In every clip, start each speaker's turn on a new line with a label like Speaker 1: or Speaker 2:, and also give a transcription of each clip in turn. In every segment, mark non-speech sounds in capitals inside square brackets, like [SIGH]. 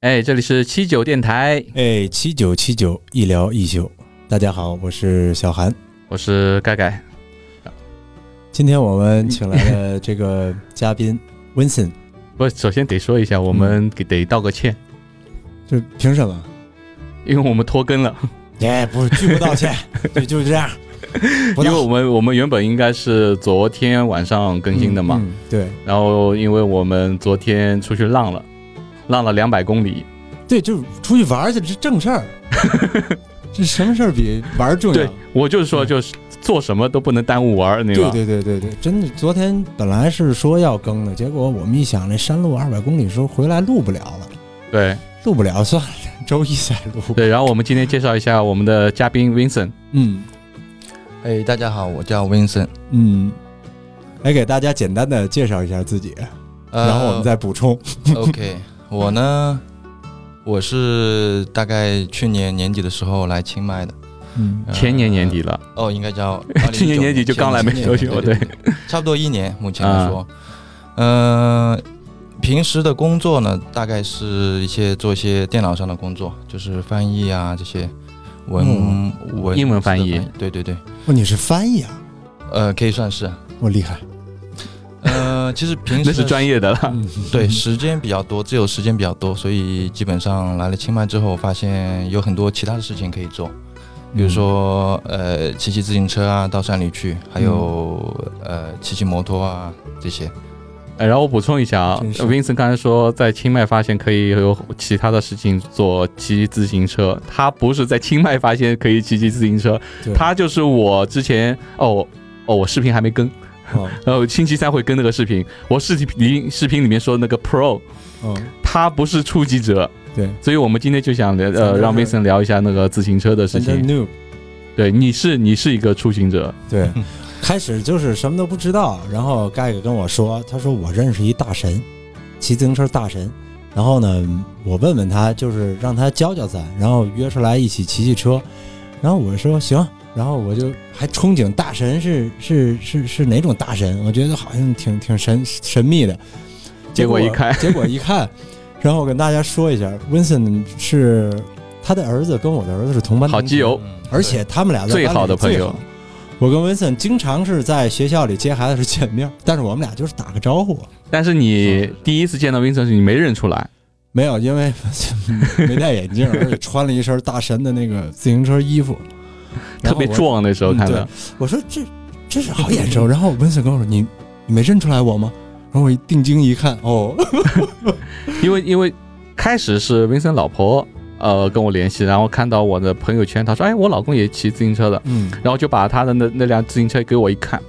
Speaker 1: 哎，这里是七九电台，
Speaker 2: 哎，七九七九一聊一宿，大家好，我是小韩。
Speaker 1: 我是盖盖。
Speaker 2: 今天我们请来了这个嘉宾 Vincent，
Speaker 1: 不，首先得说一下，我们给得道个歉，
Speaker 2: 就凭什么？
Speaker 1: 因为我们拖更了，
Speaker 2: 哎，不，拒不道歉， [LAUGHS] 就就这样，不
Speaker 1: 因为
Speaker 2: 道
Speaker 1: 我们我们原本应该是昨天晚上更新的嘛，
Speaker 2: 嗯嗯对
Speaker 1: 然后因为我们昨天出去浪了，浪了两百公里，
Speaker 2: 对，就出去玩儿去，这正事儿。这什么事儿比玩儿重要
Speaker 1: 对？我就是说
Speaker 2: 嗯
Speaker 1: 就是做什么都不能耽误玩儿，对吧？
Speaker 2: 对对对对对，真的，昨天本来是说要更的，结果我们一想，那山路二百公里时候回来录不了了，
Speaker 1: 对
Speaker 2: 录不了算了，周一再录。
Speaker 1: 对，然后我们今天介绍一下我们的嘉宾 Vincent，
Speaker 2: 嗯
Speaker 3: 哎，大家好，我叫 Vincent，
Speaker 2: 嗯，来给大家简单的介绍一下自己，
Speaker 3: 呃
Speaker 2: 然后我们再补充。
Speaker 3: [LAUGHS] OK，我呢，我是大概去年年底的时候来清迈的，
Speaker 2: 嗯
Speaker 3: 呃
Speaker 1: 前年年底了，
Speaker 3: 哦，应
Speaker 1: [LAUGHS]
Speaker 3: 该叫
Speaker 1: 去年年底就刚来没啊多久，
Speaker 3: 2019
Speaker 1: 对
Speaker 3: 年，差不多一年，目前来说，呃，平时的工作呢，大概是一些做一些电脑上的工作，就是翻译啊这些文、文
Speaker 1: 嗯英文翻译
Speaker 3: 字的对对对，
Speaker 2: 哦，你是翻译啊？
Speaker 3: 呃，可以算是，
Speaker 2: 我、厉害，
Speaker 3: 呃，其实平时
Speaker 1: [LAUGHS] 那是专业的了，
Speaker 2: 嗯，
Speaker 3: 对，时间比较多，自由时间比较多，所以基本上来了清迈之后，发现有很多其他的事情可以做，比如说、呃骑骑自行车啊，到山里去，还有、呃骑骑摩托啊这些。
Speaker 1: 哎，然后我补充一下啊
Speaker 2: 真是
Speaker 1: ，Vincent 刚才说在清迈发现可以有其他的事情做，骑自行车。他不是在清迈发现可以骑骑自行车，
Speaker 2: 嗯对
Speaker 1: 他就是我之前哦哦，我视频还没更，
Speaker 2: 哦
Speaker 1: 然后星期三会更那个视频。我视频视频里面说的那个 Pro，
Speaker 2: 哦，
Speaker 1: 他不是初级者，
Speaker 2: 对，
Speaker 1: 所以我们今天就想聊
Speaker 2: 咱
Speaker 1: 呃
Speaker 2: 们
Speaker 1: 让
Speaker 2: 是
Speaker 1: Vincent 聊一下那个自行车的事
Speaker 2: under
Speaker 1: 情。
Speaker 2: noob，
Speaker 1: 对，你是你是一个初行者，
Speaker 2: 对，
Speaker 3: 嗯
Speaker 2: 开始就是什么都不知道，然后盖盖跟我说，他说我认识一大神，骑自行车大神。然后呢，我问问他，就是让他教教咱，然后约出来一起骑骑车。然后我说行，然后我就还憧憬大神是是是是哪种大神，我觉得好像挺挺神神秘的。
Speaker 1: 结果
Speaker 2: 果
Speaker 1: 一看，
Speaker 2: 结果一看，然后我跟大家说一下，Vincent 是他的儿子跟我的儿子是同班
Speaker 1: 好
Speaker 2: 同学
Speaker 1: 基友，
Speaker 3: 嗯
Speaker 2: 而且他们俩在班里
Speaker 1: 最好的朋友
Speaker 2: 最好。我跟文森经常是在学校里接孩子时见面，但是我们俩就是打个招呼，
Speaker 1: 但是你第一次见到 Vincent 时你没认出来，
Speaker 2: 没有因为没戴眼镜，而且穿了一身大神的那个自行车衣服，然
Speaker 1: 特
Speaker 2: 后
Speaker 1: 别。
Speaker 2: 我
Speaker 1: 壮那时候
Speaker 2: 嗯
Speaker 1: 看
Speaker 2: 对
Speaker 1: 的。
Speaker 2: 我说这这是好眼熟。然后文森跟我说：“你你没认出来我吗？”然后我一定睛一看，
Speaker 1: [LAUGHS]
Speaker 2: 哦，
Speaker 1: 因为因为开始是 Vincent 老婆呃跟我联系，然后看到我的朋友圈，她说哎我老公也骑自行车的，
Speaker 2: 嗯，
Speaker 1: 然后就把他的那那辆自行车给我一看，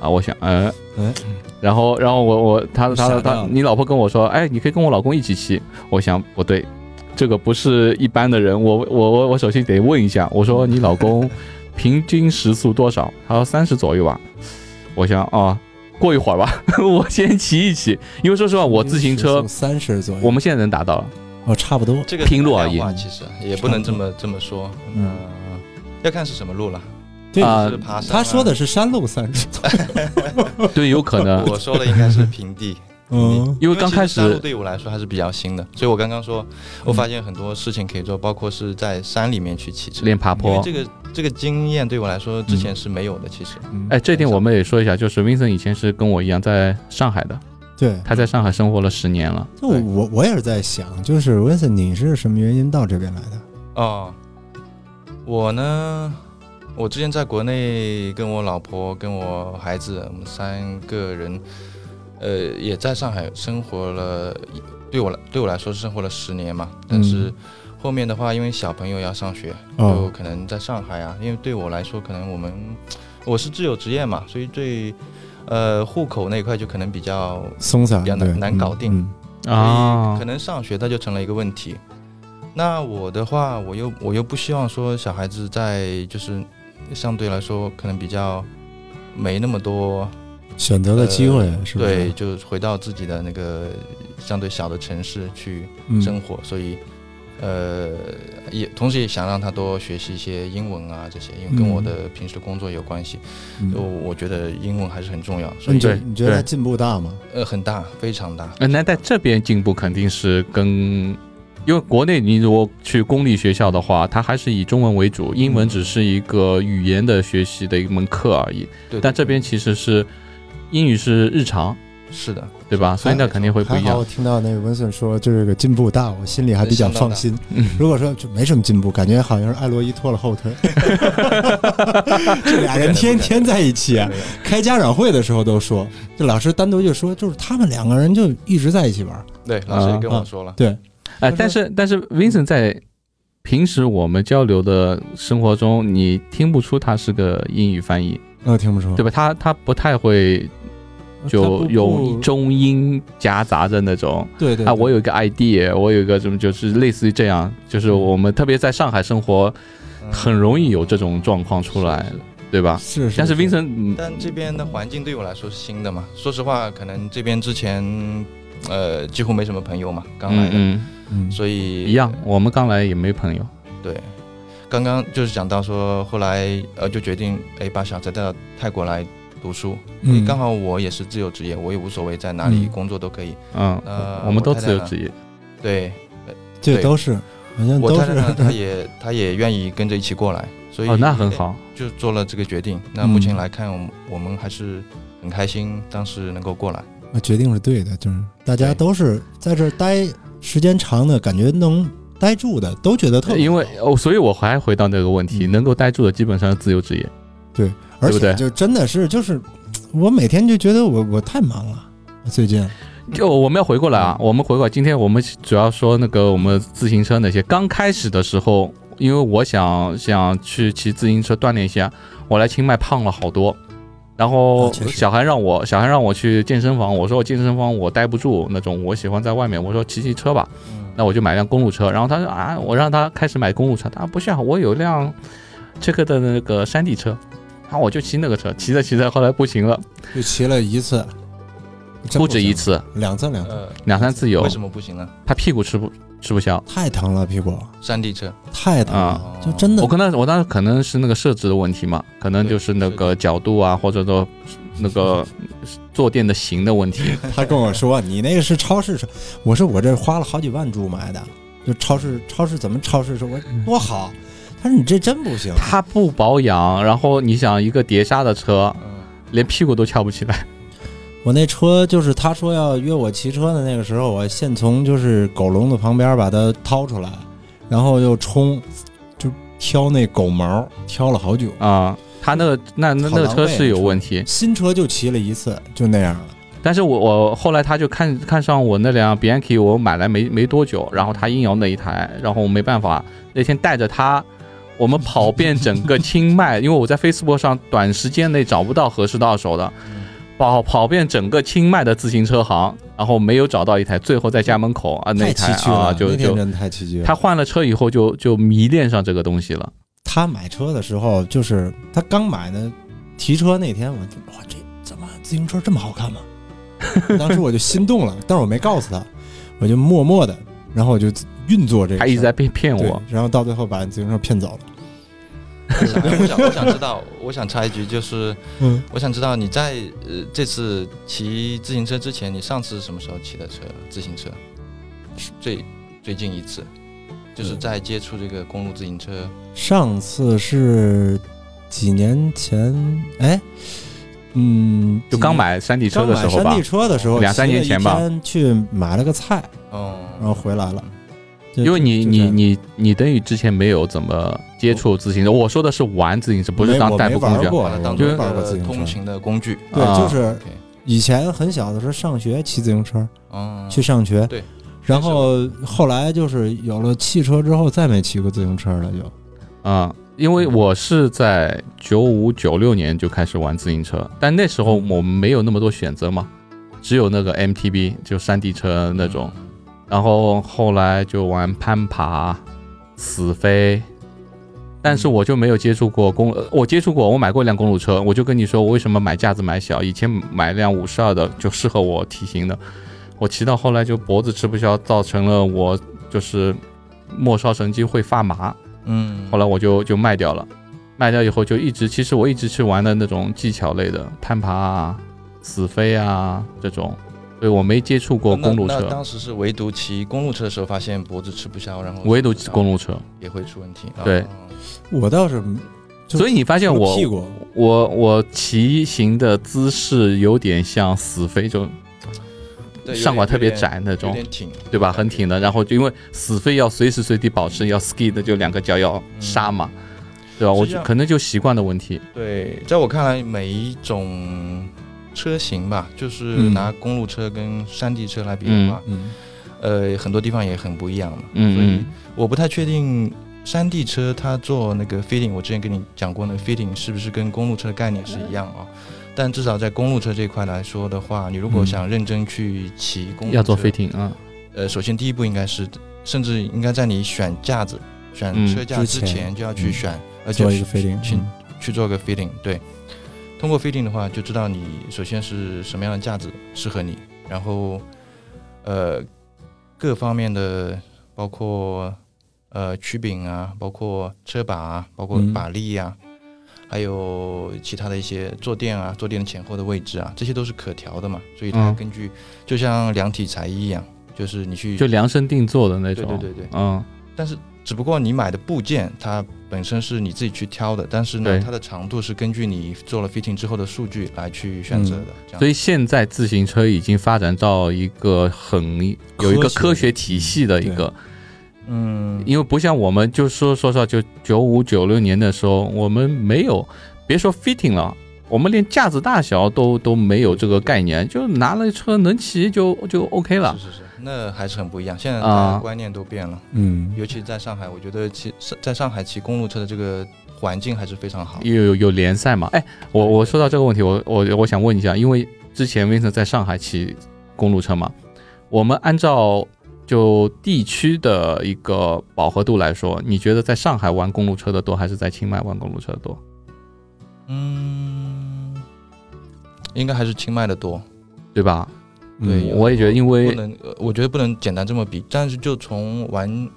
Speaker 1: 啊我想呃
Speaker 2: 嗯
Speaker 1: 然后然后我我他
Speaker 2: 吓
Speaker 1: 他
Speaker 2: 到
Speaker 1: 他
Speaker 2: 了
Speaker 1: 你老婆跟我说哎你可以跟我老公一起骑，我想不对。这个不是一般的人，我我我我首先得问一下，我说你老公平均时速多少？他说三十左右吧。我想哦，过一会儿吧， [LAUGHS] 我先骑一骑，因为说实话，我自行车
Speaker 2: 三十左右，
Speaker 1: 我们现在能达
Speaker 3: [LAUGHS]
Speaker 1: 到了。
Speaker 2: 哦差不多，
Speaker 3: 这个
Speaker 1: 拼路而已
Speaker 3: 量化其实也不能这么这么说，
Speaker 2: 嗯
Speaker 3: 嗯、要看是什么路了。
Speaker 2: 对
Speaker 1: 啊
Speaker 3: 是爬山、
Speaker 2: 他说的，是山路三十，
Speaker 1: 对，有可能，
Speaker 3: 呃我说的应该是平地。
Speaker 2: 嗯，
Speaker 1: 因为刚开
Speaker 3: 因为其实山路
Speaker 1: 始，
Speaker 3: 对我来说还是比较新的，所以我刚刚说，我发现很多事情可以做，包括是在山里面去骑车，
Speaker 1: 练爬
Speaker 3: 因为
Speaker 1: 坡
Speaker 3: 这个这个经验对我来说之前是没有的。其实，
Speaker 2: 嗯
Speaker 1: 哎，这点我们也说一下，就是 Vincent 以前是跟我一样在上海的，
Speaker 2: 对，
Speaker 1: 他在上海生活了十年了。
Speaker 2: 就我我也是在想，就是温森，你是什么原因到这边来的？
Speaker 3: 哦，我呢，我之前在国内跟我老婆、跟我孩子，我们三个人，呃，也在上海生活了，对我来对我来说是生活了十年嘛。但是后面的话，因为小朋友要上学，就
Speaker 2: 哦，
Speaker 3: 可能在上海啊，因为对我来说，可能我们我是自由职业嘛，所以对呃户口那一块就可能比较，
Speaker 2: 松散，
Speaker 3: 比较难
Speaker 2: 对
Speaker 3: 难搞定。
Speaker 2: 嗯
Speaker 3: 所
Speaker 1: 啊
Speaker 3: 以可，能上学它就成了一个问题。那我的话，我又我又不希望说小孩子在就是相对来说可能比较没那么多
Speaker 2: 嗯选择的机会
Speaker 3: 呃
Speaker 2: 是不是
Speaker 3: 对，？就是回到自己的那个相对小的城市去
Speaker 2: 嗯
Speaker 3: 生活，所以呃，也同时也想让他多学习一些英文啊这些，因为跟
Speaker 2: 嗯
Speaker 3: 我的平时的工作有关系，
Speaker 2: 嗯
Speaker 3: 就我觉得英文还是很重要，所
Speaker 2: 你
Speaker 3: 以
Speaker 2: 觉
Speaker 1: 对
Speaker 2: 你觉得
Speaker 1: 对
Speaker 2: 他进步大吗？
Speaker 3: 呃很大，非常大。
Speaker 1: 呃那在这边进步肯定是跟因为国内你如果去公立学校的话，它还是以中文为主，英文只是一个语言的学习的一门课而已。
Speaker 3: 对，
Speaker 1: 但这边其实是英语是日常，
Speaker 3: 是的，
Speaker 1: 对吧？所以
Speaker 3: 哎
Speaker 1: 那肯定会不
Speaker 2: 还
Speaker 1: 一
Speaker 2: 好
Speaker 1: 样
Speaker 2: 我。听到那个温森说这个进步大，我心里还比较放心。
Speaker 1: 嗯，
Speaker 2: 如果说就没什么进步，感觉好像是艾洛伊拖了后腿。 [LAUGHS]
Speaker 4: 这俩人天天在一起、啊，
Speaker 2: [LAUGHS]
Speaker 4: 开家长会的时候都说，这老师单独就说，就是他们两个人就一直在一起玩。
Speaker 3: 对，老师也跟
Speaker 4: 啊
Speaker 3: 我说了，
Speaker 4: 对，
Speaker 1: 哎，
Speaker 4: 就是
Speaker 1: 但是但是 Vincent 在平时我们交流的生活中，你听不出他是个英语翻译，
Speaker 2: 那我听不出。
Speaker 1: 对吧？他他不太会就有
Speaker 4: 一
Speaker 1: 中英夹杂的那种。
Speaker 4: 对对
Speaker 1: 啊，我有一个 idea，我有一个什么，就是类似于这样，就是我们特别在上海生活，
Speaker 3: 嗯
Speaker 1: 很容易有这种状况出来，
Speaker 3: 是是
Speaker 1: 对吧？
Speaker 4: 是，
Speaker 1: 啊但是
Speaker 4: 冰
Speaker 1: Vincent，嗯
Speaker 3: 但这边的环境对我来说是新的嘛，说实话，可能这边之前呃几乎没什么朋友嘛，刚来
Speaker 1: 嗯
Speaker 3: 的，
Speaker 1: 嗯，
Speaker 2: 嗯，
Speaker 3: 所以
Speaker 1: 一样，我们刚来也没朋友，
Speaker 3: 对，刚刚就是讲到说，后来呃就决定哎把小孩带到泰国来读书，
Speaker 4: 嗯
Speaker 3: 刚好我也是自由职业，我也无所谓在哪里
Speaker 4: 嗯
Speaker 3: 工作都可以。
Speaker 1: 嗯，
Speaker 3: 呃
Speaker 1: 我们都
Speaker 3: 我太太
Speaker 1: 自由
Speaker 3: 呢
Speaker 1: 职业，
Speaker 3: 对
Speaker 2: 这
Speaker 3: 对
Speaker 2: 都是好像
Speaker 3: 我
Speaker 2: 都
Speaker 3: 太太呢，
Speaker 2: [LAUGHS]
Speaker 3: 她
Speaker 2: 是。
Speaker 3: 也她也愿意跟着一起过来，所以
Speaker 1: 哦，那很，好，
Speaker 3: 就做了这个决定。那
Speaker 2: 嗯
Speaker 3: 目前来看，我们我们还是很开心，当时能够过来。
Speaker 2: 我啊决定是对的，就是大家
Speaker 3: 对
Speaker 2: 都是在这儿待时间长的，感觉能待住的，都觉得特别好。
Speaker 1: 因为哦，所以我还回到那个问题，
Speaker 2: 嗯
Speaker 1: 能够待住的基本上是自由职业，
Speaker 2: 而
Speaker 1: 对不对
Speaker 2: 且就真的是就是，我每天就觉得我我太忙了，最近
Speaker 1: 就我们要回过来啊，我们回过来，今天我们主要说那个我们自行车那些。刚开始的时候，因为我想想去骑自行车锻炼一下，我来清迈胖了好多。然后
Speaker 4: 啊确实
Speaker 1: 小韩让我小韩让我去健身房，我说我健身房我待不住那种，我喜欢在外面。我说骑骑车吧，那我就买辆公路车。然后他说啊，我让他开始买公路车，他说不是啊，我有辆这个的那个山地车，然后我就骑那个车，骑着骑着后来不行了，
Speaker 4: 就骑了一次，
Speaker 2: 真
Speaker 1: 不止一
Speaker 2: 行，
Speaker 1: 次，
Speaker 2: 两次两次，
Speaker 3: 呃，
Speaker 1: 两三次有
Speaker 3: 为，什么不行呢？
Speaker 1: 他屁股吃不吃不消。
Speaker 2: 太疼了屁股，
Speaker 3: 山地车
Speaker 2: 太疼
Speaker 1: 啊
Speaker 2: 了，就真的
Speaker 1: 我可能我当时可能是那个设置的问题嘛，可能就是那个角度啊，或者说那
Speaker 2: [LAUGHS]
Speaker 1: 个坐垫的型的问题。
Speaker 2: 他跟我说：“你那个是超市车。”我说：“我这花了好几万铢买的，就超市超市怎么超市车？我说多好。”他说：“你这真不行。
Speaker 1: 它不保养，然后你想一个碟刹的车，
Speaker 3: 嗯，
Speaker 1: 连屁股都翘不起来。”
Speaker 2: 我那车就是他说要约我骑车的那个时候，我先从就是狗笼子旁边把它掏出来，然后又冲，就挑那狗毛，挑了好久。
Speaker 1: 啊、它那个那那
Speaker 2: 好
Speaker 1: 那个
Speaker 2: 狼
Speaker 1: 车
Speaker 2: 狈啊
Speaker 1: 是有问题，
Speaker 2: 新车就骑了一次，就那样了。
Speaker 1: 但是我我后来他就看看上我那辆 Bianchi，我买来没没多久，然后他硬要那一台，然后我没办法，那天带着他，我们跑遍整个清迈，因为我在 Facebook 上短时间内找不到合适到手的，跑跑遍整个清迈的自行车行，然后没有找到一台，最后在家门口啊那
Speaker 2: 太
Speaker 1: 一台
Speaker 2: 崎岖了，
Speaker 1: 啊就
Speaker 2: 那天
Speaker 1: 就
Speaker 2: 真的太崎岖了。
Speaker 1: 他换了车以后就就迷恋上这个东西了，
Speaker 2: 他买车的时候，就是他刚买的提车那天，我就哇，这怎么自行车这么好看吗？ [LAUGHS] 当时我就心动了，但是我没告诉他，我就默默的，然后我就运作这个事
Speaker 1: 他
Speaker 2: 儿，
Speaker 1: 一直在骗骗
Speaker 2: 对
Speaker 1: 我，
Speaker 2: 然后到最后把自行车骗走了。
Speaker 3: [LAUGHS] 我想我想知道，我想插一句，就是
Speaker 2: 嗯，
Speaker 3: 我想知道你在呃这次骑自行车之前，你上次什么时候骑的车？自行车？最最近一次，就是
Speaker 2: 嗯
Speaker 3: 在接触这个公路自行车。
Speaker 2: 上次是几年前，哎，嗯，
Speaker 1: 就刚买山地
Speaker 2: 几
Speaker 1: 车
Speaker 2: 刚
Speaker 1: 的
Speaker 2: 买
Speaker 1: 时候吧
Speaker 2: 山地，车的时候，
Speaker 1: 两三年前吧
Speaker 2: 骑了一天去买了个菜，然
Speaker 3: 哦，
Speaker 2: 后回来了。就
Speaker 1: 因为你
Speaker 2: 就这
Speaker 1: 你
Speaker 2: 样
Speaker 1: 你你等于之前没有怎么接触自行车，我说的是玩自行车，不是
Speaker 2: 没
Speaker 1: 当
Speaker 2: 我
Speaker 1: 代
Speaker 2: 没
Speaker 1: 步
Speaker 2: 玩
Speaker 1: 工具啊。
Speaker 2: 过
Speaker 3: 把它当
Speaker 2: 我
Speaker 3: 做
Speaker 2: 没
Speaker 3: 一
Speaker 2: 玩过自
Speaker 3: 个
Speaker 2: 行车
Speaker 3: 通勤的工具。
Speaker 2: 对，
Speaker 1: 啊
Speaker 2: 就是。
Speaker 3: OK，
Speaker 2: 以前很小的时候上学骑自行车
Speaker 3: 哦，
Speaker 2: 去上学，
Speaker 3: 对，
Speaker 2: 然后后来就是有了汽车之后，再没骑过自行车了就，
Speaker 1: 啊、因为我是在九五九六年就开始玩自行车，但那时候
Speaker 2: 嗯
Speaker 1: 我们没有那么多选择嘛，只有那个 MTB 就山地车那种，然后后来就玩攀爬、死飞。但是我就没有接触过公，呃我接触过，我买过一辆公路车，我就跟你说，我为什么买架子买小，以前买辆五十二的就适合我体型的，我骑到后来就脖子吃不消，造成了我就是末梢神经会发麻，
Speaker 3: 嗯，
Speaker 1: 后来我就就卖掉了，卖掉以后就一直，其实我一直去玩的那种技巧类的，攀爬啊、死飞啊这种，对我没接触过
Speaker 3: 那
Speaker 1: 公路
Speaker 3: 那
Speaker 1: 车，
Speaker 3: 当时是唯独骑公路车的时候，发现脖子吃不消，然后
Speaker 1: 唯独公路车。
Speaker 3: 也会出问题。
Speaker 1: 对
Speaker 3: 啊，
Speaker 2: 我倒是就
Speaker 1: 所以你发现我
Speaker 2: 屁股
Speaker 1: 我我骑行的姿势有点像死飞，就
Speaker 3: 对
Speaker 1: 上
Speaker 3: 有
Speaker 1: 管
Speaker 3: 点
Speaker 1: 特别
Speaker 3: 有点
Speaker 1: 窄那
Speaker 3: 有
Speaker 1: 种，
Speaker 3: 点挺，
Speaker 1: 对吧？很挺的。然后就因为死飞要随时随地保持要 ski 的，就两个脚要刹嘛，
Speaker 3: 嗯
Speaker 1: 对吧？我
Speaker 3: 实际
Speaker 1: 就
Speaker 3: 上
Speaker 1: 可能就习惯的问题。
Speaker 3: 对，在我看来，每一种车型吧，就是
Speaker 2: 嗯
Speaker 3: 拿公路车跟山地车来比
Speaker 1: 嗯
Speaker 3: 的话，
Speaker 2: 嗯，
Speaker 3: 呃，很多地方也很不一样嘛。所以
Speaker 1: 嗯
Speaker 3: 我不太确定山地车它做那个 fitting，我之前跟你讲过，那个 fitting 是不是跟公路车概念是一样啊、但至少在公路车这一块来说的话，你如果想认真去骑公
Speaker 1: 嗯，
Speaker 3: 路车，
Speaker 1: 要做飞艇啊，
Speaker 3: 呃，首先第一步应该是，甚至应该在你选架子、选
Speaker 1: 嗯
Speaker 3: 车架
Speaker 2: 之
Speaker 3: 之
Speaker 2: 前嗯
Speaker 3: 前就要去选，而且
Speaker 2: 做一个嗯飞灵，
Speaker 3: 去去做个 fitting。对，通过 fitting 的话，就知道你首先是什么样的架子适合你，然后呃各方面的，包括呃曲柄啊，包括车把啊，包括
Speaker 2: 嗯
Speaker 3: 把力啊，还有其他的一些坐垫啊、坐垫的前后的位置啊，这些都是可调的嘛。所以它
Speaker 1: 嗯
Speaker 3: 根据、就像量体裁衣一样，就是你去
Speaker 1: 就量身定做的那
Speaker 3: 对
Speaker 1: 种。
Speaker 3: 对对对。
Speaker 1: 嗯，
Speaker 3: 但是只不过你买的部件它本身是你自己去挑的，但是
Speaker 1: 对
Speaker 3: 呢，它的长度是根据你做了 fitting 之后的数据来去选择的。这
Speaker 1: 嗯
Speaker 3: 样
Speaker 1: 所以现在自行车已经发展到一个很有一个科
Speaker 2: 科
Speaker 1: 学体系的一个，
Speaker 3: 嗯，
Speaker 1: 因为不像我们就说说实话，就九五九六年的时候，我们没有，别说 fitting 了。我们连架子大小都都没有这个概念，就拿了车能骑就就 OK 了
Speaker 3: 是。是是，那还是很不一样。现在
Speaker 1: 啊
Speaker 3: 大家观念都变了，
Speaker 2: 嗯，
Speaker 3: 尤其在上海，我觉得骑上在上海骑公路车的这个环境还是非常好。
Speaker 1: 有有有联赛嘛？哎，我我说到这个问题，我我我想问一下，因为之前 Vincent 在上海骑公路车嘛，我们按照就地区的一个饱和度来说，你觉得在上海玩公路车的多，还是在清迈玩公路车的多？
Speaker 3: 嗯，应该还是清迈的多。
Speaker 1: 对吧？
Speaker 3: 对，
Speaker 1: 我也觉得，因
Speaker 3: 不
Speaker 1: 为
Speaker 3: 能，呃我觉得不能简单这么比。但是就从玩，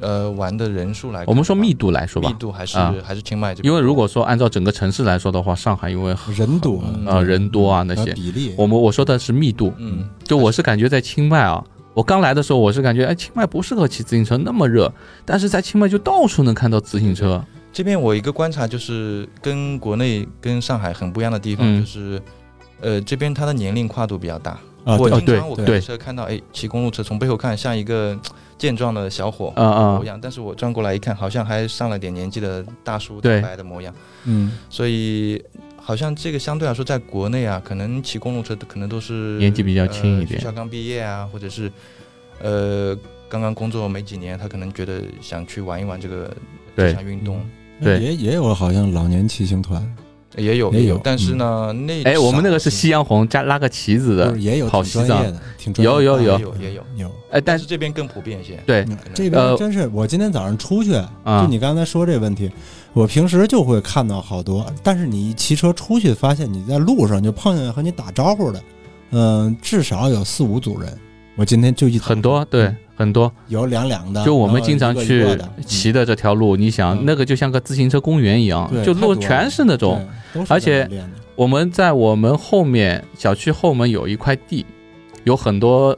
Speaker 3: 呃，玩的人数来看的话，
Speaker 1: 我们说密度来说
Speaker 3: 密
Speaker 1: 吧，
Speaker 3: 度还是、
Speaker 1: 啊
Speaker 3: 还是清迈这边
Speaker 1: 因为如果说按照整个城市来说的话，上海因为
Speaker 2: 人多
Speaker 3: 嗯
Speaker 1: 呃人多啊那些，
Speaker 2: 比例，
Speaker 1: 我们我说的是密度，
Speaker 3: 嗯
Speaker 1: 就我是感觉在清迈啊，我刚来的时候我是感觉，哎，清迈不适合骑自行车，那么热，但是在清迈就到处能看到自行车，
Speaker 3: 这边我一个观察就是跟国内跟上海很不一样的地方，
Speaker 1: 嗯
Speaker 3: 就是呃这边它的年龄跨度比较大。
Speaker 2: 啊，
Speaker 3: 我
Speaker 1: 哦
Speaker 3: 经
Speaker 1: 对
Speaker 3: 常我
Speaker 1: 对
Speaker 3: 开车看到，哎，骑公路车从背后看像一个健壮的小伙。
Speaker 1: 嗯嗯
Speaker 2: 哦
Speaker 3: 模，样，但是我转过来一看，好像还上了点年纪的大叔
Speaker 1: 对
Speaker 3: 大白的模样，
Speaker 2: 嗯，
Speaker 3: 所以好像这个相对来说，在国内啊，可能骑公路车的可能都是
Speaker 1: 年纪比较轻一点
Speaker 3: 呃学校刚毕业啊，或者是呃刚刚工作没几年，他可能觉得想去玩一玩这个这
Speaker 1: 对
Speaker 3: 项运动，
Speaker 1: 对
Speaker 2: 也也有好像老年骑行团，
Speaker 3: 也有
Speaker 2: 也有嗯
Speaker 3: 但是呢，那
Speaker 1: 哎，我们那个是
Speaker 3: 少
Speaker 1: 夕阳红加拉个旗子
Speaker 2: 就
Speaker 1: 的
Speaker 2: 是，也有
Speaker 1: 跑
Speaker 2: 挺
Speaker 1: 西
Speaker 2: 专
Speaker 1: 藏
Speaker 2: 业的，挺专业
Speaker 1: 有
Speaker 2: 的
Speaker 1: 有
Speaker 3: 有
Speaker 2: 嗯
Speaker 3: 有也有
Speaker 2: 有。
Speaker 1: 哎，但
Speaker 3: 但
Speaker 1: 是
Speaker 3: 是这边更普遍一些。
Speaker 1: 对
Speaker 2: 嗯
Speaker 3: 可能
Speaker 2: 这
Speaker 1: 呃
Speaker 2: 边真是，我今天早上出去，就
Speaker 1: 啊，
Speaker 2: 你刚才说这问题，我平时就会看到好多，但是你一骑车出去，发现你在路上就碰见和你打招呼的，嗯，至少有四五组人。我今天就一
Speaker 1: 很多对很多，
Speaker 2: 有两两的，
Speaker 1: 就我们
Speaker 2: 嗯啊然后
Speaker 1: 经常
Speaker 2: 一个一
Speaker 1: 去
Speaker 2: 个的嗯
Speaker 1: 骑的这条路，你想
Speaker 2: 嗯
Speaker 1: 那个就像个自行车公园一样，
Speaker 2: 对
Speaker 1: 就
Speaker 2: 太多
Speaker 1: 路
Speaker 2: 了
Speaker 1: 全是那种。
Speaker 2: 对，都是
Speaker 1: 而且
Speaker 2: 在那练的
Speaker 1: 我们在我们后面小区后门有一块地，有很多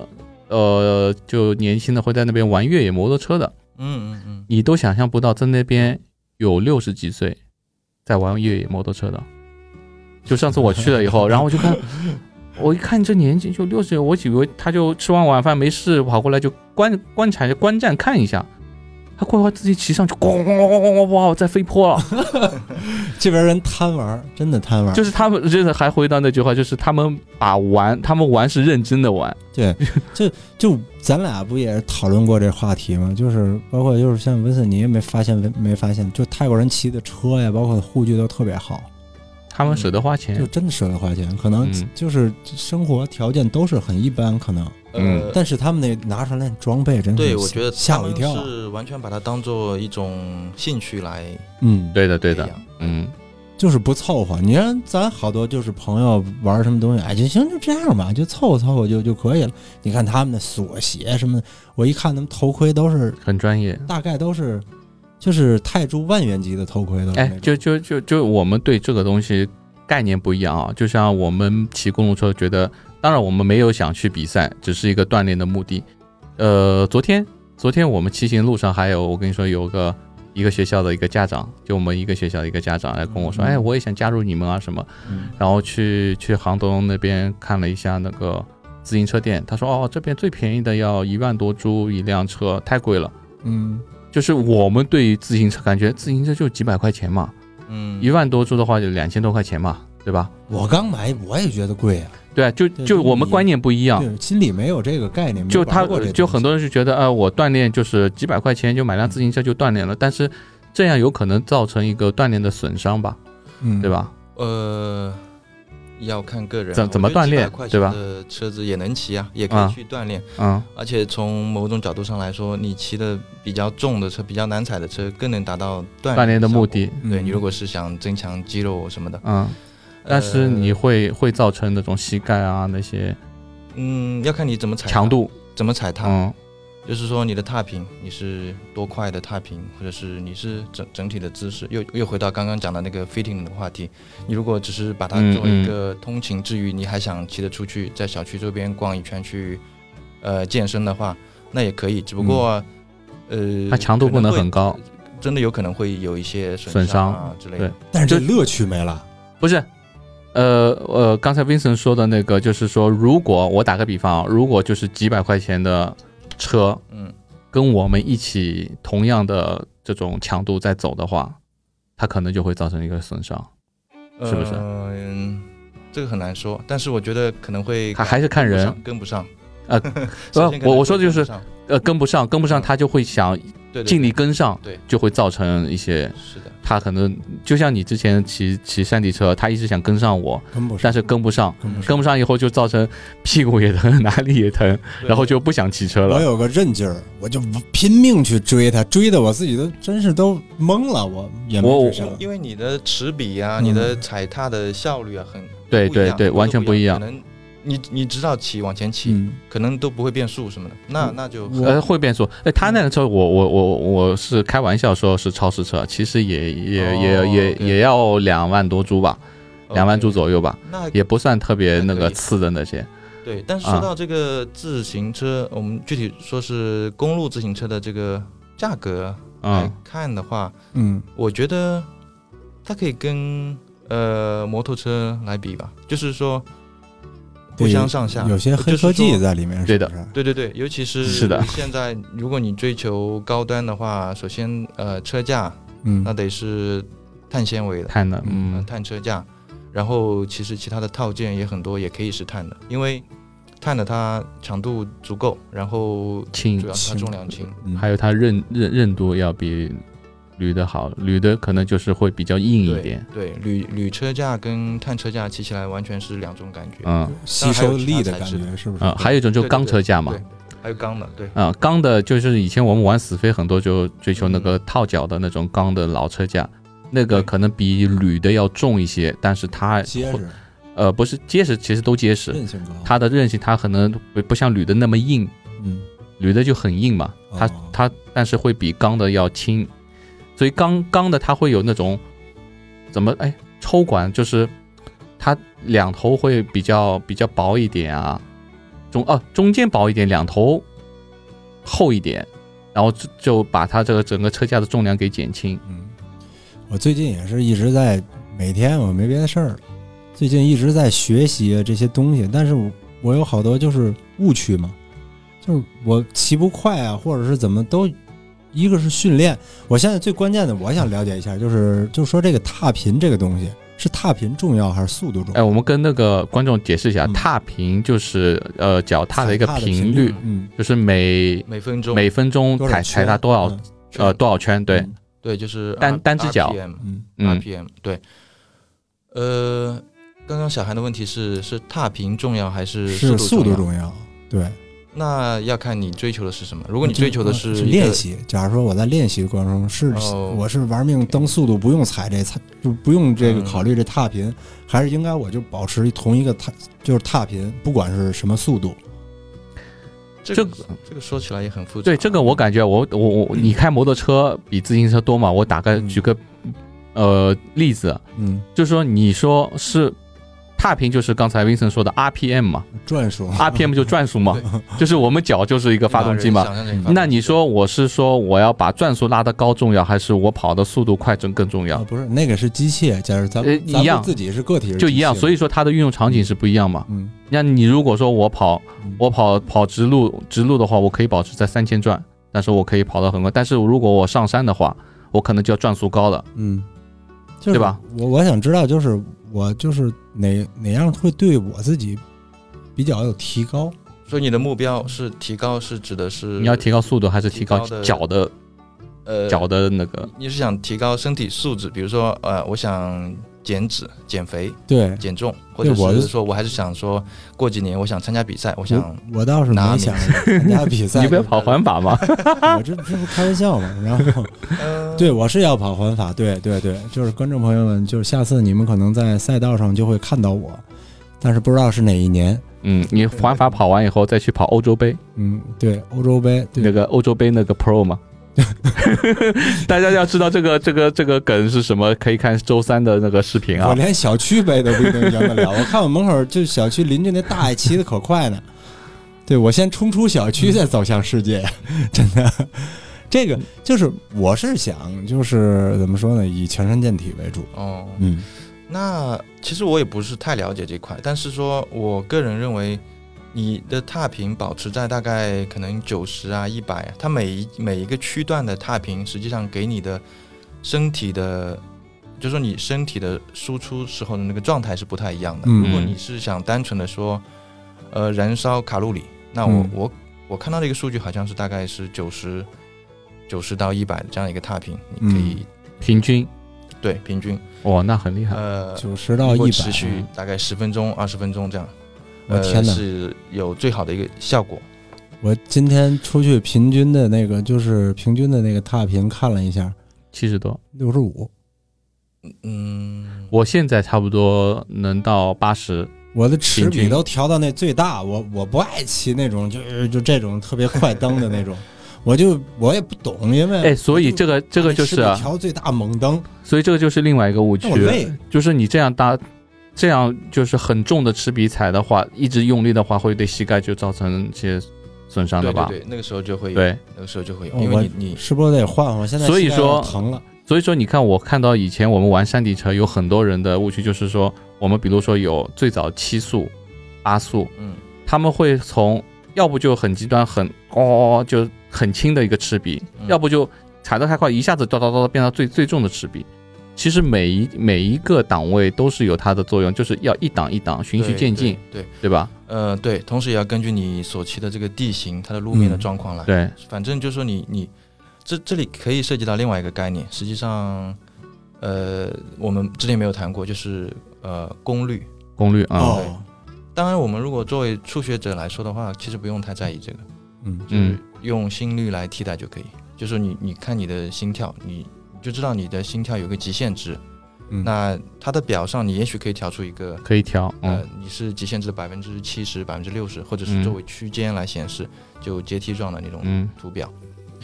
Speaker 1: 呃，就年轻的会在那边玩越野摩托车的，
Speaker 3: 嗯嗯嗯，
Speaker 1: 你都想象不到，在那边有六十几岁在玩越野摩托车的。就上次我去了以后，然后我就看，我一看这年纪就六十，我以为他就吃完晚饭没事跑过来就观观察观战看一下，他快快自己骑上去，咣咣咣咣咣咣在飞坡了。
Speaker 2: 这边人贪玩儿，真的贪玩儿，
Speaker 1: 就是他们真的还回到那句话，就是他们把玩，他们玩是认真的玩。
Speaker 2: 对，就就咱俩不也是讨论过这话题吗？就是包括就是像温森，你也没发现没发现，就泰国人骑的车呀，包括护具都特别好，
Speaker 1: 他们舍得花
Speaker 2: 就
Speaker 1: 钱，
Speaker 2: 真的舍得花钱。可能
Speaker 1: 嗯
Speaker 2: 就是生活条件都是很一般，可能，
Speaker 1: 嗯
Speaker 3: 呃，
Speaker 2: 但是他们那拿出来那装备真是
Speaker 3: 对，我觉得
Speaker 2: 吓
Speaker 3: 他
Speaker 2: 我一
Speaker 3: 们
Speaker 2: 跳啊。
Speaker 3: 是完全把它当做一种兴趣来
Speaker 2: 嗯，
Speaker 1: 对的对
Speaker 3: 培
Speaker 1: 的，
Speaker 3: 养。
Speaker 1: 嗯，
Speaker 2: 就是不凑合。你看咱好多就是朋友玩什么东西，哎，就行，就这样吧，就凑合凑合就就可以了。你看他们的锁鞋什么的，我一看他们头盔都是
Speaker 1: 很专业。
Speaker 2: 大概都是就是泰铢万元级的头盔的。
Speaker 1: 哎，就就就就我们对这个东西概念不一样啊，就像我们骑公路车觉得当然，我们没有想去比赛，只是一个锻炼的目的。呃，昨天昨天我们骑行路上还有，我跟你说有个一个学校的一个家长，就我们一个学校的一个家长来跟我说，
Speaker 4: 嗯
Speaker 1: 哎，我也想加入你们啊什么，
Speaker 4: 嗯
Speaker 1: 然后去去杭东那边看了一下那个自行车店，他说哦，这边最便宜的要一万多铢一辆车，太贵了。
Speaker 2: 嗯，
Speaker 1: 就是我们对于自行车感觉自行车就几百块钱嘛，
Speaker 3: 嗯，
Speaker 1: 一万多铢的话就两千多块钱嘛，对吧？
Speaker 2: 我刚买我也觉得贵啊，
Speaker 1: 对啊，就
Speaker 2: 对
Speaker 1: 就
Speaker 2: 跟
Speaker 1: 我们
Speaker 2: 你
Speaker 1: 观念不一样，
Speaker 2: 对，心里没有这个概念，没
Speaker 1: 啊就
Speaker 2: 有
Speaker 1: 他
Speaker 2: 玩过这东西
Speaker 1: 就很多人是觉得，呃，我锻炼就是几百块钱就买辆自行车就锻炼了，但是这样有可能造成一个锻炼的损伤吧，
Speaker 2: 嗯，
Speaker 1: 对？吧？
Speaker 3: 呃，要看个人啊，
Speaker 1: 怎怎么
Speaker 3: 我觉得
Speaker 1: 锻炼
Speaker 3: 700块
Speaker 1: 对吧
Speaker 3: 钱的车子也能骑啊，也可
Speaker 1: 啊
Speaker 3: 以去锻炼。
Speaker 1: 嗯，
Speaker 3: 而且从某种角度上来说，你骑的比较重的车、比较难踩的车，更能达到
Speaker 2: 哎
Speaker 3: 锻
Speaker 1: 锻炼的
Speaker 3: 效果
Speaker 1: 目。的，
Speaker 2: 嗯
Speaker 3: 对你如果是想增强肌肉什么的，
Speaker 1: 嗯，但是
Speaker 3: 呃
Speaker 1: 你会会造成那种膝盖啊那些
Speaker 3: 嗯，要看你怎么踩它
Speaker 1: 强，度，
Speaker 3: 怎么踩它。
Speaker 1: 嗯
Speaker 3: 就是说你的踏平，你是多快的踏平，或者是你是整整体的姿势，又又回到刚刚讲的那个 fitting 的话题。你如果只是把它
Speaker 1: 嗯
Speaker 3: 作为一个通勤之余，你还想骑着出去，在小区周边逛一圈去，呃，健身的话，那也可以。只不过，呃，
Speaker 1: 嗯它强度不能
Speaker 3: 可
Speaker 1: 很
Speaker 3: 会，
Speaker 1: 高，
Speaker 3: 真的有可能会有一些
Speaker 1: 损伤
Speaker 3: 啊之类的。
Speaker 1: 对
Speaker 2: 但是这乐趣没了，
Speaker 1: 不是。呃呃，刚才 Vincent 说的那个，就是说，如果我打个比方啊，如果就是几百块钱的车，
Speaker 3: 嗯，
Speaker 1: 跟我们一起同样的这种强度在走的话，它可能就会造成一个损伤，是不是
Speaker 3: 呃嗯，这个很难说，但是我觉得可能会
Speaker 1: 还还是看
Speaker 3: 跟不
Speaker 1: 人
Speaker 3: 上。跟不上。
Speaker 1: 呃
Speaker 3: [LAUGHS] 首先可能会跟不上，
Speaker 1: 我我说的就是呃，跟不上，跟不上，他就会想
Speaker 3: 嗯对对
Speaker 1: 尽力
Speaker 3: 对
Speaker 1: 跟上，
Speaker 3: 对
Speaker 1: 就会造成一些
Speaker 3: 是的，
Speaker 1: 他可能就像你之前骑骑山地车，他一直想跟上我，
Speaker 2: 跟不上，
Speaker 1: 但是跟不上，
Speaker 2: 跟不上。
Speaker 1: 跟不上以后就造成屁股也疼， [LAUGHS] 哪里也疼，然后就不想骑车
Speaker 2: 我
Speaker 1: 了。
Speaker 2: 有个韧劲儿，我就拼命去追他，追的我自己都真是都懵了，我也没
Speaker 1: 我
Speaker 2: 追上。
Speaker 3: 因为你的齿比啊，
Speaker 2: 嗯
Speaker 3: 你的踩踏的效率啊，很
Speaker 1: 对
Speaker 3: 不一
Speaker 1: 对
Speaker 3: 样
Speaker 1: 对，
Speaker 3: 都
Speaker 1: 完全
Speaker 3: 不
Speaker 1: 不一样
Speaker 3: 可。能你你知道骑往前骑，
Speaker 2: 嗯，
Speaker 3: 可能都不会变速什么的，那那就很
Speaker 1: 呃，会变速。哎，他那个车，我我我我是开玩笑说是超市车，其实也也
Speaker 3: 哦
Speaker 1: 也也
Speaker 3: 对
Speaker 1: 也要两万多株吧，两万株
Speaker 3: OK，
Speaker 1: 左右吧，
Speaker 3: 那
Speaker 1: 也不算特别
Speaker 3: 还
Speaker 1: 那个
Speaker 3: 可以
Speaker 1: 次的那些。
Speaker 3: 对。但是
Speaker 1: 啊
Speaker 3: 说到这个自行车，我们具体说是公路自行车的这个价格来
Speaker 1: 嗯，
Speaker 3: 看的话，
Speaker 2: 嗯，
Speaker 3: 我觉得它可以跟呃摩托车来比吧，就是说不
Speaker 2: 对
Speaker 3: 相上下，
Speaker 2: 有些黑
Speaker 3: 就是
Speaker 2: 科技
Speaker 3: 说
Speaker 2: 在里面，
Speaker 1: 对的
Speaker 2: 是不是，
Speaker 3: 对对对，尤其是
Speaker 1: 是的
Speaker 3: 现在如果你追求高端的话，首先呃车架那
Speaker 2: 嗯，
Speaker 3: 得是碳纤维的，
Speaker 1: 碳的，
Speaker 3: 嗯、
Speaker 1: 嗯，
Speaker 3: 碳车架，然后其实其他的套件也很多，也可以是碳的，因为碳的它强度足够，然后
Speaker 1: 轻
Speaker 3: 主要，是它
Speaker 2: 轻
Speaker 3: 重量轻，
Speaker 2: 嗯
Speaker 1: 还有它韧韧韧度要比铝的好，铝的可能就是会比较硬一点。
Speaker 3: 对铝铝车架跟碳车架骑起来完全是两种感觉，
Speaker 1: 嗯
Speaker 2: 吸收力的感觉，是不是？
Speaker 1: 啊，还有一种就
Speaker 3: 对对
Speaker 1: 钢车架嘛
Speaker 3: 对，，还有钢的，对，
Speaker 1: 啊，钢的就是以前我们玩死飞很多就追求那
Speaker 2: 嗯
Speaker 1: 个套脚的那种钢的老车架，那个
Speaker 3: 对
Speaker 1: 可能比铝的要重一些，但是它
Speaker 2: 结实，
Speaker 1: 呃不是结实，其实都结实，
Speaker 2: 韧性高。
Speaker 1: 它的韧性它可能不不像铝的那么硬，
Speaker 2: 嗯，
Speaker 1: 铝的就很硬嘛，它
Speaker 2: 哦
Speaker 1: 它但是会比钢的要轻，所以钢钢的它会有那种怎么哎抽管就是它两头会比较比较薄一点啊，中哦、中间薄一点，两头厚一点，然后就就把它这个整个车架的重量给减轻。
Speaker 2: 嗯，我最近也是一直在每天我没别的事儿，最近一直在学习这些东西，但是我我有好多就是误区嘛，就是我骑不快啊，或者是怎么都，一个是训练，我现在最关键的我想了解一下，就是就是说这个踏频这个东西是踏频重要还是速度重
Speaker 1: 哎，
Speaker 2: 要？
Speaker 1: 我们跟那个观众解释一下，
Speaker 2: 嗯
Speaker 1: 踏频就是呃脚踏的一个
Speaker 2: 踩踏的
Speaker 1: 频
Speaker 2: 频
Speaker 1: 率，
Speaker 2: 嗯，
Speaker 1: 就是每
Speaker 3: 每分钟
Speaker 1: 每分钟
Speaker 2: 多少
Speaker 1: 踩踩
Speaker 2: 圈
Speaker 1: 踏多少
Speaker 2: 嗯
Speaker 1: 呃多少圈，对，
Speaker 2: 嗯
Speaker 3: 对就是
Speaker 1: 单
Speaker 3: R-
Speaker 1: 单只脚
Speaker 3: RPM
Speaker 2: 嗯，
Speaker 1: 嗯
Speaker 3: RPM，、对。呃，刚刚小韩的问题是是踏频重要还是
Speaker 2: 嗯是速
Speaker 3: 速
Speaker 2: 度重
Speaker 3: 重要？
Speaker 2: 要，对。
Speaker 3: 那要看你追求的是什么。如果
Speaker 1: 嗯
Speaker 3: 你追求的是
Speaker 2: 是
Speaker 3: 一个
Speaker 2: 练，习，假如说我在练习过程中是、
Speaker 3: 哦
Speaker 2: 我是玩命蹬速度，不用踩这踏，就不用这
Speaker 1: 嗯
Speaker 2: 个考虑这踏频，还是应该我就保持同一个踏，就是踏频，不管是什么速度，
Speaker 3: 这
Speaker 1: 这
Speaker 3: 个这个说起来也很复杂。
Speaker 1: 对这个，我感觉我我我，你开摩托车比自行车多嘛？我打个
Speaker 2: 嗯
Speaker 1: 举个呃例子，
Speaker 2: 嗯，
Speaker 1: 就是说你说是踏频就是刚才 Vincent 说的 RPM
Speaker 2: [LAUGHS]
Speaker 1: 嘛
Speaker 2: 转数，
Speaker 1: ，RPM 就转速嘛，就是我们脚就是一个发动机嘛。
Speaker 2: [LAUGHS]
Speaker 3: 想象这个发动机
Speaker 1: 那你说我是说我要把转速拉得高重要，还是我跑的速度快更更重
Speaker 2: 啊
Speaker 1: 要？
Speaker 2: 不是那个是机械，假如咱
Speaker 1: 呃
Speaker 2: 们咱
Speaker 1: 一样
Speaker 2: 们自己是个嗯体是
Speaker 1: 就一样，所
Speaker 2: 以
Speaker 1: 以说它的运用场景是不一样嘛。
Speaker 2: 嗯，
Speaker 1: 那你如果说我跑
Speaker 2: 嗯
Speaker 1: 我跑跑直路直路的话，我可以保持在三千转，但是我可以跑得很快。但是如果我上山的话，我可能就要转速高了。
Speaker 2: 嗯，就是
Speaker 1: 对吧？
Speaker 2: 我我想知道，就是我就是哪哪样会对我自己比较有提高？
Speaker 3: 所以你的目标是提高，是指的是
Speaker 1: 你要提高速度还是提高
Speaker 3: 提高的
Speaker 1: 脚的
Speaker 3: 呃
Speaker 1: 脚的那个？
Speaker 3: 你是想提高身体素质，比如说呃，我想减脂、减肥、
Speaker 2: 对，
Speaker 3: 减重，或者
Speaker 2: 我
Speaker 3: 是说我还是想说过几年我想参加比赛，我想
Speaker 2: 我我倒是
Speaker 3: 拿
Speaker 2: 没
Speaker 3: 你
Speaker 2: 想参加比
Speaker 1: [LAUGHS]
Speaker 2: 赛，
Speaker 1: 你不要跑环法嘛？
Speaker 3: 啊
Speaker 2: 我这这不开玩笑嘛？然
Speaker 3: [LAUGHS]
Speaker 2: 后，对，我是要跑环法，对对对，就是观众朋友们，就是下次你们可能在赛道上就会看到我，但是不知道是哪一年。
Speaker 1: 嗯，你环法跑完以后再去跑欧洲杯，
Speaker 2: 嗯，对，欧洲杯，对，
Speaker 1: 那个欧洲杯那个 Pro 嘛。大家要知道这个这个这个梗是什么，可以看周三的那个视频
Speaker 2: 我
Speaker 1: 啊。
Speaker 2: 连小区杯都不一定赢得了。我看我门口就小区邻居那大爷骑的可快呢，对我先冲出小区，再走向世界， [LAUGHS] 真的。这个就是我是想，就是怎么说呢，以强身健体为主。
Speaker 3: 哦，
Speaker 2: 嗯，
Speaker 3: 那其实我也不是太了解这块，但是说我个人认为，你的踏频保持在大概可能九十啊、一百，它每一每一个区段的踏频，实际上给你的身体的，就是说你身体的输出时候的那个状态是不太一样的。
Speaker 2: 嗯
Speaker 3: 如果你是想单纯的说，呃，燃烧卡路里，那我、
Speaker 2: 嗯
Speaker 3: 我我看到的一个数据好像是大概是九十。九十到一百这样一个踏频，你可以、
Speaker 2: 嗯
Speaker 1: 平均，
Speaker 3: 对平均，
Speaker 1: 哇，那很厉害。
Speaker 3: 呃，
Speaker 2: 九十到
Speaker 3: 如
Speaker 2: 一
Speaker 3: 果
Speaker 2: 百，嗯
Speaker 3: 持续大概十分钟、二十分钟这样，
Speaker 2: 我
Speaker 3: 呃，
Speaker 2: 天哪
Speaker 3: 是有最好的一个效果。
Speaker 2: 我今天出去平均的那个，就是平均的那个踏频看了一下，
Speaker 1: 七十多，
Speaker 2: 六十五。
Speaker 3: 嗯，
Speaker 1: 我现在差不多能到八十，
Speaker 2: 我的齿
Speaker 1: 平
Speaker 2: 比
Speaker 1: 均
Speaker 2: 都调到那最大，我我不爱骑那种，就是就这种特别快蹬的那
Speaker 1: [LAUGHS]
Speaker 2: 种，我就我也不懂，因为
Speaker 1: 哎，所以这个这个就是
Speaker 2: 把
Speaker 1: 啊
Speaker 2: 齿比，调最大猛蹬，
Speaker 1: 所以这个就是另外一个误区
Speaker 2: 那我，累，
Speaker 1: 就是你这样搭，这样就是很重的齿比踩的话，一直用力的话，会对膝盖就造成一些损伤
Speaker 3: 嗯
Speaker 1: 的
Speaker 3: 对对
Speaker 1: 吧？
Speaker 3: 对，那个时候就会有，
Speaker 1: 对
Speaker 3: 那个时候就会有，
Speaker 2: 哦
Speaker 3: 因
Speaker 2: 我
Speaker 3: 为你你
Speaker 2: 是不是得换换？现在
Speaker 1: 所以
Speaker 2: 膝盖有
Speaker 1: 说
Speaker 2: 点疼了，
Speaker 1: 所以说你看，我看到以前我们玩山地车，有很多人的误区就是说，我们比如说有最早七速、八速，
Speaker 3: 嗯，
Speaker 1: 他们会从要不就很极端很哦哦哦就很轻的一个齿比，
Speaker 3: 嗯
Speaker 1: 要不就踩得太快，一下子叨叨叨叨变到最最重的齿比。其实每一每一个档位都是有它的作用，就是要一档一档循序
Speaker 3: 对
Speaker 1: 渐进，，
Speaker 3: 对，对
Speaker 1: 对吧？
Speaker 3: 呃，对，同时也要根据你所骑的这个地形、它的路面的
Speaker 2: 嗯
Speaker 3: 状况来。
Speaker 1: 对，
Speaker 3: 反正就是说你你这这里可以涉及到另外一个概念，实际上，呃，我们之前没有谈过，就是呃功率。
Speaker 1: 功率啊，
Speaker 3: 对
Speaker 2: 哦，
Speaker 3: 当然，我们如果作为初学者来说的话，其实不用太在意这个。
Speaker 2: 嗯，
Speaker 3: 就是用心率来替代就可以。就是你你看你的心跳，你你就知道你的心跳有个极限值。
Speaker 2: 嗯
Speaker 3: 那它的表上你也许可以调出一个，
Speaker 1: 可以调，嗯
Speaker 3: 呃，你是极限值的百分之七十、百分之六十，或者
Speaker 1: 嗯
Speaker 3: 是作为区间来显示，就阶梯状的那种
Speaker 1: 嗯，
Speaker 3: 图表。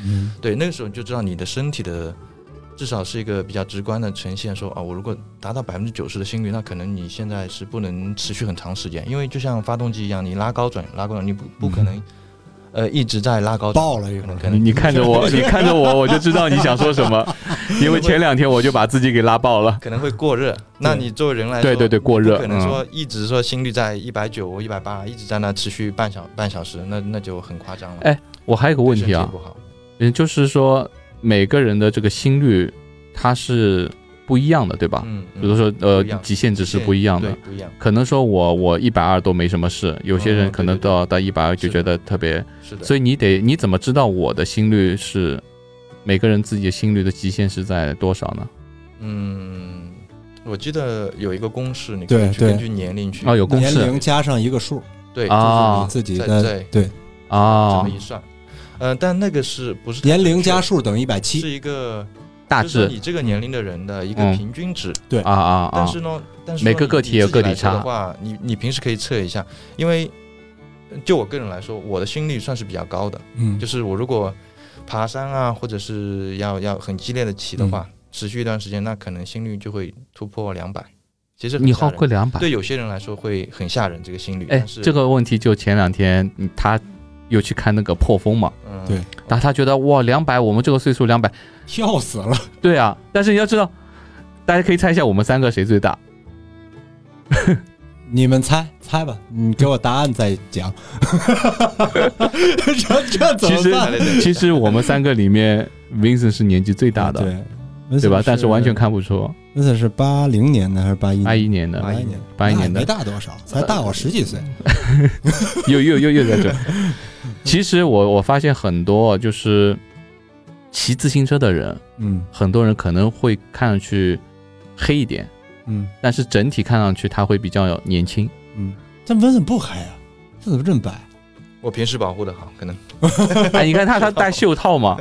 Speaker 2: 嗯
Speaker 3: 对，那个时候你就知道你的身体的。至少是一个比较直观的呈现说，啊，我如果达到百分之九十的心率，那可能你现在是不能持续很长时间，因为就像发动机一样，你拉高转拉高转，你不不可能，
Speaker 1: 嗯
Speaker 3: 呃，一直在拉高转，
Speaker 2: 爆了一
Speaker 3: 可
Speaker 2: 会
Speaker 3: 能
Speaker 2: 儿，
Speaker 3: 可
Speaker 1: 你
Speaker 3: 能
Speaker 1: 你看着我， [LAUGHS] 你看着我，我就知道你想说什 [LAUGHS] 么，因为前两天我就把自己给拉爆了。
Speaker 3: 可能会过热。那你作为人来说，
Speaker 1: 对对对，过热
Speaker 3: 不，可能
Speaker 1: 嗯，
Speaker 3: 说一直说心率在一百九、一百八，一直在那持续半小半小时，那那就很夸张了。
Speaker 1: 哎我还有个问题啊
Speaker 3: 对身体，不好，
Speaker 1: 嗯，就是说每个人的这个心率它是不一样的，对吧？
Speaker 3: 嗯，
Speaker 1: 比如说
Speaker 3: 不
Speaker 1: 呃
Speaker 3: 一样
Speaker 1: 极限值是不一样的
Speaker 3: 对，不一样，
Speaker 1: 可能说我我一百二都没什么事，有些
Speaker 3: 哦
Speaker 1: 人可能到到一百二就觉得特别，
Speaker 3: 是的。
Speaker 1: 所以你得你怎么知道我的心率是每个人自己的心率的极限是在多少呢？
Speaker 3: 嗯，我记得有一个公式，你可
Speaker 2: 对
Speaker 3: 以去
Speaker 2: 对
Speaker 3: 根据年龄去
Speaker 1: 哦，有公
Speaker 2: 年
Speaker 1: 式
Speaker 2: 龄加上一个数，
Speaker 3: 对
Speaker 1: 啊
Speaker 2: 就是你自己
Speaker 3: 在
Speaker 2: 的
Speaker 3: 在
Speaker 2: 对，
Speaker 3: 这
Speaker 1: 啊
Speaker 3: 么，一算。呃，但那个是不是
Speaker 2: 年龄加
Speaker 3: 数
Speaker 2: 数等于一百
Speaker 3: 是
Speaker 2: 七，
Speaker 3: 一个
Speaker 1: 大
Speaker 3: 就
Speaker 1: 致
Speaker 3: 是你这个年龄的人的一个
Speaker 1: 嗯
Speaker 3: 平均值，
Speaker 1: 啊啊
Speaker 3: 但
Speaker 1: 啊
Speaker 3: 是呢，但是
Speaker 1: 每
Speaker 3: 呢
Speaker 1: 个
Speaker 3: 你
Speaker 1: 个
Speaker 3: 你
Speaker 1: 体有
Speaker 3: 自己
Speaker 1: 个体
Speaker 3: 来说的
Speaker 1: 差
Speaker 3: 话，你你平时可以测一下，因为呃就我个人来说，我的心率算是比较高的，
Speaker 2: 嗯
Speaker 3: 就是我如果爬山啊，或者
Speaker 1: 嗯
Speaker 3: 是要要很激烈的骑的话，持续一段时间，那可能心率就会突破两百。其实很
Speaker 1: 你
Speaker 3: 吓
Speaker 1: 花
Speaker 3: 人
Speaker 1: 贵两百。
Speaker 3: 对有些人来说会很吓人，这个心率。
Speaker 1: 哎
Speaker 3: 但，是
Speaker 1: 这个问题就前两天嗯他又去看那个破风嘛，
Speaker 3: 嗯
Speaker 2: 对
Speaker 1: 然后他觉得哇两百，我们这个岁数两百，
Speaker 2: 跳死了，
Speaker 1: 对啊，但是你要知道，大家可以猜一下我们三个谁最
Speaker 3: [LAUGHS]
Speaker 1: 大？
Speaker 2: 你们猜猜吧，你给我答案再讲。 [LAUGHS] 这这怎
Speaker 1: 其
Speaker 2: 么
Speaker 1: 实
Speaker 2: 办？
Speaker 1: 其实我们三个里面，Vincent 是年纪最大
Speaker 3: [LAUGHS]
Speaker 1: 的，
Speaker 2: 对，温
Speaker 1: 对吧？
Speaker 2: 森
Speaker 1: 但是完全看不出，
Speaker 2: 温森是八零年的还是八一
Speaker 1: 八一年的，
Speaker 2: 81年
Speaker 1: 八一年
Speaker 2: 那也没
Speaker 1: 的，呃
Speaker 2: 大多少，才大我十几岁。
Speaker 1: [LAUGHS] 又又又又在这。其实我我发现很多就是骑自行车的人，
Speaker 2: 嗯
Speaker 1: 很多人可能会看上去黑一点，
Speaker 2: 嗯
Speaker 1: 但是整体看上去他会比较年轻。
Speaker 2: 嗯，但温森不黑啊，这怎么这么白？
Speaker 3: 我平时保护的好，可能
Speaker 1: 哎，你看他他戴袖套嘛，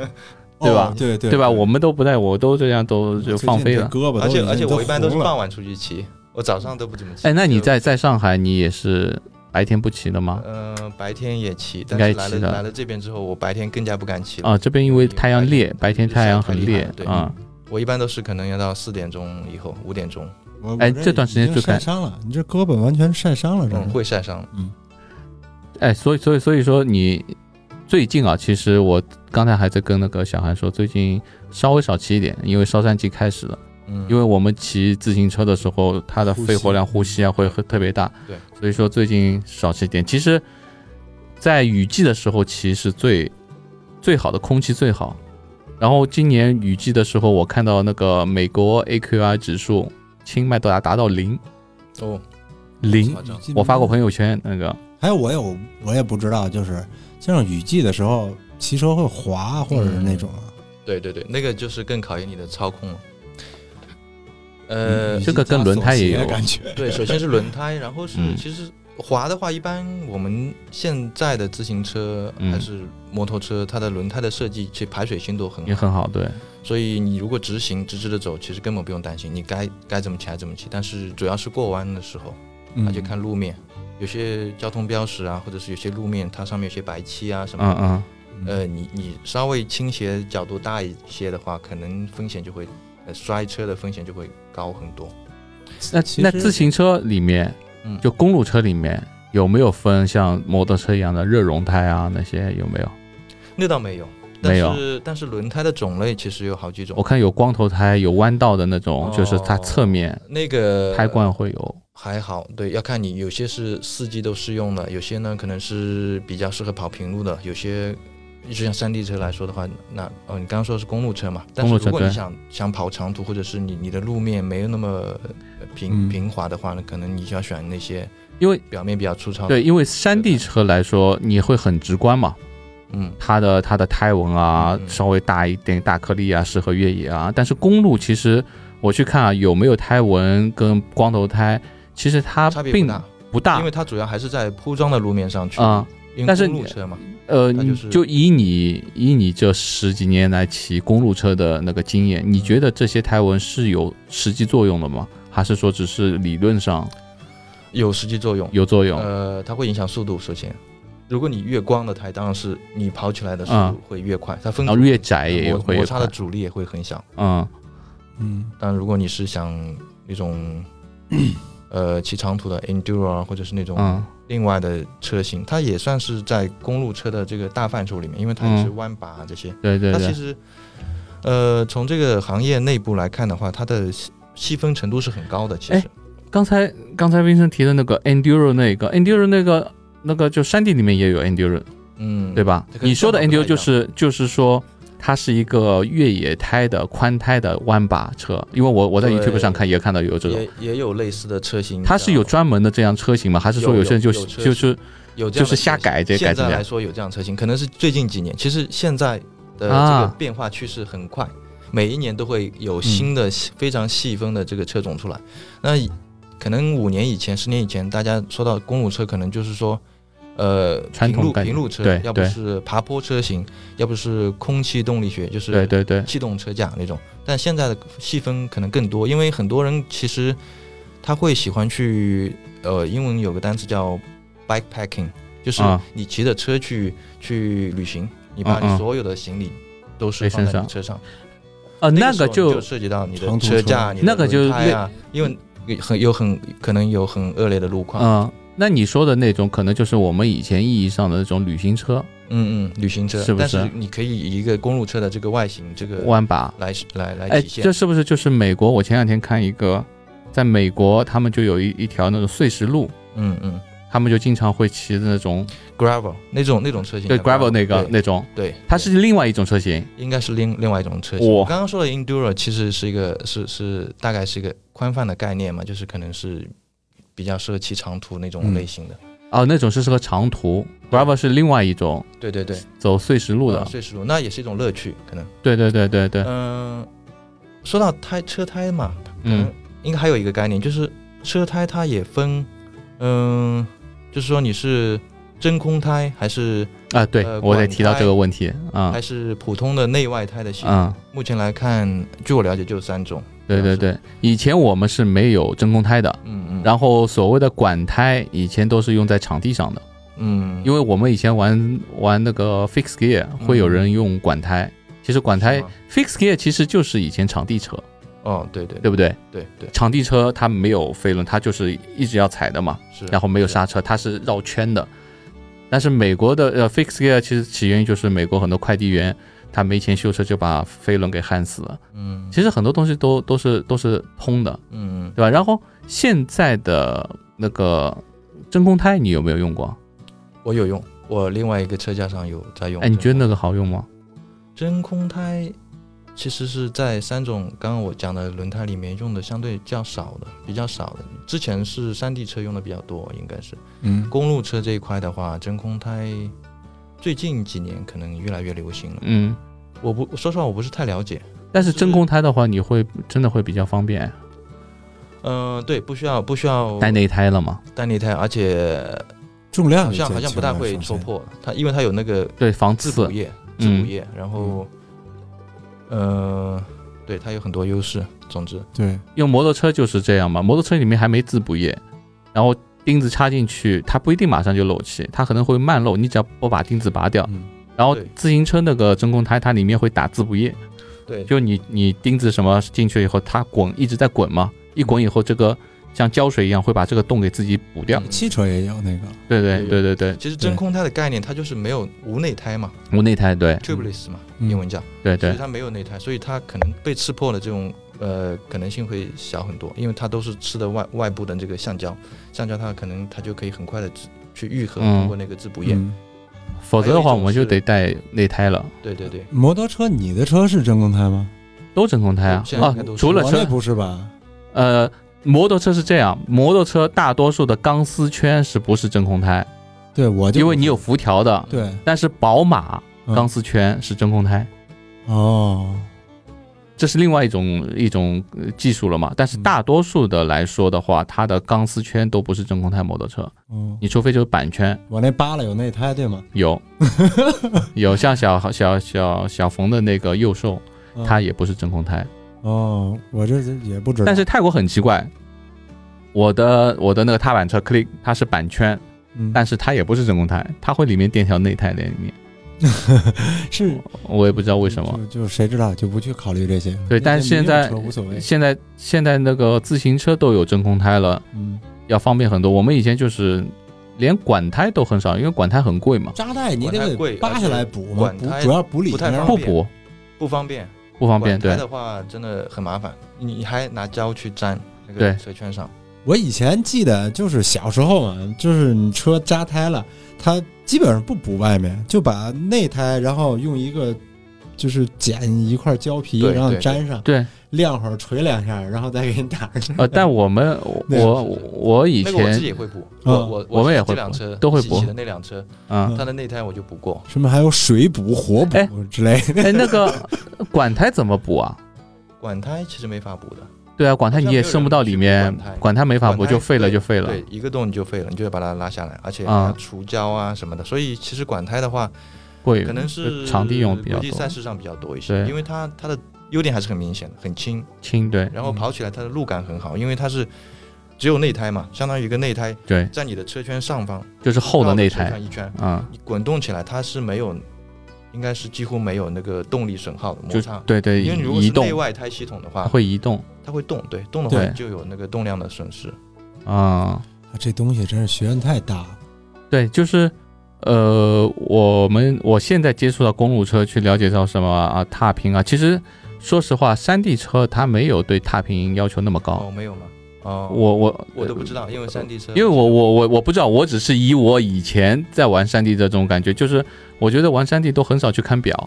Speaker 1: 对吧
Speaker 2: 哦对对
Speaker 1: 对吧？我们都不戴，我都这样都就放飞了。
Speaker 2: 最近这胳膊都
Speaker 3: 而且而且我一般都是
Speaker 2: 红了
Speaker 3: 傍晚出去骑，我早上都不怎么骑。
Speaker 1: 哎，那你
Speaker 3: 就
Speaker 1: 在在上海，你也是白天不骑的吗？
Speaker 3: 呃白天也骑，
Speaker 1: 应
Speaker 3: 但
Speaker 1: 该
Speaker 3: 是
Speaker 1: 骑
Speaker 3: 来
Speaker 1: 的
Speaker 3: 了来了这边之后，我白天更加不敢骑了。
Speaker 1: 啊，这边因为太阳烈，白
Speaker 3: 白
Speaker 1: 天
Speaker 3: 天
Speaker 1: 太阳很烈
Speaker 3: 晒得很厉害对
Speaker 1: 啊。
Speaker 3: 我一般都是可能要到四点钟以后，五点钟，
Speaker 2: 我我
Speaker 1: 哎
Speaker 2: 这
Speaker 1: 这段时间
Speaker 2: 已经
Speaker 1: 最开
Speaker 2: 晒伤了，你这胳膊完全晒伤了，这
Speaker 3: 嗯，
Speaker 2: 是
Speaker 3: 会晒伤。
Speaker 1: 哎，所以所以所以说你最近啊，其实我刚才还在跟那个小韩说，最近稍微少骑一点，因为烧山季开始了。
Speaker 3: 嗯，
Speaker 1: 因为我们骑自行车的时候，它的
Speaker 2: 呼吸
Speaker 1: 肺活量、呼吸啊会会特别大。
Speaker 3: 对，
Speaker 1: 所以说最近少吃一点。其实，在雨季的时候骑是最最好的，空气最好。然后今年雨季的时候，我看到那个美国 AQI 指数清迈达达到零
Speaker 3: 哦，
Speaker 1: 零
Speaker 2: 嗯
Speaker 3: 夸，张
Speaker 1: 我发过朋友圈那个，
Speaker 2: 还哎有我有我也不知道，就是像雨季的时候骑车会滑，或者是
Speaker 1: 嗯
Speaker 2: 那种啊
Speaker 3: 对对对，那个就是更考验你的操控了。呃，
Speaker 1: 这个跟轮胎也有
Speaker 2: 雨季加锁鞋感觉。
Speaker 3: 对，首先是轮胎，然后是、
Speaker 1: 嗯
Speaker 3: 其实滑的话，一般我们现在的自行车
Speaker 1: 嗯
Speaker 3: 还是摩托车，它的轮胎的设计其实排水性都很
Speaker 1: 也
Speaker 3: 好，
Speaker 1: 很好，对。
Speaker 3: 所以你如果直行直直的走，其实根本不用担心，你该该怎么骑还怎么骑。但是主要是过弯的时候，
Speaker 2: 嗯
Speaker 3: 而且看路面，有些交通标识啊，或者是有些路面它上面有些白漆啊什么
Speaker 1: 嗯
Speaker 3: 的，
Speaker 1: 嗯，
Speaker 3: 呃，你你稍微倾斜角度大一些的话，可能风险就会。呃摔车的风险就会高很多。
Speaker 1: 那
Speaker 2: 其
Speaker 1: 那
Speaker 2: 实
Speaker 1: 自行车里面，
Speaker 3: 嗯
Speaker 1: 就公路车里面有没有分像摩托车一样的热熔胎啊那些有没有？
Speaker 3: 那倒没有，但
Speaker 1: 没有
Speaker 3: 是但是轮胎的种类其实有好几种
Speaker 1: 我。看有光头胎，有弯道的那种，
Speaker 3: 哦呃
Speaker 1: 就是它侧面
Speaker 3: 那个
Speaker 1: 胎冠会有。
Speaker 3: 还好，对，要看你有些是四季都适用的，有些呢可能是比较适合跑平路的，有些就像山地车来说的话，那哦，你刚刚说的是公路车嘛，但
Speaker 1: 公
Speaker 3: 是
Speaker 1: 路车
Speaker 3: 如果你
Speaker 1: 对
Speaker 3: 想想跑长途，或者是你你的路面没有那么呃平、
Speaker 2: 嗯
Speaker 3: 平滑的话呢，可能你就要选那些
Speaker 1: 因为
Speaker 3: 表面比较粗糙的。
Speaker 1: 对，，因为山地车来说，你会很直观嘛，
Speaker 3: 嗯，
Speaker 1: 它的它的胎纹啊
Speaker 3: 嗯嗯
Speaker 1: 稍微大一点，大颗粒啊，适合越野啊。但是公路其实我去看啊，有没有胎纹跟光头胎，其实它
Speaker 3: 差别不
Speaker 1: 并
Speaker 3: 大，
Speaker 1: 不大
Speaker 3: 因为它主要还是在铺装的路面上去。
Speaker 1: 啊。
Speaker 3: 因
Speaker 1: 但
Speaker 3: 为
Speaker 1: 是
Speaker 3: 公路
Speaker 1: 你
Speaker 3: 车嘛，
Speaker 1: 呃，
Speaker 3: 它
Speaker 1: 你
Speaker 3: 就是
Speaker 1: 就以你以你这十几年来骑公路车的那个经验，你觉得这些胎纹是有实际作用的吗？还是说只是理论上
Speaker 3: 有实际作用。
Speaker 1: 有作用？
Speaker 3: 呃，它会影响速度。首先，如果你越光的胎，当然是你跑起来的速
Speaker 1: 嗯
Speaker 3: 度会越快，它分
Speaker 1: 然后越窄也有
Speaker 3: 摩
Speaker 1: 会
Speaker 3: 摩
Speaker 1: 有
Speaker 3: 擦的阻力也会很小。
Speaker 1: 嗯，
Speaker 2: 嗯，
Speaker 3: 但如果你是想
Speaker 1: [CLEARS THROAT]
Speaker 3: 那种呃骑长途的 enduro 啊，或者是那种
Speaker 1: 嗯
Speaker 3: 另外的车型，它也算是在公路车的这个大范畴里面，因为它也是弯把啊这些。
Speaker 1: 对对
Speaker 3: 它其
Speaker 1: 对，
Speaker 3: 实呃从这个行业内部来看的话，它的细细分程度是很高的。其
Speaker 1: 哎
Speaker 3: 实
Speaker 1: 刚才刚才冰生提的那个 enduro 那个 enduro 那个那个就山地里面也有 enduro
Speaker 3: 嗯，
Speaker 1: 对？吧
Speaker 3: 这？跟
Speaker 1: 你说的
Speaker 3: 正常
Speaker 1: enduro
Speaker 3: 不太一样
Speaker 1: 就是就是说它是一个越野胎的宽胎的弯把车，因为我我在
Speaker 3: 对
Speaker 1: YouTube 上看也看到有这种，
Speaker 3: 也也有类似的车型，
Speaker 1: 嗯它是有
Speaker 3: 叫
Speaker 1: 专门的这样车型吗？还是说
Speaker 3: 有
Speaker 1: 些人就是
Speaker 3: 有有车
Speaker 1: 就
Speaker 3: 型
Speaker 1: 是
Speaker 3: 有这
Speaker 1: 就
Speaker 3: 样的
Speaker 1: 是瞎
Speaker 3: 车型
Speaker 1: 改这改
Speaker 3: 现
Speaker 1: 怎
Speaker 3: 在
Speaker 1: 么样
Speaker 3: 来？说有这样的车型，可能是最近几年。其实现在的这个
Speaker 1: 啊嗯
Speaker 3: 变化趋势很快，每一年都会有新的、细非常细分的这个车种出来。那以可能五年以前、十年以前，大家说到公路车，可能就是说，呃，
Speaker 1: 传
Speaker 3: 平
Speaker 1: 统
Speaker 3: 路
Speaker 1: 概念
Speaker 3: 平路车
Speaker 1: 对，
Speaker 3: 要不
Speaker 1: 对
Speaker 3: 是爬坡车型，要不是空气动力学，就是
Speaker 1: 对对对，
Speaker 3: 气动车架那种。但现在的细分可能更多，因为很多人其实他会喜欢去，呃，英文有个单词叫 bikepacking，就是
Speaker 1: 啊
Speaker 3: 你骑着车去去旅行，你把
Speaker 1: 嗯嗯
Speaker 3: 你所有的行李都
Speaker 1: 在
Speaker 3: 是放在
Speaker 1: 身
Speaker 3: 你
Speaker 1: 上
Speaker 3: 车上，
Speaker 1: 呃，那
Speaker 3: 个时候
Speaker 1: 个就
Speaker 3: 你涉及到你
Speaker 2: 长
Speaker 3: 的
Speaker 2: 途
Speaker 3: 车
Speaker 2: 车
Speaker 3: 架、你的
Speaker 1: 那个就
Speaker 3: 轮胎啊，因为很有很可能有很恶劣的路况。
Speaker 1: 嗯，那你说的那种可能就是我们以前意义上的那种旅行车
Speaker 3: 嗯嗯，旅行车，
Speaker 1: 是不
Speaker 3: 但
Speaker 1: 是
Speaker 3: 是你可以以一个公路车的这个外形，这个
Speaker 1: 弯把。
Speaker 3: 来来来
Speaker 1: 哎，
Speaker 3: 体现。
Speaker 1: 这是不是就是美国？我前两天看一个，在美国他们就有一一条那种碎石路，
Speaker 3: 嗯嗯
Speaker 1: 他们就经常会骑的那种
Speaker 3: ，gravel 那种那种车型叫，
Speaker 1: 对 gravel 那个
Speaker 3: 对
Speaker 1: 那种，
Speaker 3: 对，
Speaker 1: 它是另外一种车型。
Speaker 3: 应该是另另外一种车型。
Speaker 1: 哇
Speaker 3: 我刚刚说的 enduro 其实是一个是是大概是一个宽泛的概念嘛，就是可能是比较适合骑长途那种类型的。
Speaker 1: 哦，那种是适合长途，gravel 是另外一种
Speaker 3: 对对对，
Speaker 1: 走碎石路的
Speaker 3: 嗯。碎石路那也是一种乐趣，可能。
Speaker 1: 对对对对对，
Speaker 3: 嗯、说到胎车胎嘛，可能
Speaker 1: 嗯
Speaker 3: 应该还有一个概念，就是车胎它也分，嗯、就是说你是真空胎还是
Speaker 1: 啊，对
Speaker 3: 呃
Speaker 1: 我得
Speaker 3: 管
Speaker 1: 提到
Speaker 3: 胎
Speaker 1: 这个问题啊
Speaker 3: 还是普通的内外胎的系统。
Speaker 1: 嗯，
Speaker 3: 目前来看，据我了解就三种。
Speaker 1: 对对
Speaker 3: 是
Speaker 1: 对，以前我们是没有真空胎的，
Speaker 3: 嗯嗯，后
Speaker 1: 然后所谓的管胎以前都是用在场地上的，
Speaker 3: 嗯，
Speaker 1: 因为我们以前玩玩那个 fix gear 会有人用管胎，其实管胎
Speaker 3: 嗯是吗
Speaker 1: fix gear 其实就是以前场地车，
Speaker 3: 哦，对对
Speaker 1: 对不对？
Speaker 3: 对对，
Speaker 1: 场地车它没有飞轮，它就是一直要踩的嘛，
Speaker 3: 是。
Speaker 1: 然后没有刹车，它是绕圈的。但是美国的呃 fix gear 其实起源于就是美国很多快递员他没钱修车就把飞轮给焊死了，
Speaker 3: 嗯，
Speaker 1: 其实很多东西都都是都是通的，
Speaker 3: 嗯，
Speaker 1: 对吧？然后现在的那个真空胎你有没有用过？
Speaker 3: 我有用，我另外一个车架上有在用。
Speaker 1: 哎，你觉得那个好用吗？
Speaker 3: 真空胎其实是在三种刚刚我讲的轮胎里面用的相对较少的，比较少的。之前是山地车用的比较多，应该是
Speaker 2: 嗯，
Speaker 3: 公路车这一块的话，真空胎最近几年可能越来越流行了。
Speaker 1: 嗯，
Speaker 3: 我不说实话，我不是太了解。
Speaker 1: 但是真空胎的话，你会真的会比较方便，
Speaker 3: 嗯、对，不需要不需要
Speaker 1: 带内胎了嘛？
Speaker 3: 单内胎，而且
Speaker 2: 重量
Speaker 3: 好
Speaker 2: 也
Speaker 3: 像
Speaker 2: 减
Speaker 3: 好像
Speaker 2: 轻
Speaker 3: 不大
Speaker 2: 了
Speaker 3: 会
Speaker 2: 首
Speaker 3: 戳
Speaker 2: 先
Speaker 3: 破它，因为它有那个
Speaker 1: 对，防
Speaker 3: 自
Speaker 1: 刺
Speaker 3: 补。液，自
Speaker 1: 嗯
Speaker 3: 补液，然后，呃，对它有很多优势。总之，
Speaker 2: 对，
Speaker 1: 用摩托车就是这样嘛，摩托车里面还没自补液，然后钉子插进去，它不一定马上就漏气，它可能会慢漏，你只要不把钉子拔掉。
Speaker 2: 嗯
Speaker 1: 然后
Speaker 3: 对
Speaker 1: 自行车那个真空胎，它里面会打自补液，
Speaker 3: 对
Speaker 1: 就你你钉子什么进去以后，它滚一直在滚嘛，一滚以后这个像胶水一样会把这个洞给自己补掉。
Speaker 2: 汽车也有那个，
Speaker 1: 对对
Speaker 3: 对
Speaker 1: 对对对，
Speaker 3: 其实真
Speaker 2: 对
Speaker 3: 空胎的概念，它就是没有无内胎嘛
Speaker 1: 无内胎，对
Speaker 3: ，tubeless 嘛，
Speaker 2: 嗯
Speaker 3: 英文叫，
Speaker 1: 对
Speaker 3: 所以
Speaker 1: 对，
Speaker 3: 它没有内胎，所以它可能被刺破的这种呃可能性会小很多，因为它都是吃的外外部的这个橡胶，橡胶它可能它就可以很快的去愈合，
Speaker 1: 嗯
Speaker 3: 通过那个自补液。
Speaker 2: 嗯
Speaker 1: 否则的
Speaker 3: 还
Speaker 1: 话我
Speaker 3: 有一种
Speaker 1: 们就是得带内胎了。
Speaker 3: 对对对，
Speaker 2: 摩托车，你的车是真空胎吗？
Speaker 1: 都真空胎啊
Speaker 3: 现在
Speaker 1: 啊
Speaker 3: 应该都，是
Speaker 1: 除了
Speaker 2: 我
Speaker 1: 车
Speaker 2: 那不是吧？
Speaker 1: 呃，摩托车是这样，摩托车大多数的钢丝圈是不是真空胎？
Speaker 2: 对，我就
Speaker 1: 因为你有辐条的。
Speaker 2: 对
Speaker 1: 但是宝马
Speaker 2: 嗯
Speaker 1: 钢丝圈是真空胎，
Speaker 2: 哦，
Speaker 1: 这是另外一种一种呃技术了嘛。但是大多数的来说的话，它的钢丝圈都不是真空胎摩托车，
Speaker 2: 嗯，
Speaker 1: 你除非就是板圈
Speaker 2: 我那扒拉有内胎对吗？
Speaker 1: 有有像小小小小冯的那个幼兽，
Speaker 2: 嗯
Speaker 1: 它也不是真空胎。
Speaker 2: 哦，我这也不知道，
Speaker 1: 但是泰国很奇怪，我的我的那个踏板车 Click 它是板圈，
Speaker 2: 嗯
Speaker 1: 但是它也不是真空胎，它会里面垫条内胎在里面，
Speaker 2: 是
Speaker 1: 我也不知道为什么。
Speaker 2: 就就谁知道，就不去考虑这些。
Speaker 1: 对
Speaker 2: 那
Speaker 1: 但是
Speaker 2: 些
Speaker 1: 现在
Speaker 2: 民用车无
Speaker 3: 嗯
Speaker 2: 所谓，
Speaker 1: 现在现在那个自行车都有真空胎了，
Speaker 2: 嗯，
Speaker 1: 要方便很多。我们以前就是连管胎都很少，因为管胎很贵嘛，
Speaker 2: 扎带你
Speaker 3: 管
Speaker 2: 得
Speaker 3: 胎贵
Speaker 2: 给扒下来补嘛，
Speaker 3: 而
Speaker 2: 补
Speaker 3: 且管胎
Speaker 2: 主要补里
Speaker 3: 不太
Speaker 2: 面
Speaker 3: 方
Speaker 1: 不
Speaker 3: 便
Speaker 1: 补
Speaker 3: 不方便。
Speaker 1: 不方便。
Speaker 3: 管
Speaker 1: 对，
Speaker 3: 胎的话真的很麻烦，你你还拿胶去粘那
Speaker 1: 对
Speaker 3: 个车圈上。
Speaker 2: 我以前记得就是小时候嘛，就是你车扎胎了，它基本上不补外面，就把内胎，然后用一个就是剪一块胶皮，
Speaker 3: 对
Speaker 2: 然后
Speaker 3: 对
Speaker 2: 粘上，
Speaker 1: 对，
Speaker 2: 晾会儿捶两下，然后再给你打上去。 [LAUGHS]
Speaker 1: 呃，但我们
Speaker 2: 那个
Speaker 1: 我我以
Speaker 3: 那个我自己
Speaker 1: 前
Speaker 3: 也会补，
Speaker 2: 嗯
Speaker 3: 我我
Speaker 1: 我们也
Speaker 3: 是
Speaker 1: 会
Speaker 3: 这辆
Speaker 1: 补
Speaker 3: 车
Speaker 1: 都会
Speaker 3: 自
Speaker 1: 补
Speaker 3: 己骑的那辆车，
Speaker 1: 嗯，
Speaker 3: 它的内胎我就补过，
Speaker 2: 什么还有水补、火
Speaker 1: 哎
Speaker 2: 补之类的，
Speaker 3: [LAUGHS]
Speaker 1: 哎，那个管胎怎么补啊？
Speaker 3: 管胎其实没法补的，
Speaker 1: 对啊，管胎你也伸不到里面
Speaker 3: 好像没有人去补管，胎
Speaker 1: 管胎没法补，
Speaker 3: 管胎
Speaker 1: 就废了就废了。
Speaker 3: 对，一个洞你就废了，你就要把它拉下来，而且
Speaker 1: 啊
Speaker 3: 还要除胶啊什么的，所以其实管胎的话，
Speaker 1: 贵，
Speaker 3: 可能是
Speaker 1: 场地用比较
Speaker 3: 国际赛
Speaker 1: 多，
Speaker 3: 事上比较多一些，
Speaker 1: 对
Speaker 3: 因为它它的优点还是很明显的，很轻，
Speaker 1: 轻对
Speaker 3: 然后跑起来它的路感很好，因为它是只有内胎嘛，相当于一个内胎
Speaker 1: 对，
Speaker 3: 在你的车圈上方
Speaker 1: 就是厚的
Speaker 3: 绕着
Speaker 1: 内
Speaker 3: 车
Speaker 1: 胎
Speaker 3: 圈一圈，
Speaker 1: 啊，
Speaker 3: 你滚动起来它是没有，应该是几乎没有那个动力损耗的摩
Speaker 1: 就
Speaker 3: 擦，
Speaker 1: 对对
Speaker 3: 因为你如果是
Speaker 1: 移动啊
Speaker 3: 内外胎系统的话，
Speaker 1: 会移动，
Speaker 3: 它会动，对，动的话
Speaker 1: 对
Speaker 3: 就有那个动量的损失。
Speaker 1: 啊、
Speaker 2: 啊这东西真是学问太大了。
Speaker 1: 对，就是呃，我们我现在接触到公路车，去了解到什么啊踏平啊，其实说实话，山地车它没有对踏平要求那么高。
Speaker 3: 哦，没有吗？哦，
Speaker 1: 我我
Speaker 3: 我都不知道，因为山地车，
Speaker 1: 因为我我我我不知道，我只是以我以前在玩山地的这种感觉，就是我觉得玩山地都很少去看表，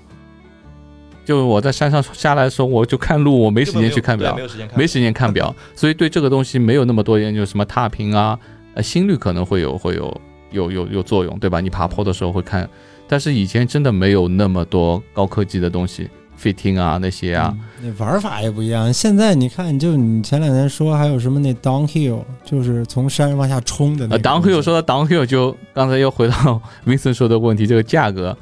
Speaker 1: 就是我在山上下来的时候，我就看路，我没
Speaker 3: 没
Speaker 1: 时间去看表，
Speaker 3: 没有时间看，
Speaker 1: 没时间看表，所以对这个东西没有那么多研究，什么踏平啊，呃，心率可能会有会有有有有作用，对吧？你爬坡的时候会看，但是以前真的没有那么多高科技的东西，fitting 啊那些
Speaker 3: 嗯
Speaker 1: 啊，
Speaker 2: 嗯那玩法也不一样。现在你看，就你前两天说还有什么那 downhill，就是从山上往下冲的那
Speaker 1: 呃
Speaker 2: 个东西。
Speaker 1: ，downhill 说到 downhill 就刚才又回到 [LAUGHS] Vincent 说的问题，这个价格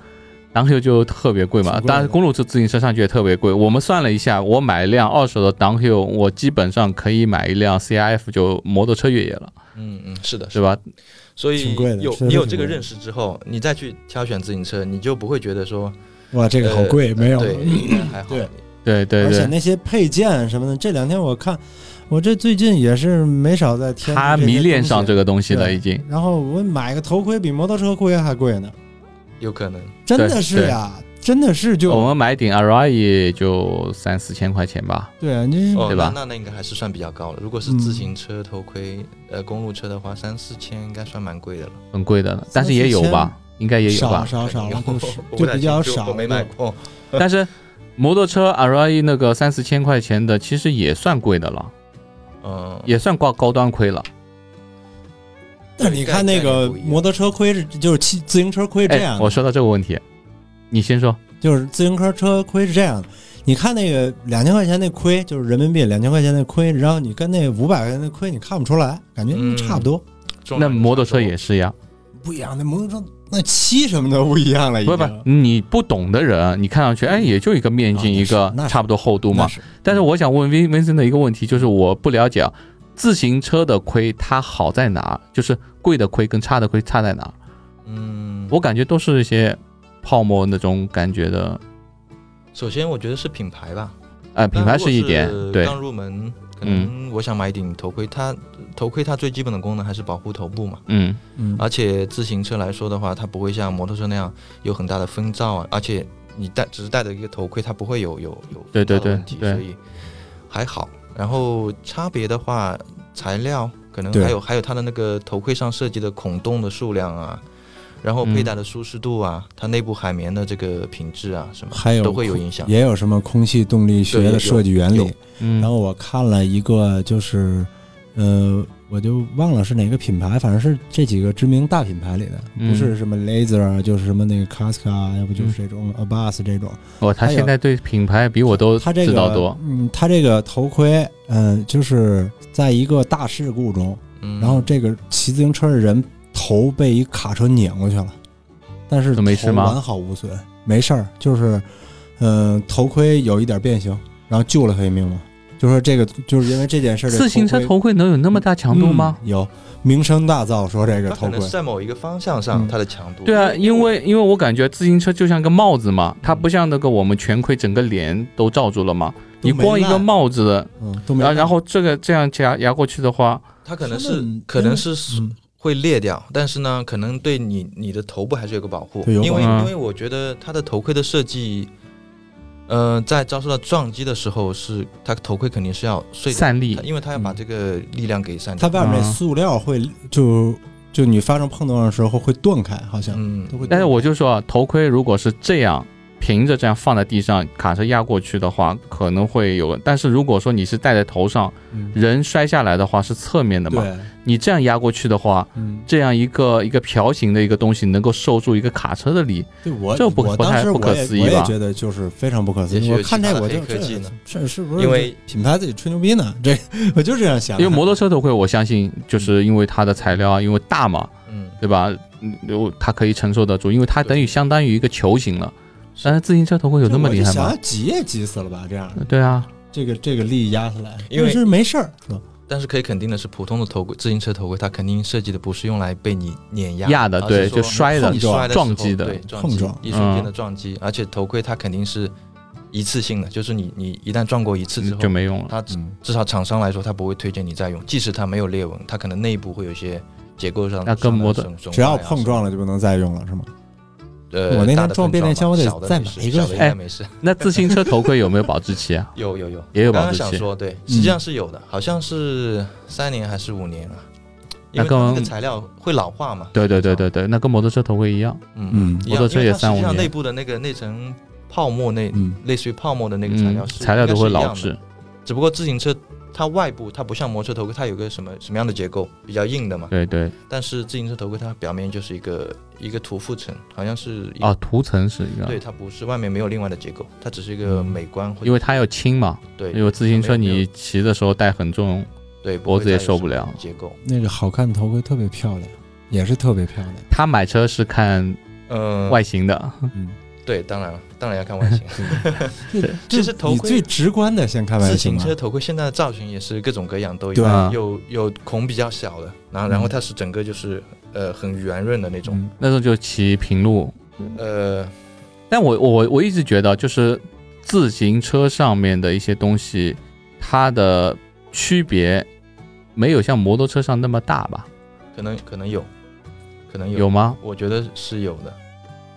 Speaker 1: ，downhill 就特别贵嘛
Speaker 2: 挺贵，的
Speaker 1: 当然公路车自行车上去也特别贵。我们算了一下，我买一辆二手的 downhill，我基本上可以买一辆 CRF 就摩托车越野了，
Speaker 3: 嗯嗯，是的，是
Speaker 1: 对
Speaker 3: 的。
Speaker 1: 吧？
Speaker 3: 所以
Speaker 2: 挺贵的
Speaker 3: 有
Speaker 2: 确实
Speaker 3: 你有
Speaker 2: 挺
Speaker 3: 这个
Speaker 2: 贵的
Speaker 3: 认识之后，你再去挑选自行车，你就不会觉得说
Speaker 2: 哇，这个好贵，
Speaker 3: 呃
Speaker 2: 没有。 [COUGHS]
Speaker 3: 对，还好。
Speaker 2: 对
Speaker 1: 对对
Speaker 2: 而且
Speaker 1: 对。
Speaker 2: 那些配件什么的，这两天我看，我这最近也是没少在添。
Speaker 1: 他迷恋上这
Speaker 2: 个。
Speaker 1: 个东西了，已经。
Speaker 2: 然后我买个头盔比摩托车盔还贵呢，
Speaker 3: 有可能。
Speaker 2: 真的是呀，真的是就
Speaker 1: 我们买顶 Arai 也就三四千块钱吧，
Speaker 2: 对啊，你是
Speaker 1: 嗯
Speaker 3: 哦，
Speaker 1: 对吧
Speaker 3: 那那那应该还是算比较高了。如果是
Speaker 2: 嗯
Speaker 3: 自行车头盔，呃，公路车的话，三四千应该算蛮贵的了。
Speaker 1: 很贵的了，但是也有吧，应该也有
Speaker 2: 少
Speaker 1: 吧。
Speaker 2: 少少了，就
Speaker 3: 我
Speaker 2: 是
Speaker 3: [LAUGHS] 我不
Speaker 2: 就
Speaker 3: 太
Speaker 2: 比较
Speaker 3: 清楚
Speaker 2: 少了。
Speaker 3: 我没买过。
Speaker 1: 但是摩托车 Arai 那个三四千块钱的，其实也算贵的了，
Speaker 3: 嗯，
Speaker 1: 也算挂高端盔了。
Speaker 2: 但你看那个摩托车盔是，就是骑自行车盔这样
Speaker 1: 哎，
Speaker 2: 的。
Speaker 1: 我说到这个问题，你先说。
Speaker 2: 就是自行车车盔是这样的，你看那个两千块钱那盔，就是人民币两千块钱那盔，然后你跟那五百块钱那盔，你看不出来，感觉
Speaker 3: 嗯
Speaker 2: 差不多，
Speaker 3: 重
Speaker 1: 那
Speaker 3: 量
Speaker 1: 摩托
Speaker 3: 差不
Speaker 1: 车
Speaker 3: 多
Speaker 1: 也是呀，
Speaker 2: 不一样。那摩托车那漆什么的不一样了，已
Speaker 1: 不
Speaker 2: 经
Speaker 1: 是不是，你不懂的人，你看上去哎，也就一个面镜，
Speaker 2: 啊
Speaker 1: 一个
Speaker 2: 那是
Speaker 1: 差不多厚度
Speaker 2: 那
Speaker 1: 嘛。
Speaker 2: 是
Speaker 1: 但是我想问 Vin Vincent 的一个问题，就是我不了解啊，自行车的盔它好在哪儿？就是贵的盔跟差的盔差在哪儿？
Speaker 3: 嗯，
Speaker 1: 我感觉都是一些泡沫那种感觉的，
Speaker 3: 首先我觉得是品牌吧，
Speaker 1: 呃，品牌
Speaker 3: 但如果
Speaker 1: 一点，对
Speaker 3: 刚入门，可能我想买顶头盔，它头盔它最基本的功能还是保护头部嘛。
Speaker 1: 嗯，
Speaker 2: 嗯，
Speaker 3: 而且自行车来说的话，它不会像摩托车那样有很大的风噪啊，而且你戴只是戴着一个头盔，它不会有有有
Speaker 1: 对对
Speaker 3: 风噪的
Speaker 1: 对
Speaker 3: 问题，
Speaker 1: 对
Speaker 3: 所以还好。然后差别的话，材料可能
Speaker 2: 对
Speaker 3: 还有还有它的那个头盔上设计的孔洞的数量啊，然后佩戴的舒适度啊，它内部海绵的这个品质啊什么，
Speaker 2: 还有
Speaker 3: 都会有影响。
Speaker 2: 也有什么空气动力学的设计原
Speaker 3: 对有
Speaker 2: 理
Speaker 3: 有。
Speaker 1: 嗯，
Speaker 2: 然后我看了一个，就是呃，我就忘了是哪个品牌，反正是这几个知名大品牌里的，
Speaker 1: 嗯
Speaker 2: 不是什么 Laser 啊，就是什么那个 Casca，啊要不
Speaker 3: 嗯
Speaker 2: 就是这种 Abas 这种。
Speaker 1: 我哦他
Speaker 2: 还有
Speaker 1: 现在对品牌比我都
Speaker 2: 它这
Speaker 1: 知道
Speaker 2: 个
Speaker 1: 多，，
Speaker 2: 嗯，它这个头盔，嗯、就是在一个大事故中，
Speaker 3: 嗯，
Speaker 2: 然后这个骑自行车的人头被一卡车碾过去了，但是
Speaker 1: 这没事
Speaker 2: 头
Speaker 1: 吗
Speaker 2: 完好无损，没事儿，就是，嗯、头盔有一点变形，然后救了他一命嘛。就说这个，就是因为这件事儿，这
Speaker 1: 自行车
Speaker 2: 盔
Speaker 1: 头盔能有那么大强度吗？
Speaker 2: 嗯有名声大噪，说这个
Speaker 3: 它可
Speaker 2: 头
Speaker 3: 能
Speaker 2: 盔
Speaker 3: 是在某一个方向上
Speaker 2: 嗯
Speaker 3: 它的强度。
Speaker 1: 对啊，因为因为我感觉自行车就像个帽子嘛，它不像那个我们全盔整个脸都罩住了嘛，你光一个，帽子，
Speaker 2: 都没烂嗯，都没
Speaker 1: 然后
Speaker 2: 烂。
Speaker 1: 然后这个这样压压过去的话，
Speaker 3: 它可能
Speaker 2: 他
Speaker 3: 是
Speaker 2: 们
Speaker 3: 可能是
Speaker 2: 嗯
Speaker 3: 会裂掉，但是呢，可能对你你的头部还是有个保护，
Speaker 2: 对有
Speaker 3: 因为
Speaker 1: 保护
Speaker 3: 因为我觉得它的头盔的设计，呃，在遭受到撞击的时候是它头盔肯定是要碎掉，
Speaker 1: 散力
Speaker 3: 它因为它要把
Speaker 2: 嗯
Speaker 3: 这个力量给散
Speaker 2: 它
Speaker 3: 掉。嗯
Speaker 2: 外
Speaker 1: 啊
Speaker 2: 面那塑料会就就你发生碰撞的时候会断开，好像
Speaker 3: 嗯
Speaker 2: 都，会断开。
Speaker 1: 但是我就说啊，头盔如果是这样平着这样放在地上，卡车压过去的话，可能会有。但是如果说你是戴在头上，
Speaker 2: 嗯
Speaker 1: 人摔下来的话是侧面的嘛，
Speaker 2: 对，
Speaker 1: 你这样压过去的话，
Speaker 2: 嗯，
Speaker 1: 这样一个一个瓢形的一个东西能够受住一个卡车的力，
Speaker 2: 对我
Speaker 1: 这不
Speaker 2: 我
Speaker 1: 不太
Speaker 2: 当时
Speaker 1: 不可
Speaker 2: 我也
Speaker 1: 思议
Speaker 2: 我也
Speaker 1: 吧
Speaker 2: 觉得就是非常不可思
Speaker 3: 也许
Speaker 2: 议。
Speaker 3: 有
Speaker 2: 我看
Speaker 3: 其
Speaker 2: 这
Speaker 3: 他
Speaker 2: 个
Speaker 3: 的
Speaker 2: 我就
Speaker 3: 黑科技呢
Speaker 2: 这这是不是
Speaker 3: 因为
Speaker 2: 品牌自己吹牛逼呢？这我就这样想
Speaker 1: 因
Speaker 2: 的。
Speaker 1: 为摩托车头盔，我相信就是因为它的材料啊，因为大嘛，
Speaker 3: 嗯，
Speaker 1: 对吧？嗯，有它可以承受得住，因为它等于相当于一个球形了。但是自行车头盔有那么厉害
Speaker 2: 这我就
Speaker 1: 吗
Speaker 2: 想？急也急死了吧？这样
Speaker 1: 对啊，
Speaker 2: 这个这个力压下来，
Speaker 3: 因为嗯
Speaker 2: 就是没事儿，是吧？嗯
Speaker 3: 但是可以肯定的是，普通的头盔，自行车头盔，它肯定设计的不是用来被你碾压
Speaker 1: 压的
Speaker 3: 而
Speaker 1: 啊对
Speaker 3: 啊是说
Speaker 1: 就摔的
Speaker 3: 你摔的时候
Speaker 1: 撞击的
Speaker 3: 对撞击
Speaker 2: 碰撞嗯
Speaker 3: 一瞬间的撞击，而且头盔它肯定是一次性的，就是你你一旦撞过一次之后
Speaker 1: 就，没用
Speaker 3: [LAUGHS]
Speaker 1: 了。
Speaker 3: 它
Speaker 2: 嗯，
Speaker 3: 至少厂商来说，它不会推荐你再用，即使它没有裂纹，它可能内部会有一些结构上
Speaker 1: 那更
Speaker 3: 上的
Speaker 1: 磨的
Speaker 3: 损损
Speaker 2: 只要
Speaker 3: 坏啊
Speaker 2: 碰撞了就不能再用了，是吗？
Speaker 3: 呃，
Speaker 2: 我那天
Speaker 3: 大的
Speaker 2: 撞
Speaker 3: 碰
Speaker 2: 变电
Speaker 3: 嘛
Speaker 2: 箱我得
Speaker 3: 小的
Speaker 2: 再
Speaker 3: 没
Speaker 2: 买
Speaker 3: 事
Speaker 2: 一个
Speaker 3: 小的应
Speaker 1: 哎
Speaker 3: 该没事。
Speaker 1: 那自行车头盔有没有保质期啊？
Speaker 3: 有有有，
Speaker 1: 也有
Speaker 3: 刚
Speaker 1: 保
Speaker 3: 刚
Speaker 1: 质
Speaker 3: 想
Speaker 1: 期。
Speaker 3: 说，
Speaker 2: 嗯
Speaker 3: 对，实际上是有的，好像是三年还是五年啊？因
Speaker 1: 那
Speaker 3: 为
Speaker 1: 跟
Speaker 3: 它这个材料会老化嘛。
Speaker 1: 对对对对对，那跟摩托车头盔一样。
Speaker 3: 嗯
Speaker 2: 嗯
Speaker 3: 一样
Speaker 1: 摩托车也
Speaker 3: 因为它
Speaker 1: 三五
Speaker 3: 实际上
Speaker 1: 年
Speaker 3: 内部的那个那层泡沫那
Speaker 2: 嗯，
Speaker 3: 类似于泡沫的那个材料
Speaker 1: 嗯，
Speaker 3: 是
Speaker 1: 材料都会老，
Speaker 3: 应该是一样
Speaker 1: 质。
Speaker 3: 的只不过自行车它外部它不像摩托车头盔，它有个什么什么样的结构比较硬的嘛，
Speaker 1: 对对，
Speaker 3: 但是自行车头盔它表面就是一个一个涂覆层，好像是一
Speaker 1: 啊，，涂层是一
Speaker 3: 对，
Speaker 1: 个，
Speaker 3: 它不是外面没有另外的结构，它只是一个美观或者
Speaker 1: 因为它要轻嘛，
Speaker 3: 对
Speaker 1: 嗯因为自行车
Speaker 3: 没有没
Speaker 1: 你
Speaker 3: 有
Speaker 1: 骑的时候带很重，
Speaker 3: 对
Speaker 1: 脖子也受不
Speaker 3: 了
Speaker 1: 了。
Speaker 3: 结构。
Speaker 2: 那个好看的头盔特别漂亮，也是特别漂亮。
Speaker 1: 他买车是看
Speaker 3: 嗯，
Speaker 1: 外形的，
Speaker 2: 嗯，
Speaker 3: 对，当然了，当然要看外
Speaker 1: [LAUGHS]
Speaker 3: 形。 [LAUGHS]
Speaker 2: 这
Speaker 3: 其实头
Speaker 2: 你
Speaker 3: 盔
Speaker 2: 最直观的先看
Speaker 3: 自
Speaker 2: 外形
Speaker 3: 行
Speaker 2: 吧
Speaker 3: 车。头盔现在的造型也是各种各样都有，
Speaker 2: 对
Speaker 1: 啊
Speaker 3: 有有孔比较小的，然后
Speaker 1: 嗯
Speaker 3: 然后它是整个就是呃很圆润的那种，
Speaker 2: 嗯
Speaker 1: 那时候就骑平路。
Speaker 3: 呃
Speaker 1: 但我我我一直觉得，就是自行车上面的一些东西，它的区别没有像摩托车上那么大吧？
Speaker 3: 可能可能有，可能有，
Speaker 1: 有吗？
Speaker 3: 我觉得是有的。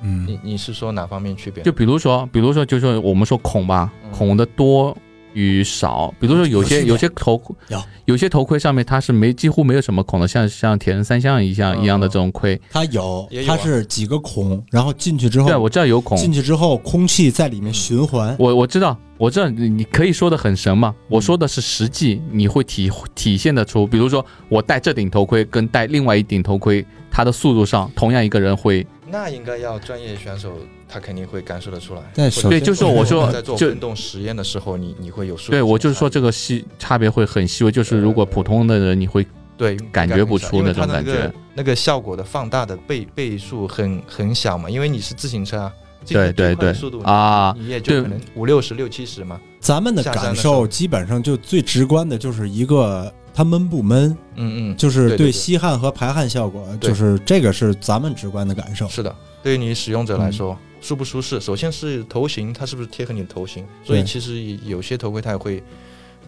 Speaker 2: 嗯，
Speaker 3: 你你是说哪方面区别？
Speaker 1: 就比如说，比如说，就是我们说孔吧，
Speaker 3: 嗯
Speaker 1: 孔的多与少，比如说有些
Speaker 4: 有区别
Speaker 1: 有些头
Speaker 4: 有
Speaker 1: 有些头盔上面它是没几乎没有什么孔的，像像铁人三项一样
Speaker 3: 嗯
Speaker 1: 一样的这种盔。
Speaker 4: 它有
Speaker 3: 也，有啊
Speaker 4: 它是几个孔，然后进去之
Speaker 1: 对，啊
Speaker 4: 后，
Speaker 1: 我知道有孔，
Speaker 4: 进去之后空气在
Speaker 3: 嗯
Speaker 4: 里面循环，
Speaker 1: 我我知道，我知道你你可以说的很神嘛，我说的是实际，你会体体现得出，比如说我戴这顶头盔跟戴另外一顶头盔，它的速度上，同样一个人会，
Speaker 3: 那应该要专业选手，他肯定会感受得出来。
Speaker 2: 但
Speaker 3: 或者
Speaker 2: 首
Speaker 1: 对，
Speaker 2: 先
Speaker 1: 就是我说
Speaker 3: 在做
Speaker 1: 就
Speaker 3: 运动实验的时候，你你会有数。
Speaker 1: 对我就是说这个细差别会很细微，就是如果普通的人你会
Speaker 3: 对
Speaker 1: 感觉不出
Speaker 3: 因
Speaker 1: 那
Speaker 3: 为它
Speaker 1: 种
Speaker 3: 的
Speaker 1: 感
Speaker 3: 那个
Speaker 1: 觉，
Speaker 3: 那个效果的放大的倍倍数很很小嘛，因为你是自行车啊，自行
Speaker 1: 对对
Speaker 3: 车最快
Speaker 1: 对
Speaker 3: 的速度，
Speaker 1: 啊，
Speaker 3: 你也就可能五六十六七十嘛，
Speaker 4: 咱们的
Speaker 3: 下山
Speaker 4: 感
Speaker 3: 的时候
Speaker 4: 受基本上就最直观的就是一个它闷不闷，
Speaker 3: 嗯嗯，
Speaker 4: 就是
Speaker 3: 对对对
Speaker 4: 吸汗和排汗效果，
Speaker 3: 对
Speaker 4: 就是这个是咱们直观的感受。
Speaker 3: 是的，对于你使用者来说。舒不舒适？首先是头型，它是不是贴合你的头型？所以
Speaker 4: 对
Speaker 3: 其实有些头盔它也会，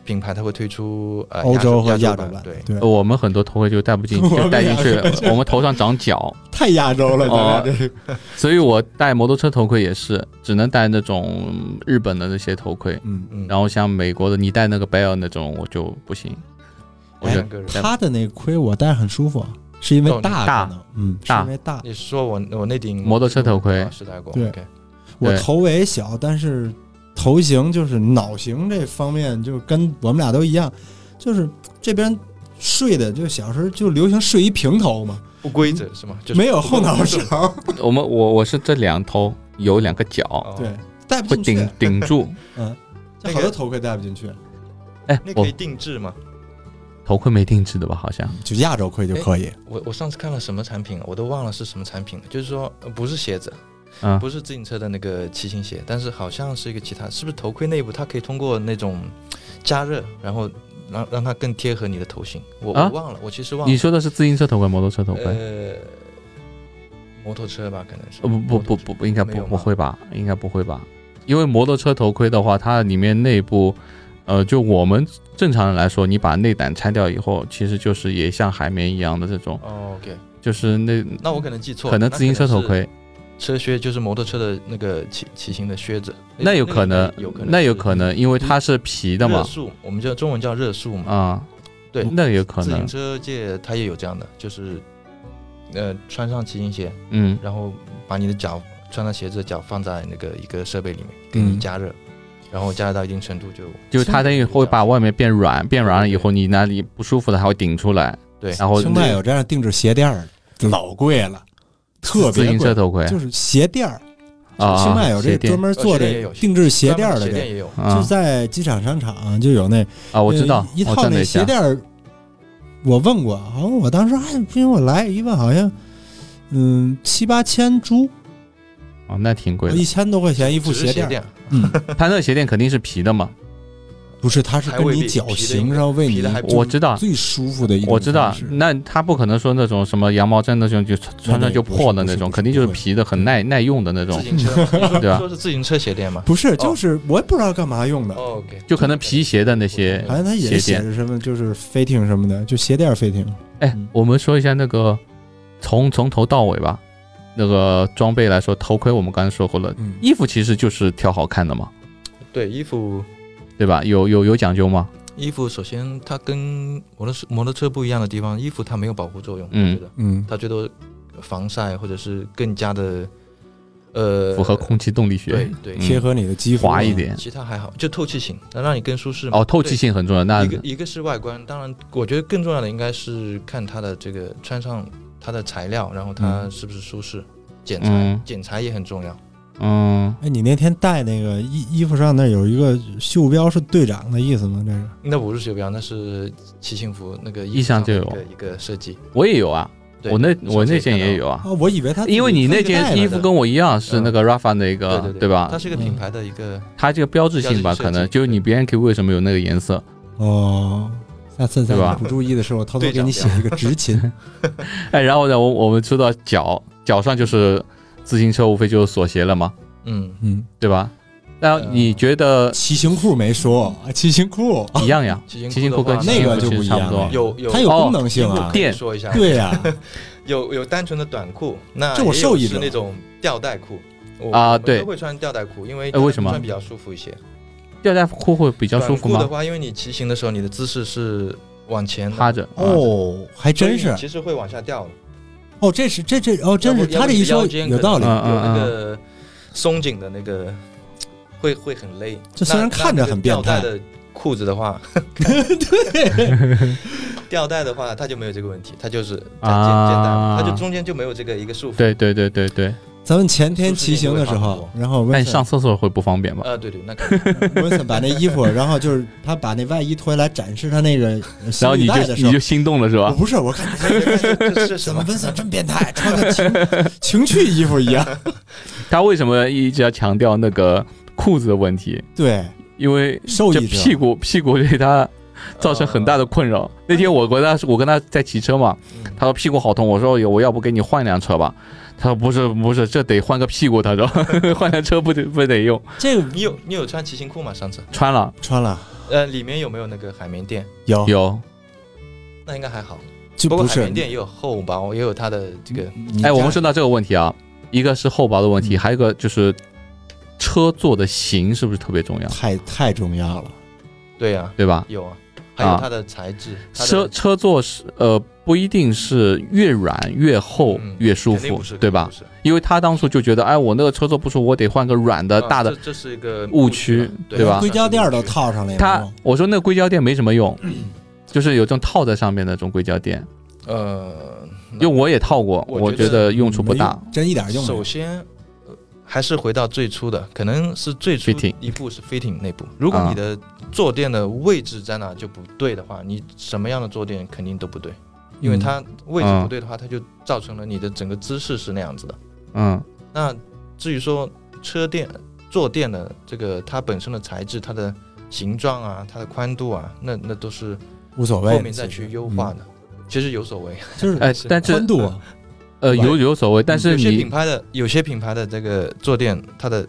Speaker 3: 品牌它会推出呃
Speaker 4: 欧洲和
Speaker 3: 亚
Speaker 4: 洲版，
Speaker 3: 对，
Speaker 4: 对，
Speaker 1: 我们很多头盔就戴不进，
Speaker 3: [LAUGHS]
Speaker 4: 我
Speaker 1: 就
Speaker 4: 们
Speaker 1: 戴进去
Speaker 4: 俩
Speaker 1: 了，我们头上长角，
Speaker 4: 太亚洲了，咱俩
Speaker 1: 哦 [LAUGHS]
Speaker 4: 这个
Speaker 1: 所以我戴摩托车头盔也是只能戴那种日本的那些头盔。
Speaker 4: 嗯。
Speaker 3: 嗯，
Speaker 1: 然后像美国的，你戴那个 Bell 那种，我就不行，我
Speaker 3: 我
Speaker 1: 就
Speaker 3: 哎两个人，
Speaker 4: 他的那个盔我戴着很舒服，是因为大
Speaker 1: 大
Speaker 4: 可能，嗯，是
Speaker 1: 大
Speaker 4: 因为大。
Speaker 3: 你是说我我那顶
Speaker 1: 摩托车头盔
Speaker 3: 啊是戴过，
Speaker 4: 对
Speaker 3: OK
Speaker 4: 我
Speaker 1: 对
Speaker 4: 头围小，但是头型就是脑型这方面，就是跟我们俩都一样，就是这边睡的，就小时候就流行睡一平头嘛，
Speaker 3: 不规则是吗？就
Speaker 4: 嗯
Speaker 3: 是
Speaker 4: 没有后脑勺，
Speaker 1: 我们我我是这两头有两个角
Speaker 3: 哦
Speaker 4: 对，戴不
Speaker 1: 会
Speaker 4: 进去
Speaker 3: [LAUGHS]
Speaker 1: 顶。顶住，
Speaker 4: 这好多头盔戴不进去，
Speaker 1: 哎
Speaker 3: 那，可
Speaker 1: 我
Speaker 3: 以定制吗？
Speaker 1: 头盔没定制的吧？好像
Speaker 4: 就亚洲盔就可以。
Speaker 3: 我我上次看了什么产品，我都忘了是什么产品了。就是说，呃不是鞋子，
Speaker 1: 嗯
Speaker 3: 不是自行车的那个骑行鞋，但是好像是一个其他，是不是头盔内部它可以通过那种加热，然后让让它更贴合你的头型？我、
Speaker 1: 啊
Speaker 3: 我忘了，我其实忘了。
Speaker 1: 你说的是自行车头盔、摩托车头盔？
Speaker 3: 呃，摩托车吧，可能是。
Speaker 1: 呃，不不不
Speaker 3: 摩托车
Speaker 1: 不不，应该
Speaker 3: 没
Speaker 1: 不
Speaker 3: 有吗
Speaker 1: 不会吧？应该不会吧？因为摩托车头盔的话，它里面内部，呃，就我们正常人来说，你把内胆拆掉以后，其实就是也像海绵一样的这种，
Speaker 3: 哦，OK，
Speaker 1: 就是那
Speaker 3: 那我可能记错
Speaker 1: 嗯
Speaker 3: 了。
Speaker 1: 可能自行车头盔，
Speaker 3: 那可能是车靴就是摩托车的那个骑骑行的靴子，
Speaker 1: 那有可能
Speaker 3: 那个有可，能，嗯
Speaker 1: 那有可。能，因为它是皮的
Speaker 3: 热
Speaker 1: 嘛，
Speaker 3: 束，我们叫中文叫热束嘛。
Speaker 1: 啊，
Speaker 3: 对
Speaker 1: 那有可
Speaker 3: 自行
Speaker 1: 能，
Speaker 3: 车界它也有这样的，就是呃穿上骑行鞋，
Speaker 1: 嗯，
Speaker 3: 然后把你的脚穿上鞋子的脚放在那个一个设备里面，给你
Speaker 2: 嗯
Speaker 3: 加热，然后加热到一定程度就
Speaker 1: 就是它等于会把外面变软，变软了以后，你哪里不舒服的还会顶出来，
Speaker 3: 对
Speaker 1: 然后
Speaker 4: 清迈有这样定制鞋垫儿的，老贵了，特
Speaker 1: 自
Speaker 4: 别
Speaker 1: 行
Speaker 4: 贵，
Speaker 1: 车头盔
Speaker 4: 就是鞋垫儿。
Speaker 1: 啊，
Speaker 4: 清迈有这
Speaker 1: 鞋垫
Speaker 4: 专门做
Speaker 3: 呃鞋垫也
Speaker 4: 这
Speaker 3: 有
Speaker 4: 定制鞋垫儿
Speaker 3: 专门
Speaker 4: 的
Speaker 3: 鞋
Speaker 4: 这
Speaker 3: 垫也哦有，
Speaker 4: 就
Speaker 1: 啊
Speaker 4: 在机场商场就有那，
Speaker 1: 啊，我知道
Speaker 4: 呃，一
Speaker 1: 我
Speaker 4: 套
Speaker 1: 站了
Speaker 4: 那
Speaker 1: 一
Speaker 4: 鞋
Speaker 1: 下，
Speaker 4: 垫儿，我问过，好像我当时哎，不行，我来一问，好像嗯七八千铢，
Speaker 1: 哦，那挺贵
Speaker 4: 一
Speaker 1: 的，
Speaker 4: 呃千多块钱一副
Speaker 3: 只是
Speaker 4: 鞋
Speaker 3: 鞋
Speaker 4: 垫儿，
Speaker 3: 垫，
Speaker 4: 嗯，
Speaker 1: 它那个鞋垫肯定是皮的嘛，
Speaker 2: 不是，它是
Speaker 3: 还
Speaker 2: 跟
Speaker 3: 未
Speaker 2: 你
Speaker 3: 必
Speaker 2: 脚
Speaker 3: 皮的
Speaker 2: 型
Speaker 3: 有
Speaker 2: 上为
Speaker 3: 皮
Speaker 2: 你
Speaker 3: 的还不
Speaker 1: 我知道，
Speaker 2: 最舒服的一种
Speaker 1: 我知道
Speaker 2: 方式，
Speaker 1: 那他不可能说那种什么羊毛毡那种就穿穿上就破的那
Speaker 2: 那也
Speaker 1: 种，
Speaker 2: 不是
Speaker 1: 肯定就是皮的，很
Speaker 4: 嗯
Speaker 1: 耐耐用的那种
Speaker 3: 自，行车嘛，
Speaker 1: [LAUGHS] 对吧
Speaker 3: 说是自行车鞋垫嘛。
Speaker 2: 不是，就是我也不知道干嘛用的，
Speaker 3: 哦 OK，
Speaker 1: 就可能皮鞋的那些
Speaker 2: 哦好像它也
Speaker 1: 鞋
Speaker 2: 是写
Speaker 1: 垫。
Speaker 2: 着什么，就是 fitting 什么的，就鞋垫 fitting。
Speaker 1: 哎，
Speaker 4: 嗯
Speaker 1: 我们说一下那个从从头到尾吧，那个装备来说，头盔我们刚才说过了，
Speaker 2: 嗯，
Speaker 1: 衣服其实就是挑好看的嘛，
Speaker 3: 对衣服
Speaker 1: 对吧？有有有讲究吗？
Speaker 3: 衣服首先它跟摩托车摩托车不一样的地方，衣服它没有保护作用，
Speaker 1: 嗯
Speaker 3: 我觉得
Speaker 2: 嗯，
Speaker 3: 它最多防晒或者是更加的呃
Speaker 1: 符合空气动力学
Speaker 3: 对，对嗯
Speaker 1: 嗯
Speaker 2: 贴合你的肌肤
Speaker 1: 滑一。点。
Speaker 3: 其他还好，就透气性能让你更舒适嘛。
Speaker 1: 哦，透气性很重要。那
Speaker 3: 一个一个是外观，当然我觉得更重要的应该是看它的这个穿上它的材料，然后它是不是舒适。剪裁
Speaker 1: 嗯，
Speaker 3: 剪裁也很重要。
Speaker 1: 嗯，
Speaker 2: 哎，你那天带那个衣衣服上那有一个袖标是队长的意思吗？这是
Speaker 3: 那不是袖标，那是骑行服那个
Speaker 1: 衣
Speaker 3: 衣
Speaker 1: 裳
Speaker 3: 上
Speaker 1: 就
Speaker 3: 的一
Speaker 1: 有
Speaker 3: 个一个设计。
Speaker 1: 我也有啊，
Speaker 3: 对
Speaker 1: 我那
Speaker 3: 上次
Speaker 1: 我那件
Speaker 3: 看到
Speaker 1: 也有啊
Speaker 2: 啊，，我以为他
Speaker 1: 因为你那
Speaker 2: 自己
Speaker 1: 件
Speaker 2: 带
Speaker 1: 衣
Speaker 2: 了
Speaker 1: 服跟我一样是那个 Rafa 那
Speaker 3: 嗯对
Speaker 1: 个
Speaker 3: 对，
Speaker 1: 对吧嗯
Speaker 3: 它？是一个品牌的一个，
Speaker 1: 它这个标志性吧，
Speaker 3: 标志性
Speaker 1: 可能
Speaker 3: 设计
Speaker 1: 就是你 B N Q 为什么有那个颜色？
Speaker 2: 哦。下次在
Speaker 1: 对吧
Speaker 2: 你不注意的时候，偷偷给你
Speaker 3: 队
Speaker 2: 写
Speaker 3: 长
Speaker 2: 一个执勤。
Speaker 1: 哎，然后呢，我我们说到脚，脚上就是自行车，无非就是锁鞋了嘛，
Speaker 3: 嗯，
Speaker 2: 嗯，
Speaker 1: 对吧？那
Speaker 3: 嗯
Speaker 1: 你觉得
Speaker 2: 骑行裤没说，骑行裤
Speaker 3: 呃
Speaker 1: 一样呀？
Speaker 3: 骑
Speaker 1: 骑行
Speaker 3: 行
Speaker 1: 裤跟
Speaker 3: 的话
Speaker 1: 骑
Speaker 2: 那
Speaker 1: 行
Speaker 2: 个
Speaker 1: 裤
Speaker 2: 就
Speaker 1: 其
Speaker 2: 不
Speaker 1: 实
Speaker 2: 一
Speaker 1: 差
Speaker 2: 样
Speaker 1: 不多
Speaker 2: 了。
Speaker 3: 有有
Speaker 2: 它有
Speaker 1: 哦
Speaker 2: 功能性啊。
Speaker 1: 垫
Speaker 3: 说一下，
Speaker 2: 对呀，
Speaker 3: 有有单纯的短裤，那
Speaker 2: 这我
Speaker 3: 也
Speaker 2: 受
Speaker 3: 有
Speaker 2: 益
Speaker 3: 是
Speaker 2: 者
Speaker 3: 那种吊带裤我
Speaker 1: 啊
Speaker 3: 我们
Speaker 1: 对
Speaker 3: 都会穿吊带裤，因为
Speaker 1: 哎为什么
Speaker 3: 穿比较舒服一些？
Speaker 1: 吊带裤会比较舒服
Speaker 3: 短裤的
Speaker 1: 吗？
Speaker 3: 话，因为你骑行的时候，你的姿势是往前的
Speaker 1: 趴，着，啊
Speaker 2: 哦，还
Speaker 3: 所以
Speaker 2: 真是
Speaker 3: 你其实会往下掉的。
Speaker 2: 哦，这是这这哦，真是
Speaker 3: 要不
Speaker 2: 他这一
Speaker 3: 要
Speaker 2: 说
Speaker 3: 不你的腰间
Speaker 2: 有道理
Speaker 3: 可。
Speaker 1: 嗯
Speaker 3: 能有
Speaker 1: 嗯
Speaker 3: 那个松紧的那个会会很累。
Speaker 2: 这虽然
Speaker 3: 那
Speaker 2: 看着
Speaker 3: 那个
Speaker 2: 很变态
Speaker 3: 吊带的裤子的
Speaker 2: [LAUGHS]
Speaker 3: 话，对，吊带的话它就没有这个问题，它就是它肩肩带，
Speaker 1: 啊
Speaker 3: 它就中间就没有这个一个束缚。
Speaker 1: 对对对对对，
Speaker 2: 咱们前天骑行的时
Speaker 3: 舒适性会
Speaker 2: 候
Speaker 3: 好，
Speaker 2: 然后
Speaker 1: 那
Speaker 2: 温
Speaker 1: 你上
Speaker 2: 森
Speaker 1: 厕所会不方便吧？
Speaker 3: 呃，对对，那个
Speaker 2: 温森把那衣 [LAUGHS] 服，然后就是他把那外衣脱下来展示他那个
Speaker 1: [LAUGHS] 然后
Speaker 2: 行李
Speaker 1: 你
Speaker 2: 带
Speaker 1: 就
Speaker 2: 的时
Speaker 1: 你
Speaker 2: 候
Speaker 1: 就，心动了是
Speaker 2: 我
Speaker 1: 吧？
Speaker 2: 不是我看你
Speaker 3: [LAUGHS] 这是什
Speaker 2: 怎么 [LAUGHS]
Speaker 3: 么？
Speaker 2: 温森这么变态，穿个情 [LAUGHS] 情趣衣服一样。
Speaker 1: 他为什么一直要强调那个裤子的问题？
Speaker 2: [LAUGHS] 对，
Speaker 1: 因为
Speaker 2: 受
Speaker 1: 这
Speaker 2: 益者
Speaker 1: 屁股屁股对他 [LAUGHS] 造成很大的困扰。
Speaker 2: 嗯
Speaker 1: 那天我跟他我跟他在骑车嘛，
Speaker 3: 嗯
Speaker 1: 他说屁股好痛，我说我要不给你换辆车吧。他说不是不是，这得换个屁股。他说 [LAUGHS] 换辆车不得不得用，
Speaker 2: 这个
Speaker 3: 你有你有穿骑行裤吗？上次？
Speaker 1: 穿了
Speaker 2: 穿了
Speaker 3: 呃，里面有没有那个海绵垫？
Speaker 2: 有
Speaker 1: 有。
Speaker 3: 那应该还好。
Speaker 2: 就
Speaker 3: 不过
Speaker 2: 不
Speaker 3: 海
Speaker 2: 是
Speaker 3: 绵垫也有厚薄，也有它的这个
Speaker 2: 你嗯
Speaker 1: 哎，我
Speaker 2: 看
Speaker 1: 们说到这个问题啊，一个是厚薄的问题，还有一个就是车座的型是不是特别重要，
Speaker 2: 太太重要了。
Speaker 3: 对呀、
Speaker 1: 对吧？
Speaker 3: 有啊，还有
Speaker 1: 啊
Speaker 3: 它的材质，它的
Speaker 1: 车车座是呃不一定是越软越厚
Speaker 3: 嗯
Speaker 1: 越舒
Speaker 3: 肯定
Speaker 1: 服
Speaker 3: 不是，
Speaker 1: 对吧
Speaker 3: 肯？定不是
Speaker 1: 因为他当初就觉得，哎，我那个车座不舒服，我得换个软的
Speaker 3: 啊
Speaker 1: 呃大的
Speaker 3: 这。这是一个
Speaker 1: 误区
Speaker 3: 嘛
Speaker 1: 对吧
Speaker 2: 连硅胶垫儿都。
Speaker 3: 啊算是误区
Speaker 2: 套上了，
Speaker 1: 他我说那个硅胶垫没什么用，
Speaker 3: 嗯
Speaker 1: 就是有这种套在上面的那种硅胶垫，
Speaker 3: 呃，
Speaker 1: 因为我也套过，
Speaker 3: 我
Speaker 1: 我
Speaker 3: 觉
Speaker 1: 觉得用处不大。
Speaker 2: 没用，嗯真一点用没
Speaker 3: 首
Speaker 2: 有。
Speaker 3: 先呃还是回到最初的，可能是最初
Speaker 1: Fitting
Speaker 3: 一步是 fitting 内部。如果
Speaker 1: 啊
Speaker 3: 你的坐垫的位置在哪就不对的话，你什么样的坐垫肯定都不对，因为
Speaker 2: 嗯
Speaker 3: 它位置
Speaker 1: 嗯
Speaker 3: 不对的话，它就造成了你的整个姿势是那样子的。
Speaker 1: 嗯
Speaker 3: 那至于说车垫、坐垫的这个它本身的材质、它的形状啊、它的宽度啊，那那都是
Speaker 2: 无所谓，
Speaker 3: 后面再去优
Speaker 1: 嗯
Speaker 3: 化的。其实有所谓，
Speaker 2: 其实，就是
Speaker 1: 哎
Speaker 3: 是，
Speaker 1: 但是
Speaker 2: 宽度啊
Speaker 1: 呃有有所谓，但是
Speaker 3: 有些
Speaker 1: 你
Speaker 3: 品牌的有些品牌的这个坐垫，它的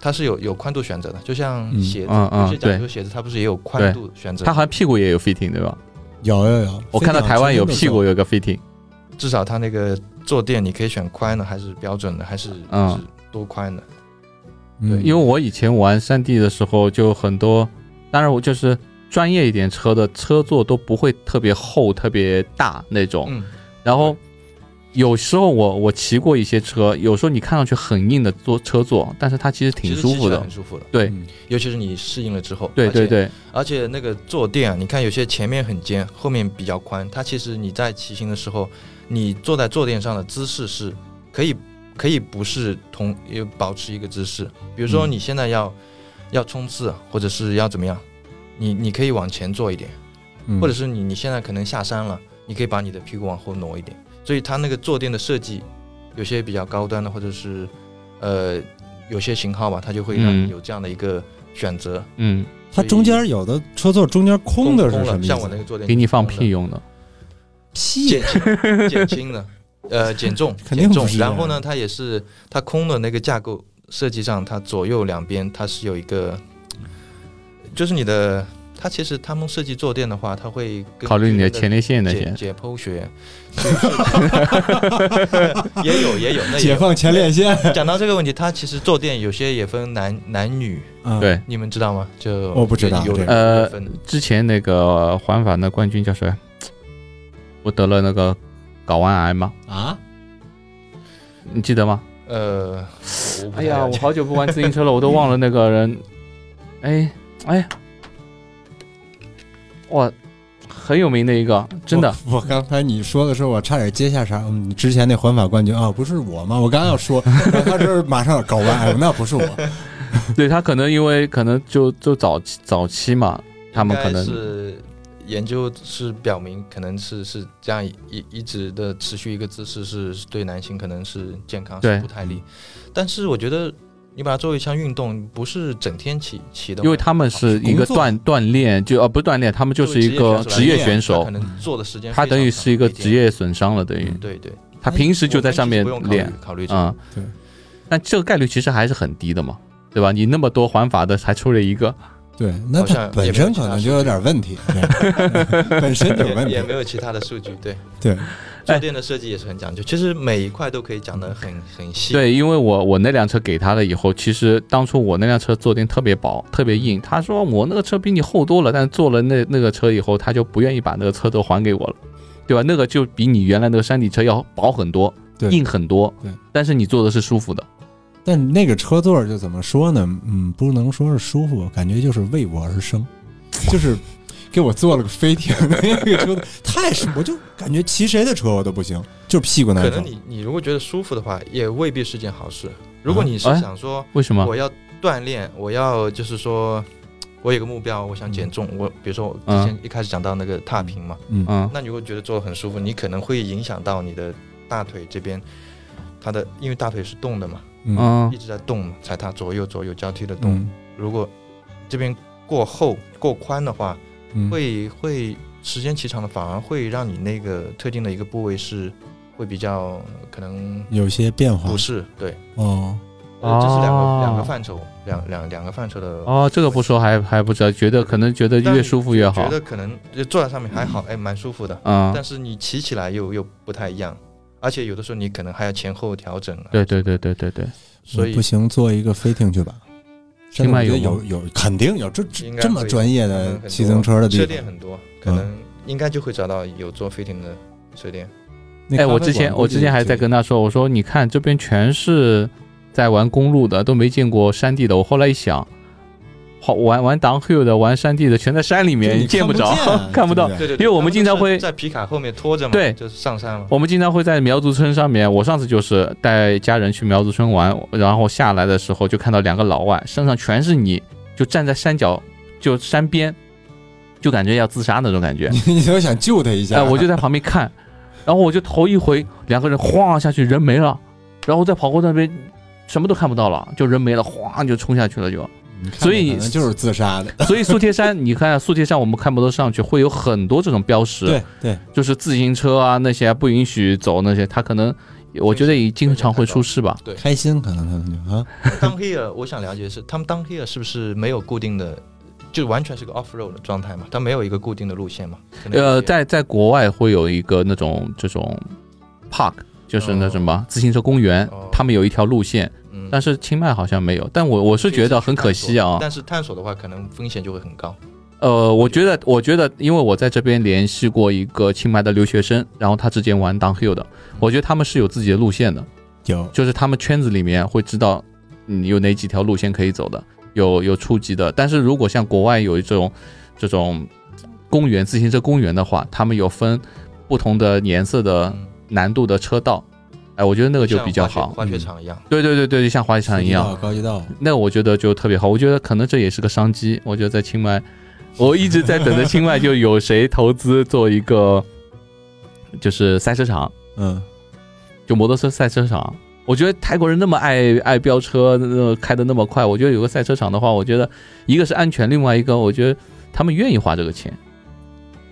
Speaker 3: 它是有有宽度选择的，就像
Speaker 2: 嗯
Speaker 3: 鞋子，
Speaker 1: 嗯嗯
Speaker 3: 有些讲
Speaker 1: 对
Speaker 3: 究鞋子它不是也有宽度选择的？
Speaker 1: 它好像屁股也有 fitting 对吧？
Speaker 2: 有有有，
Speaker 1: 我看到台湾有屁股有个 fitting，
Speaker 3: 至少它那个坐垫你可以选宽的，还是标准的，还是
Speaker 1: 嗯哦
Speaker 3: 是多宽的？
Speaker 2: 嗯，
Speaker 1: 因为我以前玩山地的时候，就很多，当然我就是专业一点车的车座都不会特别厚、特别大那种。
Speaker 3: 嗯，
Speaker 1: 然后有时候我我骑过一些车，有时候你看上去很硬的坐车座，但是它其实
Speaker 3: 其
Speaker 1: 挺
Speaker 3: 实
Speaker 1: 舒服
Speaker 3: 骑起来
Speaker 1: 的
Speaker 3: 很。舒服的，
Speaker 1: 对
Speaker 2: 嗯
Speaker 3: 尤其是你适应了之后。
Speaker 1: 对
Speaker 3: 而且
Speaker 1: 对对，
Speaker 3: 而且那个坐垫啊，你看有些前面很尖，后面比较宽，它其实你在骑行的时候，你坐在坐垫上的姿势是可以可以不是同也保持一个姿势。比如说
Speaker 2: 嗯
Speaker 3: 你现在要、要冲刺啊，或者是要怎么样，你你可以往前坐一点，
Speaker 2: 嗯
Speaker 3: 或者是你你现在可能下山了，你可以把你的屁股往后挪一点。所以它那个坐垫的设计，有些比较高端的，或者是呃有些型号吧，它就会让
Speaker 1: 嗯
Speaker 3: 你有这样的一个选择。
Speaker 1: 嗯，
Speaker 4: 它中间有的车座中间空的是
Speaker 3: 空
Speaker 4: 什
Speaker 3: 了
Speaker 4: 么意
Speaker 3: 像我那
Speaker 4: 思？
Speaker 3: 个坐垫
Speaker 1: 给你放
Speaker 3: 空的
Speaker 1: 屁用的。
Speaker 4: 屁
Speaker 3: [LAUGHS] 减轻减轻的，呃，减重，
Speaker 4: [LAUGHS] 肯定
Speaker 3: 减
Speaker 4: 不
Speaker 3: 重。
Speaker 4: 是这啊样
Speaker 3: 然后呢，它也是它空的那个架构设计上，它左右两边它是有一个，就是你的，它其实他们设计坐垫的话，它会根
Speaker 1: 考虑
Speaker 3: 据
Speaker 1: 你的
Speaker 3: 人
Speaker 1: 前列腺那
Speaker 3: 解
Speaker 1: 些，
Speaker 3: 解剖学， [LAUGHS] 也有也有。那也
Speaker 4: 解
Speaker 3: 有
Speaker 4: 放前列腺，
Speaker 3: 讲到这个问题，它其实坐垫有些也分男男女，
Speaker 4: 嗯，
Speaker 1: 对，
Speaker 3: 你们知道吗？就
Speaker 4: 我不知道
Speaker 3: 有
Speaker 4: 这
Speaker 3: 人
Speaker 1: 个呃
Speaker 3: 分
Speaker 1: 之前那个环法的冠军叫谁？不得了那个睾丸癌吗？
Speaker 4: 啊，
Speaker 1: 你记得吗？
Speaker 3: 呃，我不
Speaker 1: 哎
Speaker 3: 太了
Speaker 1: 呀，
Speaker 3: 解
Speaker 1: 我好久不玩自行车了，我都忘了那
Speaker 4: [LAUGHS]
Speaker 1: 个人。哎哎，哇，很有名的一个，真的。
Speaker 4: 我。我刚才你说的时候，我差点接下啥？嗯，你之前那环法冠军啊，不是我吗？我刚要
Speaker 3: [LAUGHS]
Speaker 4: 说，他这马上搞完，哎那不是我。
Speaker 1: 对他可能因为可能就就早期早期嘛，他们可能
Speaker 3: 应该是研究是表明，可能是是这样一一直的持续一个姿势是是对男性可能是健康
Speaker 1: 对
Speaker 3: 是不太利，但是我觉得你把它作为一项运动，不是整天骑骑的嘛，
Speaker 1: 因为他们是一个
Speaker 4: 工作
Speaker 1: 锻锻炼，就呃不是锻炼，他们就是一个职
Speaker 3: 职
Speaker 1: 业
Speaker 3: 业
Speaker 1: 选
Speaker 3: 他
Speaker 1: 手
Speaker 3: 可，能做的时间
Speaker 1: 他等于是一个职
Speaker 3: 业，
Speaker 1: 业损伤了，等
Speaker 4: 嗯
Speaker 1: 于
Speaker 3: 对嗯对，
Speaker 1: 他平时就在上面
Speaker 3: 我哎们其实不用
Speaker 1: 练
Speaker 3: 考虑考虑这个
Speaker 1: 啊。
Speaker 4: 对，
Speaker 1: 但这个概率其实还是很低的嘛，对吧？你那么多环法的，还出了一个，
Speaker 4: 对，那
Speaker 3: 好像
Speaker 4: 他
Speaker 3: 也没
Speaker 4: 本身
Speaker 3: 有其
Speaker 4: 可
Speaker 3: 他
Speaker 4: 能
Speaker 3: 数
Speaker 4: 就有点问题，
Speaker 3: [LAUGHS]
Speaker 4: 对本 [LAUGHS] 身就有问
Speaker 3: 也
Speaker 4: 题
Speaker 3: 也。没有其他的数据，对
Speaker 4: 对，
Speaker 1: 哎
Speaker 3: 坐垫的设计也是很讲究，其实每一块都可以讲得很很细，
Speaker 1: 对，因为我我那辆车给他了以后，其实当初我那辆车坐垫特别薄，特别硬。他说我那个车比你厚多了，但是坐了那那个车以后，他就不愿意把那个车头还给我了，对吧？那个就比你原来那个山地车要薄很多，
Speaker 4: 对
Speaker 1: 硬很多。
Speaker 4: 对，
Speaker 1: 但是你坐的是舒服的。
Speaker 4: 但那个车座就怎么说呢？嗯，不能说是舒服，感觉就是为我而生，就是给我做了个飞艇那个车座太舒服，我就感觉骑谁的车我都不行，就是屁股难
Speaker 3: 可
Speaker 4: 受。
Speaker 3: 能你你如果觉得舒服的话，也未必是件好事。如果你是
Speaker 1: 哎
Speaker 3: 想说
Speaker 1: 为什么
Speaker 3: 我？要锻炼，我要就是说，我有个目标，我想减重。我比如说我之前一开始讲到那个踏平嘛，
Speaker 1: 嗯，
Speaker 3: 那你如果觉得做的很舒服，你可能会影响到你的大腿这边，它的因为大腿是动的嘛，
Speaker 1: 嗯
Speaker 3: 一直在动嘛，踩踏左右左右交替的动。
Speaker 4: 嗯
Speaker 3: 如果这边过厚过宽的话，
Speaker 4: 嗯，
Speaker 3: 会会时间骑长了，反而会让你那个特定的一个部位是会比较可能
Speaker 4: 有些变化
Speaker 3: 不适，对。
Speaker 4: 哦。
Speaker 3: 呃这是两个、
Speaker 1: 啊哦
Speaker 3: 两个范畴，两两两个范畴的。
Speaker 1: 哦，这个不说还还不知道，觉得可能觉得
Speaker 3: 但
Speaker 1: 越舒服越好
Speaker 3: 觉。得可能就坐在上面还好，哎，蛮舒服的。
Speaker 1: 嗯，
Speaker 3: 但是你骑起来又又不太一样，而且有的时候你可能还要前后调整啊。
Speaker 1: 对对对对对对，
Speaker 3: 所以
Speaker 4: 不行，做一个飞艇去吧。真
Speaker 1: 清
Speaker 4: 的我
Speaker 1: 迈
Speaker 4: 觉得
Speaker 1: 有
Speaker 4: 有
Speaker 1: 吗
Speaker 4: 有肯定有这这
Speaker 3: 应该
Speaker 4: 这么
Speaker 3: 会
Speaker 4: 专业
Speaker 3: 可能
Speaker 4: 的
Speaker 3: 很多
Speaker 4: 骑自行车的地
Speaker 3: 车
Speaker 4: 方。
Speaker 3: 店很多，可能应该就会找到有做飞艇的车店。
Speaker 4: 那
Speaker 1: 哎，
Speaker 4: 咖
Speaker 1: 我
Speaker 4: 啡
Speaker 1: 之前
Speaker 4: 馆
Speaker 1: 我
Speaker 4: 估计
Speaker 1: 之前还
Speaker 4: 也
Speaker 1: 在
Speaker 4: 挺
Speaker 1: 跟他说，我说你看这边全是在玩公路的，都没见过山地的。我后来一想，好玩玩 downhill 的，玩山地的，全在山里
Speaker 4: 就
Speaker 1: 面，
Speaker 4: 你
Speaker 1: 见
Speaker 4: 看不啊
Speaker 1: 着，看不到。
Speaker 4: 对
Speaker 3: 对对，
Speaker 1: 因为我们经常会
Speaker 3: 在皮卡后面拖着嘛，
Speaker 1: 对
Speaker 3: 就是上山嘛。
Speaker 1: 我们经常会在苗族村上面，我上次就是带家人去苗族村玩，然后下来的时候就看到两个老外身上全是泥，就站在山脚，就山边，就感觉要自杀那种感觉。
Speaker 4: 不见你就想救他一下。
Speaker 1: [LAUGHS] 哎，我就在旁边看，然后我就头一回，两个人晃下去，人没了，然后再跑过那边，什么都看不到了，就人没了，哗就冲下去了就。
Speaker 4: 你看
Speaker 1: 所
Speaker 4: 着
Speaker 1: 以
Speaker 4: 可能就是自杀的。
Speaker 1: 所以素贴山，你看素贴山，我们开摩托上去会有很多这种标识，
Speaker 4: 对对，
Speaker 1: 就是自行车啊那些不允许走那些，他可能我觉得也经常会出事吧。
Speaker 4: 开心可能他们就啊，
Speaker 3: downhill 我想了解的是，他们 downhill 是不是没有固定的，就完全是个 off road 的状态嘛？它没有一个固定的路线嘛？可能有
Speaker 1: 呃，
Speaker 3: 些
Speaker 1: 在在国外会有一个那种这种 park，就是那什么自行车公园
Speaker 3: 哦，
Speaker 1: 他们有一条路线，
Speaker 3: 嗯
Speaker 1: 但是清迈好像没有。但我我是觉得很可惜啊。
Speaker 3: 但是探索的话，可能风险就会很高。
Speaker 1: 呃，我觉得，我觉得，因为我在这边联系过一个清迈的留学生，然后他之前玩 downhill 的，我觉得他们是有自己的路线的，
Speaker 4: 有
Speaker 1: 就是他们圈子里面会知道你有哪几条路线可以走的，有有初级的。但是如果像国外有这种这种公园自行车公园的话，他们有分不同的颜色的
Speaker 3: 嗯，
Speaker 1: 难度的车道，哎，我觉得那啊
Speaker 3: 这
Speaker 1: 个就比较好。嗯
Speaker 3: 滑雪场一样。
Speaker 1: 对对对对，就像滑雪场一样，
Speaker 4: 高级道。
Speaker 1: 那我觉得就特别好，我觉得可能这也是个商机。我觉得在清迈，我一直在等着清迈就有谁投资做一个，就是赛车场，
Speaker 4: 嗯，
Speaker 1: 就摩托车赛车场，我觉得泰国人那么爱爱飙车，呃，开的那么快，我觉得有个赛车场的话，我觉得一个是安全，另外一个我觉得他们愿意花这个钱，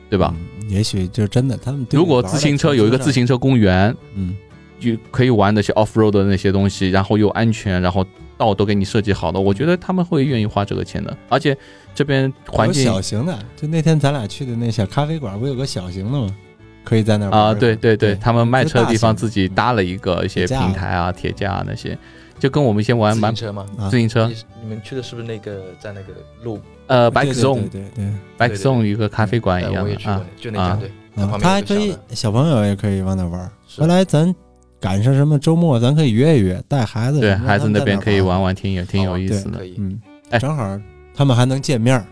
Speaker 1: 对吧？
Speaker 2: 嗯也许就真的他们对
Speaker 1: 如果
Speaker 2: 玩的
Speaker 1: 自行车有一个自
Speaker 2: 上，
Speaker 1: 行车公园，
Speaker 2: 嗯，
Speaker 1: 就可以玩那些 off road 的那些东西，然后又安全，然后道都给你设计好了，我觉得他们会愿意花这个钱的。而且这边环
Speaker 2: 有
Speaker 1: 境
Speaker 2: 小型的，就那天咱俩去的那小咖啡馆，不有个小型的吗？可以在那儿玩
Speaker 1: 啊，
Speaker 2: 一会儿
Speaker 1: 对对对，
Speaker 2: 对，
Speaker 1: 他们卖车的地方
Speaker 2: 就大型
Speaker 1: 自己搭了一个一些
Speaker 2: 铁架啊
Speaker 1: 平台啊、铁架啊那些，就跟我们以前玩
Speaker 3: 自
Speaker 1: 蛮
Speaker 3: 行车吗？
Speaker 2: 啊
Speaker 1: 自行车
Speaker 3: 你，你们去的是不是那个在那个路
Speaker 1: 呃
Speaker 2: 对
Speaker 1: ，Bike
Speaker 2: 对
Speaker 1: Zone
Speaker 2: 对对对，嗯
Speaker 1: Bike
Speaker 3: 对对
Speaker 1: Zone 一个咖啡馆
Speaker 3: 哎
Speaker 1: 一样
Speaker 3: 我也
Speaker 1: 的
Speaker 3: 去过
Speaker 1: 啊，，
Speaker 3: 就那家
Speaker 1: 啊
Speaker 3: 对，它
Speaker 2: 啊
Speaker 3: 旁边
Speaker 2: 他还
Speaker 3: 有个
Speaker 2: 可以
Speaker 3: 小的
Speaker 2: 小朋友也可以往那玩儿。
Speaker 3: 是
Speaker 2: 回来咱赶上什么周末，咱可以约一约，带孩子什
Speaker 1: 对
Speaker 2: 么的。
Speaker 1: 孩子
Speaker 2: 他们
Speaker 1: 那
Speaker 2: 在
Speaker 1: 边
Speaker 2: 儿
Speaker 1: 可以
Speaker 2: 玩
Speaker 1: 玩玩，挺有挺有意思的
Speaker 3: 可。以。
Speaker 2: 嗯，
Speaker 1: 哎
Speaker 2: 正好他们还能见面儿。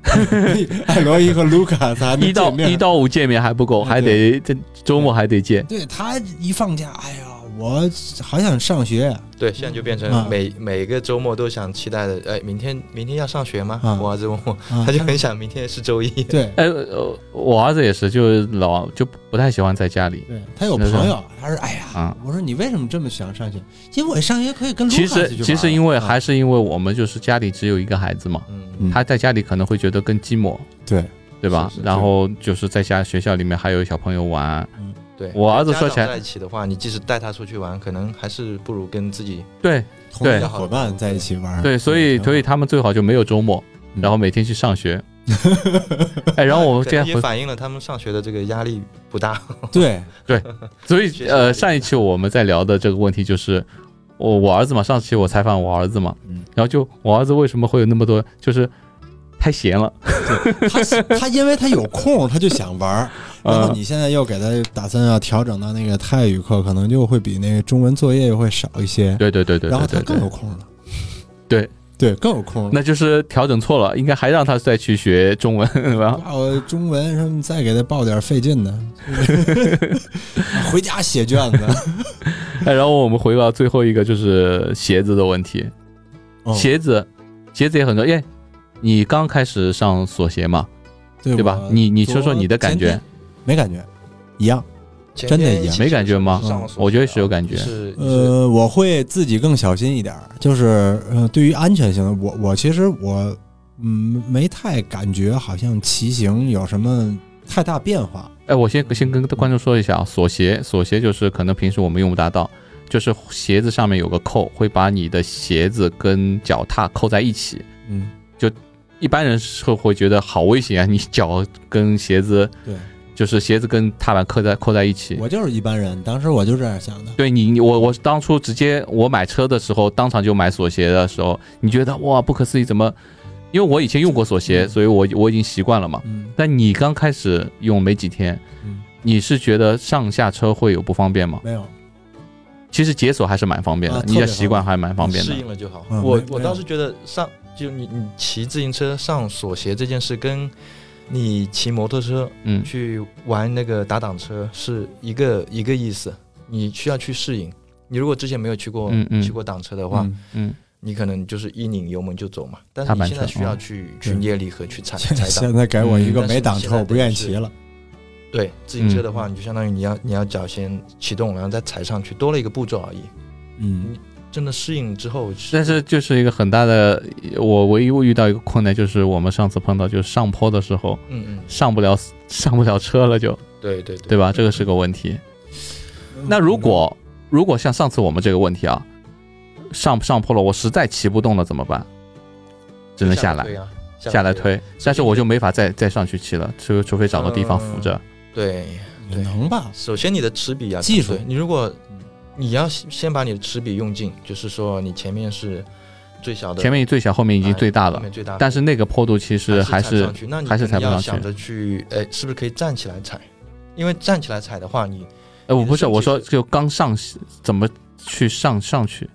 Speaker 2: [LAUGHS] 艾罗伊和卢卡才能
Speaker 1: 一到
Speaker 2: 见面儿
Speaker 1: 一到五见面还不够，
Speaker 2: 哎
Speaker 1: 还得这周末还得见。
Speaker 2: 对他一放假，哎呀，我好想上学
Speaker 1: [LAUGHS]
Speaker 2: 呀
Speaker 3: 对，现在就变
Speaker 2: 啊
Speaker 1: 嗯
Speaker 3: 成每每个周末都想期待的，哎，明天明天要上学吗？
Speaker 2: 啊
Speaker 3: 我儿子问我，
Speaker 2: 啊！
Speaker 3: 他就很想明天是周一。
Speaker 2: 对
Speaker 1: 哎，呃我儿子也是，就是老就不太喜欢在家里
Speaker 2: 对，他有朋友，他说：“哎呀，
Speaker 1: 啊。
Speaker 2: 我说你为什么这么想上学？因为我上学可以跟卢卡
Speaker 1: 其实
Speaker 2: 去玩儿
Speaker 1: 其实因为
Speaker 2: 啊
Speaker 1: 还是因为我们就是家里只有一个孩子嘛，
Speaker 3: 嗯，
Speaker 1: 他在家里可能会觉得更寂寞，
Speaker 2: 对
Speaker 1: 对吧
Speaker 3: 是是？
Speaker 1: 然后就是在家学校里面还有小朋友玩，
Speaker 3: 对。
Speaker 1: 我儿子
Speaker 3: 家
Speaker 1: 说
Speaker 3: 长
Speaker 1: 起来
Speaker 3: 在一起的话，你即使带他出去玩，可能还是不如跟自己。
Speaker 1: 对
Speaker 2: 同龄
Speaker 1: 对
Speaker 2: 的伙伴在一起玩儿，
Speaker 1: 对，所以
Speaker 2: 嗯挺好
Speaker 1: 所以他们最好就没有周末，
Speaker 2: 嗯
Speaker 1: 然后每天去上
Speaker 2: [LAUGHS]
Speaker 1: 学。哎，然后我们
Speaker 3: 可
Speaker 1: 这
Speaker 3: 能
Speaker 1: 样
Speaker 3: 也
Speaker 1: 回，
Speaker 3: 反映了他们上学的这个压力不大。
Speaker 2: 对
Speaker 1: 所
Speaker 3: 学
Speaker 1: 以
Speaker 3: 习压力
Speaker 1: 呃，上一期我们在聊的这个问题就是。我我儿子嘛，上期我采访我儿子嘛，
Speaker 2: 嗯
Speaker 1: 然后就我儿子为什么会有那么多，就是太闲了，
Speaker 2: 他，他因为他有空，他就想
Speaker 1: [LAUGHS]
Speaker 2: 玩儿。然后
Speaker 1: 呃，
Speaker 2: 你现在又给他打算要调整到那个泰语课，可能就会比那个中文作业又会少一些，
Speaker 1: 对对对对
Speaker 2: 然后
Speaker 1: 对
Speaker 2: 他
Speaker 1: 对
Speaker 2: 更有
Speaker 1: 对，
Speaker 2: 空了。
Speaker 1: 对
Speaker 2: 对，更有空了。
Speaker 1: 那就是调整错了，应该还让他再去学中文， [LAUGHS] 然后
Speaker 2: 报中文什么，再给他报点费
Speaker 1: [LAUGHS]
Speaker 2: 劲的，回家写卷子。
Speaker 1: 哎，然后我们回到最后一个就是鞋子的问题，
Speaker 2: 哦
Speaker 1: 鞋子，鞋子也很重要。耶，你刚开始上锁鞋嘛，
Speaker 2: 对
Speaker 1: 对吧？你你说说你的感觉，
Speaker 2: 没感觉，一样。
Speaker 3: 前
Speaker 2: 真的
Speaker 3: 天
Speaker 2: 一样
Speaker 3: 起
Speaker 1: 没感觉吗
Speaker 3: 是上了所
Speaker 1: 我觉得
Speaker 3: 学
Speaker 1: 是有
Speaker 3: 啊
Speaker 1: 感觉
Speaker 3: 是是
Speaker 2: 呃，我会自己更小心一点儿，就是呃，对于安全性的，我我其实我嗯没太感觉好像骑行有什么太大变化。
Speaker 1: 哎，我先先跟观众说一下啊，锁鞋，锁鞋就是可能平时我们用不达到，就是鞋子上面有个扣，会把你的鞋子跟脚踏扣在一起。
Speaker 2: 嗯，
Speaker 1: 一般人是会觉得好危险啊，你脚跟鞋子，
Speaker 2: 对，
Speaker 1: 就是鞋子跟踏板扣在扣在一起。
Speaker 2: 我就是一般人，当时我就这样想的。
Speaker 1: 对你，你我我当初直接我买车的时候，当场就买锁鞋的时候，你觉得哇不可思议，怎么？因为我以前用过锁鞋，所以我我已经习惯了嘛。
Speaker 2: 嗯，
Speaker 1: 但你刚开始用没几天
Speaker 2: 嗯，
Speaker 1: 你是觉得上下车会有不方便吗？
Speaker 2: 没有，
Speaker 1: 其实解锁还是蛮方便的
Speaker 2: 啊，
Speaker 1: 你
Speaker 2: 特
Speaker 1: 的
Speaker 2: 别
Speaker 1: 习惯还蛮方便
Speaker 3: 适
Speaker 1: 的。
Speaker 3: 应了就好。
Speaker 2: 嗯
Speaker 3: 我
Speaker 2: 没
Speaker 3: 我
Speaker 2: 没
Speaker 3: 倒
Speaker 2: 有
Speaker 3: 是觉得上就你你骑自行车上锁鞋这件事，跟你骑摩托车
Speaker 1: 嗯，
Speaker 3: 去玩那个打挡车是一个一个意思，你需要去适应。你如果之前没有去过
Speaker 1: 嗯嗯
Speaker 3: 去过挡车的话，
Speaker 2: 嗯
Speaker 1: 嗯，
Speaker 3: 你可能就是一拧油门就走嘛。但是
Speaker 1: 踏
Speaker 3: 你
Speaker 1: 板
Speaker 3: 现在
Speaker 1: 车
Speaker 3: 需要
Speaker 1: 哦
Speaker 3: 去
Speaker 2: 对
Speaker 3: 去捏离合去踩
Speaker 2: 现
Speaker 3: 踩挡。
Speaker 2: 现在给我一个
Speaker 3: 嗯
Speaker 2: 没挡
Speaker 3: 但是
Speaker 2: 车，我不愿意
Speaker 3: 现
Speaker 2: 骑
Speaker 3: 在
Speaker 2: 了。
Speaker 3: 对，自行车
Speaker 1: 嗯
Speaker 3: 的话，你就相当于你要你要脚先启动，然后再踩上去，多了一个步骤而已。
Speaker 2: 嗯，
Speaker 3: 真的适应之后，
Speaker 1: 但是就是一个很大的，我唯一遇到一个困难就是我们上次碰到，就是上坡的时候
Speaker 3: 嗯嗯，
Speaker 1: 上不了上不了车了就，
Speaker 3: 对对对
Speaker 1: 对吧？这个是个问题。那如果如果像上次我们这个问题啊，上上坡了，我实在骑不动了怎么办？只能下来啊
Speaker 3: 对呀，
Speaker 1: 下来推，但是我就没法再再上去骑了，除除非找个地方扶着。
Speaker 3: 对。
Speaker 2: 也能吧？
Speaker 3: 首先你的齿比要
Speaker 2: 技术
Speaker 3: 对你如果你要先先把你的齿比用尽，就是说你前面是最小的，
Speaker 1: 前面最小，哎后面已经最大
Speaker 3: 后
Speaker 1: 了，
Speaker 3: 面最大的，
Speaker 1: 但是那个坡度其实还
Speaker 3: 还踩不
Speaker 1: 是
Speaker 3: 上去，那你
Speaker 1: 还是
Speaker 3: 可能
Speaker 1: 踩不上
Speaker 3: 要
Speaker 1: 去
Speaker 3: 想着去，哎，是不是可以站起来踩？因为站起来踩的话，你
Speaker 1: 呃，我不是
Speaker 3: 你的身体
Speaker 1: 我说
Speaker 3: 是
Speaker 1: 就刚上怎么去上上去，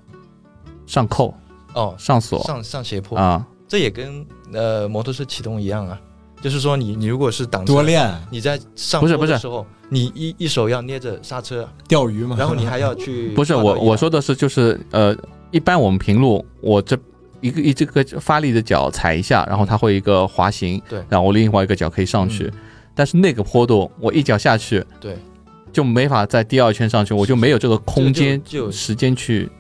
Speaker 1: 上扣
Speaker 3: 哦
Speaker 1: 上锁
Speaker 3: 上上斜坡，
Speaker 1: 啊，
Speaker 3: 这也跟呃摩托车启动一样啊，就是说你你如果是挡车
Speaker 2: 多练
Speaker 3: 你在上
Speaker 1: 不是
Speaker 3: 坡
Speaker 1: 不
Speaker 3: 的
Speaker 1: 是
Speaker 3: 时候，你一一手要捏着刹车，啊
Speaker 2: 钓鱼嘛。
Speaker 3: 然后你还要去
Speaker 4: [LAUGHS]
Speaker 1: 不是
Speaker 3: 抓
Speaker 1: 我
Speaker 3: 到一
Speaker 1: 我
Speaker 3: 辆
Speaker 1: 说的是就是呃，一般我们平路我这。一个一这个发力的脚踩一下，然后它会一个滑行，
Speaker 3: 对嗯
Speaker 1: 然后另外一个脚可以上去，但是那个坡度我一脚下去，
Speaker 3: 对，
Speaker 1: 就没法在第二圈上去，我就没有这个空间
Speaker 3: 这就就
Speaker 1: 时间去。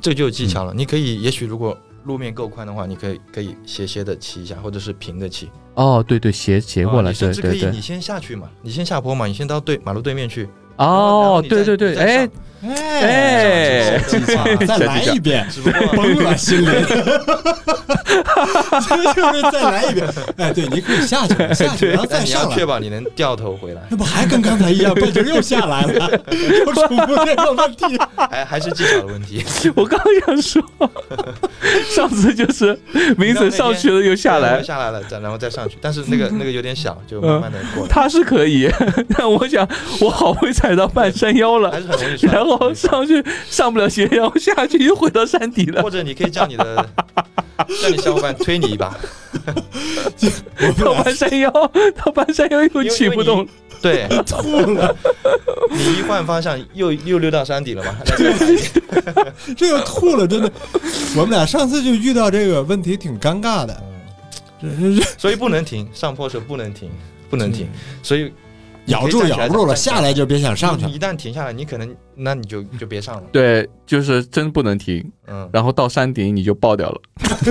Speaker 3: 这就有技巧了。你可以，也许如果路面够宽的话，你可以可以斜斜的骑一下，或者是平的骑。
Speaker 1: 哦，对对，斜斜过
Speaker 3: 啊
Speaker 1: 来，
Speaker 3: 你甚
Speaker 1: 对
Speaker 3: 至可
Speaker 1: 对
Speaker 3: 以，
Speaker 1: 对
Speaker 3: 你，先下去嘛，你先下坡嘛，你先到对马路对面去。然后
Speaker 1: 哦，
Speaker 3: 你再
Speaker 1: 对对对，
Speaker 3: 你再
Speaker 1: 哎
Speaker 3: 上
Speaker 1: 哎，
Speaker 3: 技巧
Speaker 4: 再来一遍，
Speaker 3: 只不过
Speaker 4: 崩了心灵，这就是再来一遍。哎，对，你可以下去，下去，然后
Speaker 3: 但
Speaker 4: 再
Speaker 3: 你要
Speaker 1: 哎
Speaker 4: 上
Speaker 3: 确
Speaker 4: 来。
Speaker 3: 保你能掉头回
Speaker 1: [LAUGHS]
Speaker 3: 来，
Speaker 4: 那不还跟刚才一样，背景又下来了，又重复这个问题。
Speaker 3: 还哎还是技巧的问题。
Speaker 1: 我刚想
Speaker 3: [LAUGHS]
Speaker 1: 说，上次就是 [LAUGHS] 名
Speaker 3: 到那
Speaker 1: 字上
Speaker 3: 边
Speaker 1: 去了又下
Speaker 3: 然
Speaker 1: 来嗯
Speaker 3: 后，下来了，再然后再上去。但是那个那个有点小，就慢慢的过来，
Speaker 1: 他是可以， [LAUGHS] 但我想我好会踩到半山腰
Speaker 3: 还
Speaker 1: 了，
Speaker 3: 是很容易摔。
Speaker 1: [LAUGHS] 然后上去上不了斜然后下去又回到山底了
Speaker 3: 或。者你可以叫你的 [LAUGHS] 叫你小伙伴推你一把，
Speaker 4: 啊
Speaker 1: 到半山腰，到半山腰又起不动了， [LAUGHS]
Speaker 3: 对，吐了。你一换方向，又又溜到山底了嘛？ [LAUGHS] 那就
Speaker 2: 这又吐了，真的。我们俩上次就遇到这个问题，挺尴尬的。这这这
Speaker 3: 所以不能停，上坡的时候不能停，不能停。所以
Speaker 4: 咬住咬住了，下来就别想上去了。
Speaker 3: 一旦停下来，你可能那你就就别上了。
Speaker 1: 对，就是真不能停。
Speaker 3: 嗯，
Speaker 1: 然后到山顶你就爆掉了， [LAUGHS]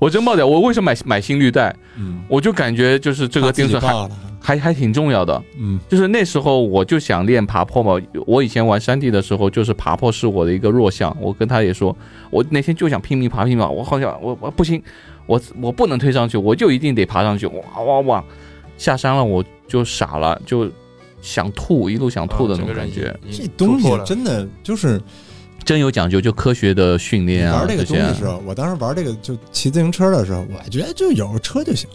Speaker 1: 我真爆掉。我为什么买买心率带？
Speaker 2: 嗯，
Speaker 1: 我就感觉就是这个
Speaker 4: 自
Speaker 1: 定
Speaker 4: 己
Speaker 1: 损还
Speaker 4: 爆了，
Speaker 1: 还还挺重要的。
Speaker 2: 嗯，
Speaker 1: 就是那时候我就想练爬坡嘛。我以前玩山地的时候，就是爬坡是我的一个弱项。我跟他也说，我那天就想拼命爬拼命爬，我好想我我不行，我我不能推上去，我就一定得爬上去。哇哇哇！下山了我就傻了，就想吐，一路想吐的那
Speaker 3: 嗯整个
Speaker 1: 种
Speaker 3: 人
Speaker 1: 感觉。
Speaker 3: 已
Speaker 2: 这
Speaker 3: 已
Speaker 2: 东
Speaker 3: 突破
Speaker 2: 西
Speaker 3: 了
Speaker 2: 真的就是
Speaker 1: 真有讲究，就科学的训
Speaker 2: 你
Speaker 1: 练啊
Speaker 2: 玩这个东
Speaker 1: 些
Speaker 2: 西
Speaker 1: 啊
Speaker 2: 的时候，我当时玩这个就骑自行车的时候，我觉得就有个车就行，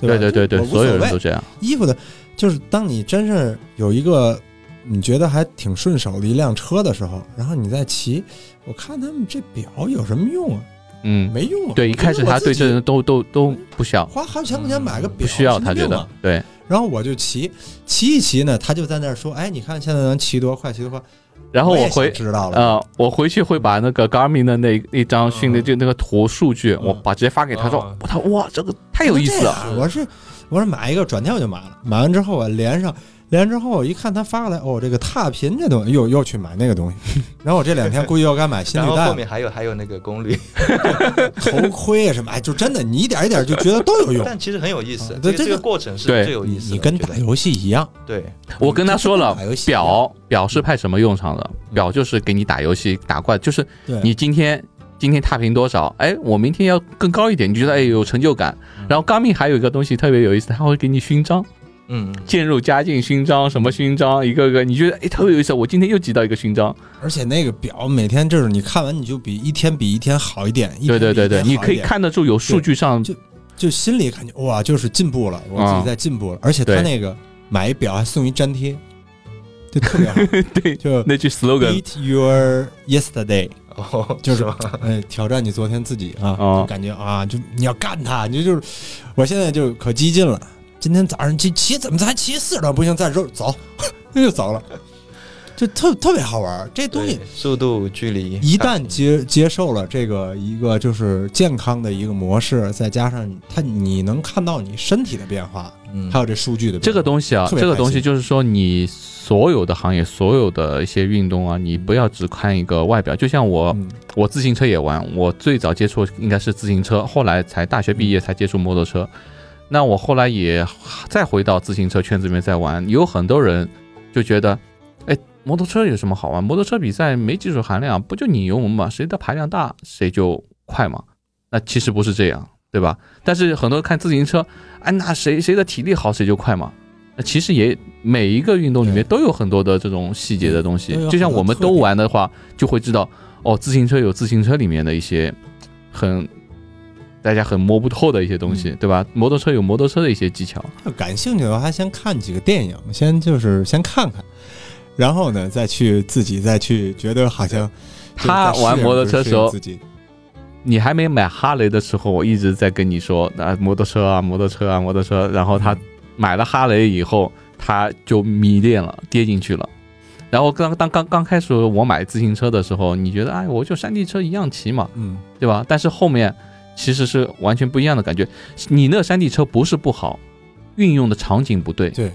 Speaker 1: 对
Speaker 2: 吧？
Speaker 1: 对对对，
Speaker 2: 我无
Speaker 1: 所
Speaker 2: 所
Speaker 1: 有人
Speaker 2: 谓
Speaker 1: 都。这样。
Speaker 2: 衣服的，就是当你真是有一个你觉得还挺顺手的一辆车的时候，然后你再骑，我看他们这表有什么用啊？
Speaker 1: 嗯，
Speaker 2: 没用啊！
Speaker 1: 对，一开始他对这
Speaker 2: 这
Speaker 1: 人都都都不想，
Speaker 2: 花好几千块钱买个表，
Speaker 1: 不需要，
Speaker 2: 神
Speaker 1: 他
Speaker 2: 经
Speaker 1: 觉
Speaker 2: 病
Speaker 1: 得
Speaker 2: 嘛
Speaker 1: 对，
Speaker 2: 啊然后我就骑，骑一骑呢，他就在那儿说：“哎，你看现在能骑多快，骑多快。”
Speaker 1: 然后
Speaker 2: 我也想
Speaker 1: 回。
Speaker 2: 知道了，
Speaker 1: 呃，我回去会把那个 Garmin 的那那张训练
Speaker 3: 嗯
Speaker 1: 就那个图数据，
Speaker 2: 嗯
Speaker 1: 我把直接发给他说
Speaker 3: 嗯，
Speaker 1: 他哇，这个太有意思啊了，
Speaker 2: 我是我是买一个，转天我就买了。买完之后我连上，连上之后我一看他发过来，哦，这个踏频这东西，又又去买那个东西。然后我这两天估计又该买新
Speaker 3: [LAUGHS] 然
Speaker 2: 履
Speaker 3: 后
Speaker 2: 带
Speaker 3: 后
Speaker 2: 了、
Speaker 3: 面还有还有那个功率，
Speaker 2: 头盔啊什么，哎，就真的你一点一点就觉得都有用。
Speaker 3: 但其实很有意思
Speaker 2: 哎啊。
Speaker 3: 这
Speaker 2: 对
Speaker 3: 个
Speaker 2: 这
Speaker 3: 这
Speaker 2: 个
Speaker 3: 个过程是
Speaker 1: 对
Speaker 3: [LAUGHS] 最有意思的。
Speaker 2: 你跟
Speaker 3: 我觉得
Speaker 2: 打游戏一样，
Speaker 3: 对
Speaker 1: 我跟他说了
Speaker 2: 打游，戏嗯
Speaker 1: 表表是派什么用场的？表就是给你打游戏打怪，就是
Speaker 2: 对
Speaker 1: 你今天今天踏平多少？哎，我明天要更高一点，你觉得哎有成就感。
Speaker 2: 嗯
Speaker 1: 然后 Garmin 还有一个东西特别有意思，它会给你勋章，
Speaker 3: 嗯，
Speaker 1: 渐入佳境勋章，什么勋章，一个个你觉得哎特别有意思，我今天又集到一个勋章。
Speaker 2: 而且那个表每天就是你看完你就比一天比一天好一点，一
Speaker 1: 对对
Speaker 2: 天比
Speaker 1: 对
Speaker 2: 一
Speaker 1: 对，
Speaker 2: 天
Speaker 1: 你
Speaker 2: 好
Speaker 1: 可以
Speaker 2: 一点，
Speaker 1: 看得出有数据上
Speaker 2: 就心里感觉哇，就是进步了，我自
Speaker 1: 啊
Speaker 2: 己在进步了。而且他
Speaker 1: 对
Speaker 2: 那个买一表还送一粘贴，就
Speaker 1: [LAUGHS]
Speaker 2: 特别好，
Speaker 1: 对
Speaker 2: 就
Speaker 1: 那句 slogan
Speaker 2: beat your yesterday，
Speaker 3: 哦，
Speaker 2: 就是
Speaker 3: 吗
Speaker 2: 哎，挑战你昨天自己啊，
Speaker 1: 哦
Speaker 2: 就感觉啊，就你要干他，你就就是，我现在就可激进了。今天早上骑骑怎么才骑四十多不行，再肉走， [LAUGHS] 那就走了，就特特别好玩儿。这东西
Speaker 3: 对速度、距离，
Speaker 2: 一
Speaker 3: 踏
Speaker 2: 旦
Speaker 3: 频
Speaker 2: 接接受了这个一个就是健康的一个模式，再加上它你能看到你身体的变化，
Speaker 3: 嗯
Speaker 2: 还有这数据的变化
Speaker 1: 这个东西啊，
Speaker 2: 特别
Speaker 1: 这个
Speaker 2: 开心
Speaker 1: 东西就是说，你所有的行业、所有的一些运动啊，你不要只看一个外表。就像我，
Speaker 2: 嗯
Speaker 1: 我自行车也玩，我最早接触应该是自行车，后来才大学毕业才接触摩托车。那我后来也再回到自行车圈子里面再玩，有很多人就觉得，哎，摩托车有什么好玩？摩托车比赛没技术含量，不就你油门嘛，谁的排量大谁就快嘛。那其实不是这样，对吧？但是很多人看自行车，哎，那谁谁的体力好谁就快嘛。那其实也每一个运动里面都有很多的这种细节的东西
Speaker 2: 都有，很
Speaker 1: 就像
Speaker 2: 多
Speaker 1: 我们
Speaker 2: 哎特
Speaker 1: 都
Speaker 2: 点
Speaker 1: 玩的话，就会知道哦，自行车有自行车里面的一些很大家很摸不透的一些东
Speaker 2: 嗯
Speaker 1: 西，对吧？摩托车有摩托车的一些技巧，
Speaker 2: 感兴趣的话，先看几个电影，先就是先看看，然后呢，再去自己再去觉得好像就是在
Speaker 1: 他玩
Speaker 2: 适应
Speaker 1: 摩托车
Speaker 2: 适
Speaker 1: 时
Speaker 2: 应
Speaker 1: 候
Speaker 2: 自己
Speaker 1: 你还没买哈雷的时候，我一直在跟你说，啊，摩托车啊，摩托车啊，摩托车。然后他买了哈雷以后，他就迷恋了，跌进去了。然后刚当刚刚开始我买自行车的时候，你觉得哎，我就山地车一样骑嘛，
Speaker 2: 嗯，
Speaker 1: 对吧？但是后面其实是完全不一样的感觉。你那山地车不是不好，运用的场景不对，
Speaker 2: 对，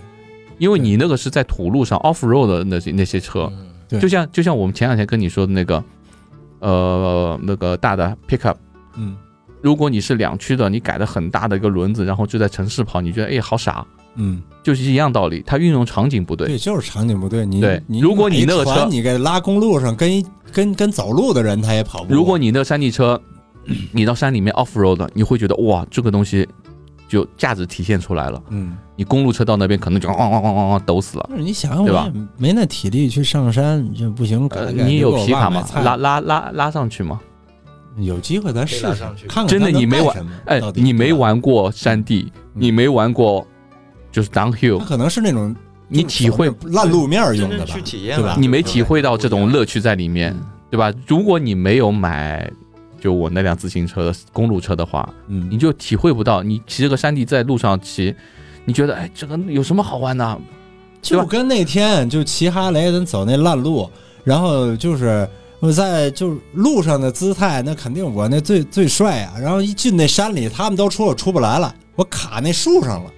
Speaker 1: 因为你那个是在土路上 off road 的那些那些车，
Speaker 3: 嗯
Speaker 2: 对
Speaker 1: 就像就像我们前两天跟你说的那个，呃，那个大的 pickup，
Speaker 2: 嗯
Speaker 1: 如果你是两驱的，你改的很大的一个轮子，然后就在城市跑，你觉得哎好傻，
Speaker 2: 嗯，
Speaker 1: 就是一样道理，它运用场景不对。
Speaker 2: 对，就是场景不对。你
Speaker 1: 对
Speaker 2: 你
Speaker 1: 如果你那个
Speaker 2: 买一
Speaker 1: 车
Speaker 2: 船你给拉公路上，跟一跟跟走路的人他也跑不过。
Speaker 1: 如果你那山地车，你到山里面 off road，你会觉得哇，这个东西就价值体现出来了。
Speaker 2: 嗯，
Speaker 1: 你公路车到那边可能就啊咣咣咣咣咣抖死了。
Speaker 2: 不是你想想，我
Speaker 1: 对吧
Speaker 2: 也没那体力去上山，这不行。改
Speaker 1: 呃，
Speaker 2: 改
Speaker 1: 你有
Speaker 2: 给我
Speaker 1: 皮
Speaker 2: 爸
Speaker 1: 卡
Speaker 2: 买
Speaker 1: 吗？
Speaker 2: 菜
Speaker 1: 拉拉拉拉上去吗？
Speaker 2: 有机会咱试
Speaker 3: 可以拉
Speaker 2: 试
Speaker 3: 上去
Speaker 2: 看看
Speaker 1: 真的
Speaker 2: 他能
Speaker 1: 你没
Speaker 2: 干
Speaker 1: 玩
Speaker 2: 什么
Speaker 1: 哎
Speaker 2: 到，底
Speaker 1: 你没
Speaker 2: 对吧嗯
Speaker 1: 玩过山地，你没玩过就是 downhill，
Speaker 2: 他可能是那种
Speaker 1: 你体会
Speaker 2: 就是烂路面儿用
Speaker 3: 真
Speaker 2: 的吧
Speaker 3: 正去？体验
Speaker 2: 对吧
Speaker 3: 了，
Speaker 1: 你没体会到这种乐趣在里面
Speaker 2: 嗯，
Speaker 1: 对吧？如果你没有买就我那辆自行车的公路车的话，
Speaker 2: 嗯，
Speaker 1: 你就体会不到。你骑这个山地在路上骑，你觉得哎，这个有什么好玩的？对吧
Speaker 2: 就跟那天就骑哈雷咱走那烂路，然后就是我在就是路上的姿态，那肯定我那最最帅啊。然后一进那山里，他们都说我出不来了，我卡那树上
Speaker 1: [LAUGHS]
Speaker 2: 了，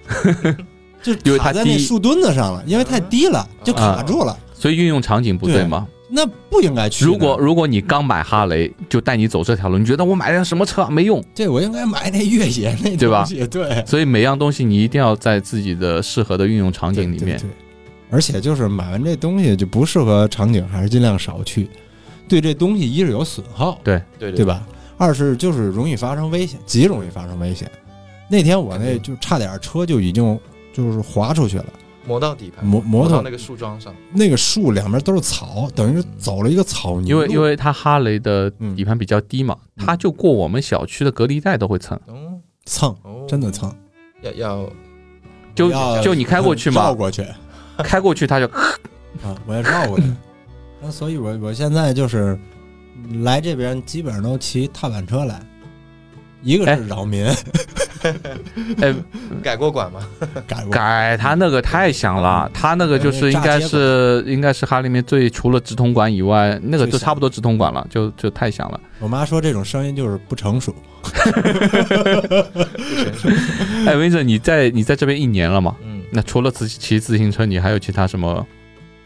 Speaker 2: 就
Speaker 1: 因为它
Speaker 2: 卡在那
Speaker 1: 低啊
Speaker 2: 树墩子上了，因为太低了，就卡住了。
Speaker 1: 所以运用场景不对
Speaker 2: 对
Speaker 1: 吗？
Speaker 2: 那不应该去那儿。
Speaker 1: 如果如果你刚买哈雷，就带你走这条路，你觉得我买辆什么车啊没用？
Speaker 2: 这我应该买那越野那
Speaker 1: 对吧
Speaker 2: 东西？对，
Speaker 1: 所以每样东西你一定要在自己的适合的运用场
Speaker 2: 对
Speaker 1: 景里面
Speaker 2: 对。对而且就是买完这东西就不适合场景，还是尽量少去。对这东西一是有损耗，
Speaker 3: 对
Speaker 2: 对？吧？二是就是容易发生危险，极容易发生危险。那天我那就差点车就已经就是滑出去了，
Speaker 3: 磨到底
Speaker 1: 哎
Speaker 3: 盘，
Speaker 2: 摩摩
Speaker 3: 磨到
Speaker 2: 托
Speaker 3: 那个树桩上，
Speaker 2: 那个树两边都是草，等于是走了一个草泥
Speaker 1: 嗯因
Speaker 2: 路。
Speaker 1: 为因为它哈雷的
Speaker 2: 嗯
Speaker 1: 底盘比较低嘛，
Speaker 2: 嗯
Speaker 1: 它就过我们小区的隔离带都会
Speaker 2: [LAUGHS]
Speaker 1: 蹭，
Speaker 3: 哦，
Speaker 2: 蹭，
Speaker 3: 哦
Speaker 2: 真的蹭，
Speaker 3: 要要
Speaker 1: 就
Speaker 2: 要
Speaker 1: 就你开过去嘛 [LAUGHS]
Speaker 2: 绕，过去
Speaker 1: 开过去它就
Speaker 2: 啊，我要绕过去。那所以我我现在就是来这边基本上都骑踏板车来，一个
Speaker 1: 哎
Speaker 2: 是
Speaker 1: [LAUGHS]
Speaker 2: 扰民，
Speaker 1: 哎
Speaker 3: 改过管吗？
Speaker 2: 改过
Speaker 1: 改，它那个太响
Speaker 2: 嗯
Speaker 1: 了，它那个就是应该是应该是哈里面最除了直通管以外，那个就差不多直通管了，就就太响了。
Speaker 2: 我妈说这种声音就是不成熟，嗯
Speaker 1: 哎，维者，你在你在这边一年了嘛？
Speaker 3: 嗯，
Speaker 1: 那除了自骑自行车，你还有其他什么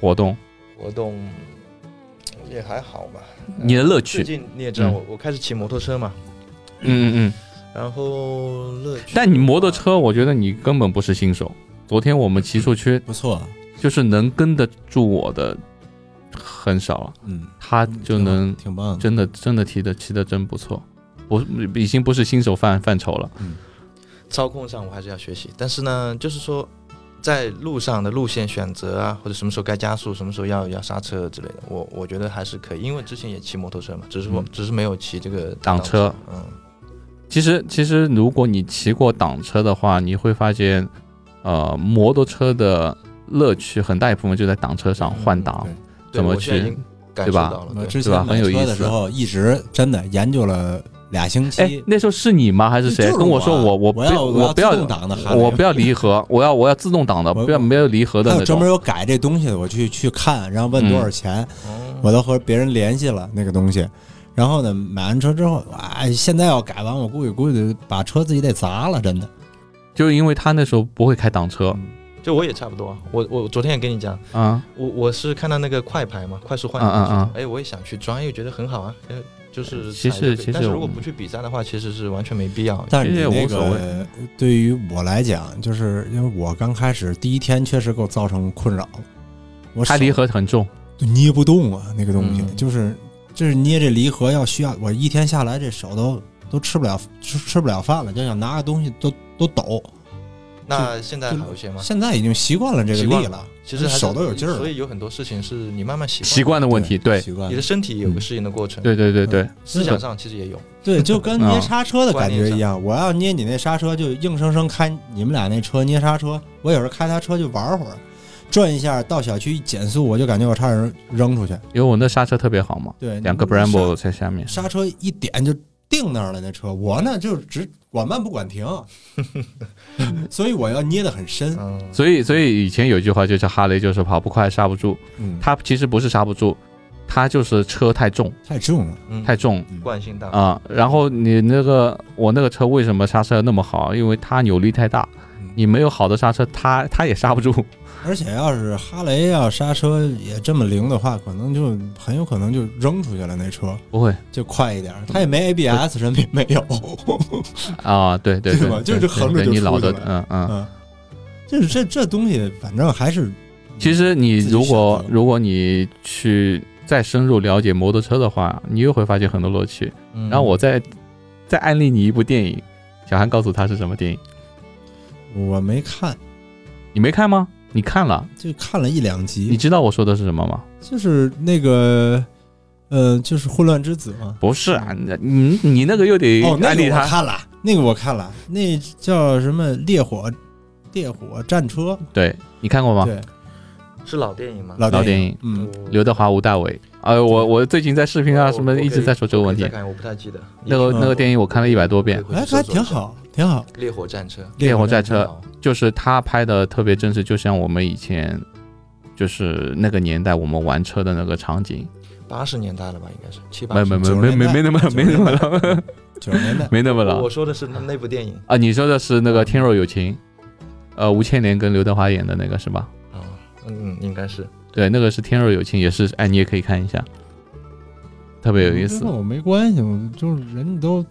Speaker 1: 活动？
Speaker 3: 活动也还好吧。
Speaker 2: 嗯
Speaker 1: 你的乐趣？
Speaker 3: 最
Speaker 1: 嗯
Speaker 3: 近你也知道我，我开始骑摩托车嘛，
Speaker 1: 嗯嗯嗯。
Speaker 3: 然后乐趣。啊
Speaker 1: 但你摩托，车，我觉得你根本不是新手。昨天我们骑出去，
Speaker 2: 不错，
Speaker 1: 就是能跟得住我的很少了，
Speaker 2: 嗯，
Speaker 1: 他就能
Speaker 2: 挺棒的，
Speaker 1: 真的真的骑的骑的真不错，不已经不是新手范范畴了。
Speaker 3: 操控上我还是要学习，但是呢，就是说在路上的路线选择啊，或者什么时候该加速，什么时候要要刹车之类的，我我觉得还是可以，因为之前也骑摩托车嘛，只是我、
Speaker 1: 嗯
Speaker 3: 只是没有骑这个
Speaker 1: 挡车，
Speaker 3: 嗯，
Speaker 1: 其实，其实如果你骑过挡车的话，你会发现，呃，摩托车的乐趣很大一部分就在挡车上换挡。
Speaker 2: 嗯
Speaker 3: 对
Speaker 1: 怎么
Speaker 3: 我现在
Speaker 1: 去
Speaker 3: 已经感
Speaker 1: 对
Speaker 3: 受
Speaker 1: 吧嗯
Speaker 3: 到了，
Speaker 2: 我
Speaker 3: 对
Speaker 2: 之
Speaker 1: 对吧
Speaker 2: 前
Speaker 1: 很
Speaker 2: 买
Speaker 1: 有意
Speaker 2: 车的
Speaker 1: 思
Speaker 2: 时候一直真的研究了俩星
Speaker 1: 哎、
Speaker 2: 期。
Speaker 1: 那时候是你吗？还是谁
Speaker 2: 就是
Speaker 1: 跟我
Speaker 2: 我
Speaker 1: 说我
Speaker 2: 我
Speaker 1: 不
Speaker 2: 要
Speaker 1: 我
Speaker 2: 要
Speaker 1: 不要
Speaker 2: 自动挡的哈雷，
Speaker 1: 我不要离合，我要我要自动挡的，
Speaker 2: 我
Speaker 1: 不要没有离合的
Speaker 2: 还
Speaker 1: 那
Speaker 2: 有专
Speaker 1: 种嗯
Speaker 2: 门。有改这东西的，我去去看，然后问多少钱，
Speaker 3: 哦
Speaker 2: 我都和别人联系了那个东西。然后呢，买完车之后，哇，现在要改完，我估计估计得把车自己得砸了，真的。
Speaker 1: 就是因为他那时候不会开挡车
Speaker 3: 就我也差不多，啊我我昨天也跟你讲，
Speaker 2: 嗯
Speaker 1: 啊，
Speaker 3: 我我是看到那个快牌嘛，快速换
Speaker 1: 嗯
Speaker 3: 挡，
Speaker 1: 嗯嗯
Speaker 3: 哎，我也想去装，因为觉得很好啊，呃就是
Speaker 1: 其
Speaker 3: 踩就可以
Speaker 1: 实其实
Speaker 3: 但是如
Speaker 1: 我
Speaker 3: 果
Speaker 1: 们
Speaker 3: 不去比赛的话，其实是完全没必要。
Speaker 2: 但是你
Speaker 1: 这也
Speaker 2: 那
Speaker 1: 无所
Speaker 2: 个对于我来讲，就是因为我刚开始第一天确实给我造成困扰了，我
Speaker 1: 开
Speaker 2: 手
Speaker 1: 离合很重。
Speaker 2: 就捏不动啊，那个东西、
Speaker 3: 嗯
Speaker 2: 就是就是捏这离合要需要，我一天下来这手都都吃不了吃吃不了饭了，就想拿个东西都都抖。
Speaker 3: 那现在好一些吗？
Speaker 2: 现在已经习惯了这个
Speaker 3: 嗯习惯
Speaker 2: 力
Speaker 3: 了
Speaker 2: 了，
Speaker 3: 其实还是
Speaker 2: 手都有劲儿了
Speaker 3: 所以有很多事情是你慢慢习惯，
Speaker 1: 习惯的问题，对，
Speaker 2: 习惯
Speaker 3: 你
Speaker 2: 了
Speaker 3: 的。身体有个适应的过程，
Speaker 1: 对对对
Speaker 2: 嗯
Speaker 1: 对，
Speaker 3: 思想上其实也有。
Speaker 2: 对，就跟
Speaker 1: 啊
Speaker 2: 捏刹车的感觉一样，我要捏你那刹车，就硬生生开你们俩那车捏刹车。我有时候开他车就玩会儿，转一下到小区一减速，我就感觉我差点扔出去。
Speaker 1: 因为我那刹车特别好嘛，
Speaker 2: 对，
Speaker 1: 两个
Speaker 2: 你嗯刹
Speaker 1: Brembo 在下面。
Speaker 2: 刹车一点就定那儿了，那车我呢就只管慢不管停，所以我要捏得很深。
Speaker 3: 嗯，
Speaker 1: 所以，所以以前有句话就叫哈雷就是跑不快刹不住，
Speaker 2: 嗯，
Speaker 1: 它其实不是刹不住，它就是车太重
Speaker 2: 太重了，
Speaker 3: 嗯
Speaker 1: 太重啊
Speaker 3: 惯性大。
Speaker 2: 嗯
Speaker 1: 啊、然后你那个我那个车为什么刹车那么好？因为它扭力太大，你没有好的刹车，他他也刹不住。
Speaker 2: 而且要是哈雷要刹车也这么灵的话，可能就很有可能就扔出去了。那车
Speaker 1: 不会
Speaker 2: 就快一点儿，它也没 ABS 什么也没有， [LAUGHS]
Speaker 1: 啊，对对
Speaker 2: 对
Speaker 1: 对
Speaker 2: 吧，就是
Speaker 1: 对
Speaker 2: 横着
Speaker 1: 对
Speaker 2: 就
Speaker 1: 你
Speaker 2: 出
Speaker 1: 老
Speaker 2: 去
Speaker 1: 的
Speaker 2: 了，
Speaker 1: 嗯嗯。
Speaker 2: 嗯，就是这这东西，反正还是
Speaker 1: 其实你
Speaker 2: 自己
Speaker 1: 如果
Speaker 2: 选择
Speaker 1: 如果你去再深入了解摩托车的话，你又会发现很多乐趣。
Speaker 3: 嗯
Speaker 1: 然后我再再安利你一部电影，小韩告诉他是什么电影，
Speaker 2: 我没看，
Speaker 1: 你没看吗？你看了，
Speaker 2: 就看了一两
Speaker 1: 你
Speaker 2: 集，
Speaker 1: 知道我说的是什么吗？
Speaker 2: 就是那个呃，就是混乱之子嘛。
Speaker 1: 不是啊，你你你那个又得
Speaker 2: 哦，那
Speaker 1: 安
Speaker 2: 个
Speaker 1: 利
Speaker 2: 我
Speaker 1: 他。
Speaker 2: 看了，那个我看了，那叫什么烈火烈火战车，
Speaker 1: 对你看过吗？
Speaker 2: 对，
Speaker 3: 是老电影吗？
Speaker 1: 老
Speaker 2: 电
Speaker 1: 电
Speaker 2: 影
Speaker 1: 影，
Speaker 2: 嗯，
Speaker 1: 刘德华、吴大维。呃，我我最近在视频啊什么一直在说这个问题。
Speaker 3: 看我不太记得嗯
Speaker 1: 那个那个电影我看了一百多遍，
Speaker 2: 哎，还挺。好，挺好，
Speaker 3: 烈火战车，嗯
Speaker 1: 烈火战车
Speaker 3: 好
Speaker 1: 就是他拍的特别真实，就像我们以前就是那个年代我们玩车的那个场景。
Speaker 3: 八十年代了吧，应该是七
Speaker 2: 啊
Speaker 3: 八
Speaker 1: 没
Speaker 3: 十。
Speaker 1: 没没没没没那么没那么老，
Speaker 2: 九十年代，
Speaker 1: 没那么老
Speaker 3: 我说的是那那部电影
Speaker 1: 啊！你说的是那
Speaker 2: 嗯
Speaker 1: 个《天若有情》，呃，吴千莲跟刘德华演的那个是吧？
Speaker 3: 啊，嗯，应该是
Speaker 1: 对，那个是《天若有情》，也是哎，你也可以看一下，特别有意思
Speaker 2: 跟，我没关系，我就是人家都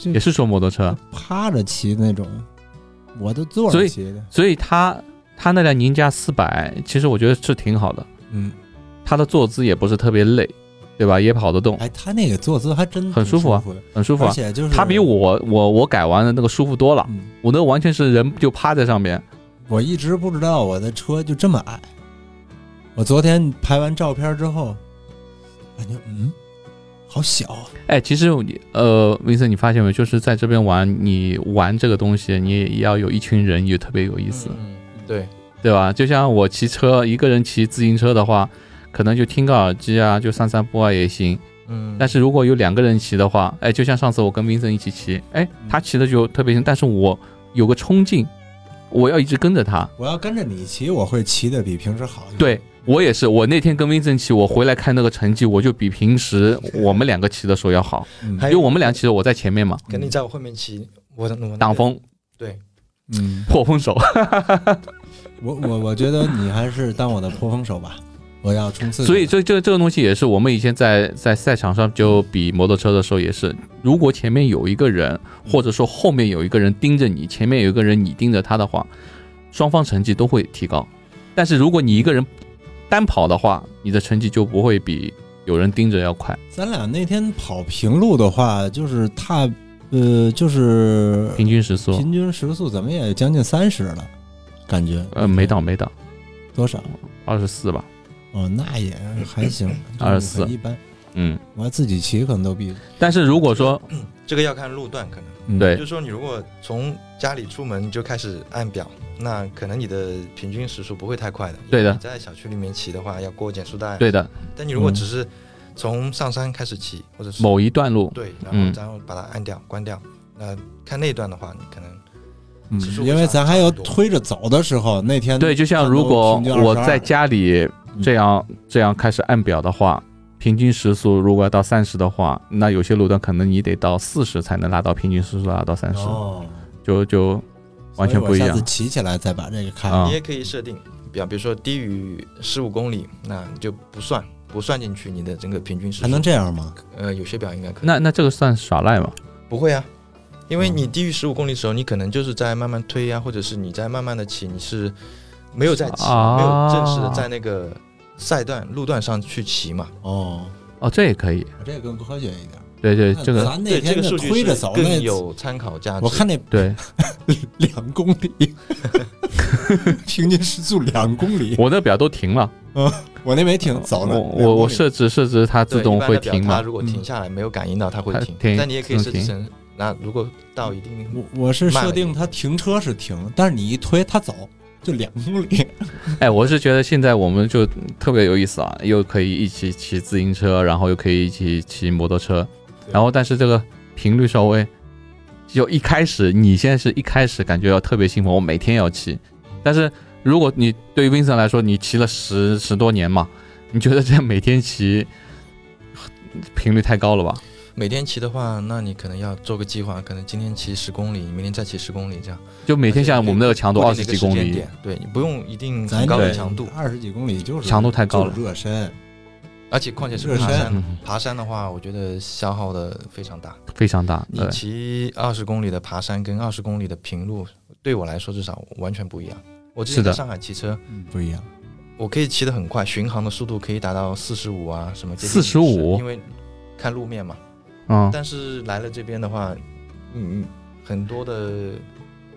Speaker 2: 就
Speaker 1: 也是说摩托车。
Speaker 2: 趴着骑那种，我都坐着骑的，
Speaker 1: 所以他他那辆宁家四百，其实我觉得是挺好的，
Speaker 2: 嗯，
Speaker 1: 他的坐姿也不是特别累，对吧？也跑得动，
Speaker 2: 哎，他那个坐姿还真
Speaker 1: 很
Speaker 2: 挺舒
Speaker 1: 舒服啊
Speaker 2: 服的，
Speaker 1: 很舒服
Speaker 2: 而
Speaker 1: 啊。
Speaker 2: 且就是
Speaker 1: 他比我我我改完的那个舒服多了，
Speaker 2: 嗯
Speaker 1: 我那完全是人就趴在上面，
Speaker 2: 我一直不知道我的车就这么矮。我昨天拍完照片之后，感觉嗯，好小啊。
Speaker 1: 哎，其实你呃，文森，你发现没有？就是在这边玩，你玩这个东西，你也要有一群人，也特别有意思，
Speaker 3: 嗯，对，
Speaker 1: 对吧？就像我骑车，一个人骑自行车的话，可能就听个耳机啊，就散散步啊也行。
Speaker 3: 嗯，
Speaker 1: 但是如果有两个人骑的话，哎，就像上次我跟 Vincent 一起骑，哎，
Speaker 3: 嗯
Speaker 1: 他骑的就特别行，但是我有个冲劲，我要一直跟着他。
Speaker 3: 嗯
Speaker 2: 我要跟着你骑，我会骑的比平时好一点。
Speaker 1: 对我也是，我那天跟 Vincent 骑，我回来看那个成绩，我就比平时我们两个骑的时候要好，
Speaker 2: 嗯，
Speaker 1: 因
Speaker 3: 还
Speaker 1: 为
Speaker 3: 有
Speaker 1: 我们俩骑的我在前面嘛，
Speaker 3: 肯定在我后面骑，我的我那个
Speaker 1: 挡，风
Speaker 3: 对，
Speaker 2: 嗯，
Speaker 1: 破风手。
Speaker 2: 我我我觉得你还是当我的破风手吧， [LAUGHS] 我要冲刺。
Speaker 1: 所以这这这个东西也是我们以前在在赛场上就比摩托车的时候也是，如果前面有一个人，或者说后面有一个人盯着你，前面有一个人你盯着他的话，双方成绩都会提高。但是如果你一个人单跑的话，你的成绩就不会比有人盯着要快。
Speaker 2: 咱俩那天跑平路的话，就是踏，呃，就是
Speaker 1: 平均时速，
Speaker 2: 平均时速怎么也将近三十了，感觉
Speaker 1: 呃，没到没到
Speaker 2: 多少？
Speaker 1: 二十四吧，
Speaker 2: 哦，那也
Speaker 1: [LAUGHS]
Speaker 2: 还行，
Speaker 1: 24
Speaker 2: 就是很一般。
Speaker 1: 嗯。
Speaker 2: 我自己骑可能都比
Speaker 1: 但是如果说
Speaker 3: 这个要看路段，可能
Speaker 2: 嗯
Speaker 1: 对
Speaker 3: 就是说你如果从家里出门就开始按表，那可能你的平均时速不会太快的。
Speaker 1: 对的
Speaker 3: 你在小区里面骑的话，要过减速带。，
Speaker 1: 对的
Speaker 3: 但你如果只是从上山开始骑，或者是
Speaker 1: 某一段路，
Speaker 3: 对，然后
Speaker 1: 嗯
Speaker 3: 然后把它按掉、关掉，那看那段的话，你可能
Speaker 2: 嗯
Speaker 3: 其实我
Speaker 2: 因为咱还有推着走的时候，那天
Speaker 1: 对，就像如果我在家里
Speaker 3: 嗯
Speaker 1: 这样这样开始按表的话，平均时速如果要到三十的话，那有些路段可能你得到四十才能拉到平均时速拉到三十，
Speaker 2: 哦，
Speaker 1: 就就完全不一
Speaker 2: 所以我下
Speaker 1: 样
Speaker 2: 次骑起来再把这个看。
Speaker 1: 啊
Speaker 3: 你。也可以设定，比方比如说低于十五公里，那你就不算不算进去你的整个平均时速。
Speaker 2: 还能这样吗？
Speaker 3: 呃，有些表应该可以。
Speaker 1: 那那这个算耍赖吗？
Speaker 3: 不会啊，
Speaker 1: 嗯
Speaker 3: 因为你低于十五公里的时候，你可能就是在慢慢推啊，或者是你在慢慢的骑，你是没有在骑，
Speaker 1: 啊
Speaker 3: 没有正式的在那个赛段路段上去骑嘛。
Speaker 2: 哦，
Speaker 1: 哦，这也可以。
Speaker 2: 我啊这个更科学一点。
Speaker 1: 对对，
Speaker 2: 那
Speaker 1: 这个
Speaker 2: 咱那
Speaker 3: 对，这
Speaker 2: 天
Speaker 3: 个
Speaker 2: 那
Speaker 3: 数据
Speaker 2: 推着
Speaker 3: 是
Speaker 2: 走，
Speaker 3: 更
Speaker 2: 那
Speaker 3: 有啊参考价值。
Speaker 2: 我看那
Speaker 1: 对
Speaker 2: 两公里， [LAUGHS] 平均时速两公里，
Speaker 1: 我的表都停了，
Speaker 2: 我那没停，走了。
Speaker 1: 我
Speaker 2: 两
Speaker 1: 我
Speaker 2: 公
Speaker 1: 我
Speaker 2: 里
Speaker 1: 设置设置它
Speaker 3: 对
Speaker 1: 自动会
Speaker 3: 一般的表
Speaker 1: 停
Speaker 3: 它
Speaker 1: 嘛。
Speaker 3: 如果停下来没有感应到，它会
Speaker 1: 它
Speaker 3: 停。
Speaker 1: 停嗯
Speaker 3: 但你也可以
Speaker 1: 自
Speaker 3: 设置
Speaker 1: 动
Speaker 3: 成，那如果到一定，
Speaker 2: 我我是
Speaker 3: 慢
Speaker 2: 设
Speaker 3: 了
Speaker 2: 定
Speaker 3: 一点
Speaker 2: 它停车是停，但是你一推它走就两公里。
Speaker 1: 哎，我是觉得现在我们就特别有意思啊，又可以一起骑自行车，然后又可以一起骑摩托车，
Speaker 2: 对
Speaker 1: 然后但是这个频率稍微，就一开始你现在是一开始感觉要特别兴奋，我每天要骑，
Speaker 3: 嗯
Speaker 1: 但是如果你对于 Vincent 来说，你骑了十十多年嘛，你觉得这样每天骑频率太高了吧？
Speaker 3: 每天骑的话，那你可能要做个计划，可能今天骑十公里，明天再骑十公里这样。
Speaker 1: 就每天像我们那个强度
Speaker 3: 固
Speaker 1: 二
Speaker 3: 定的
Speaker 1: 十
Speaker 3: 一
Speaker 1: 几
Speaker 3: 个
Speaker 1: 公
Speaker 3: 时间
Speaker 1: 里
Speaker 3: 点，，对你不用一定
Speaker 2: 咱
Speaker 3: 很高的
Speaker 1: 对
Speaker 3: 强度，
Speaker 2: 二十几公里就是
Speaker 1: 强度太高了
Speaker 2: 就是热身，
Speaker 3: 而且况且是
Speaker 2: 热
Speaker 3: 爬
Speaker 2: 身
Speaker 3: 山，
Speaker 1: 嗯，
Speaker 3: 爬山的话，我觉得消耗的非常大。
Speaker 1: 非常大。
Speaker 3: 你
Speaker 1: 对，
Speaker 3: 骑二十公里的爬山跟二十公里的平路，对我来说至少完全不一样。我之
Speaker 1: 是
Speaker 3: 前
Speaker 1: 的
Speaker 3: 在上海骑车，
Speaker 2: 嗯，不一样。
Speaker 3: 我可以骑得很快，巡航的速度可以达到四十五啊，什么接近
Speaker 1: 45
Speaker 3: 50因为看路面嘛。
Speaker 1: 嗯，
Speaker 3: 但是来了这边的话，嗯，很多的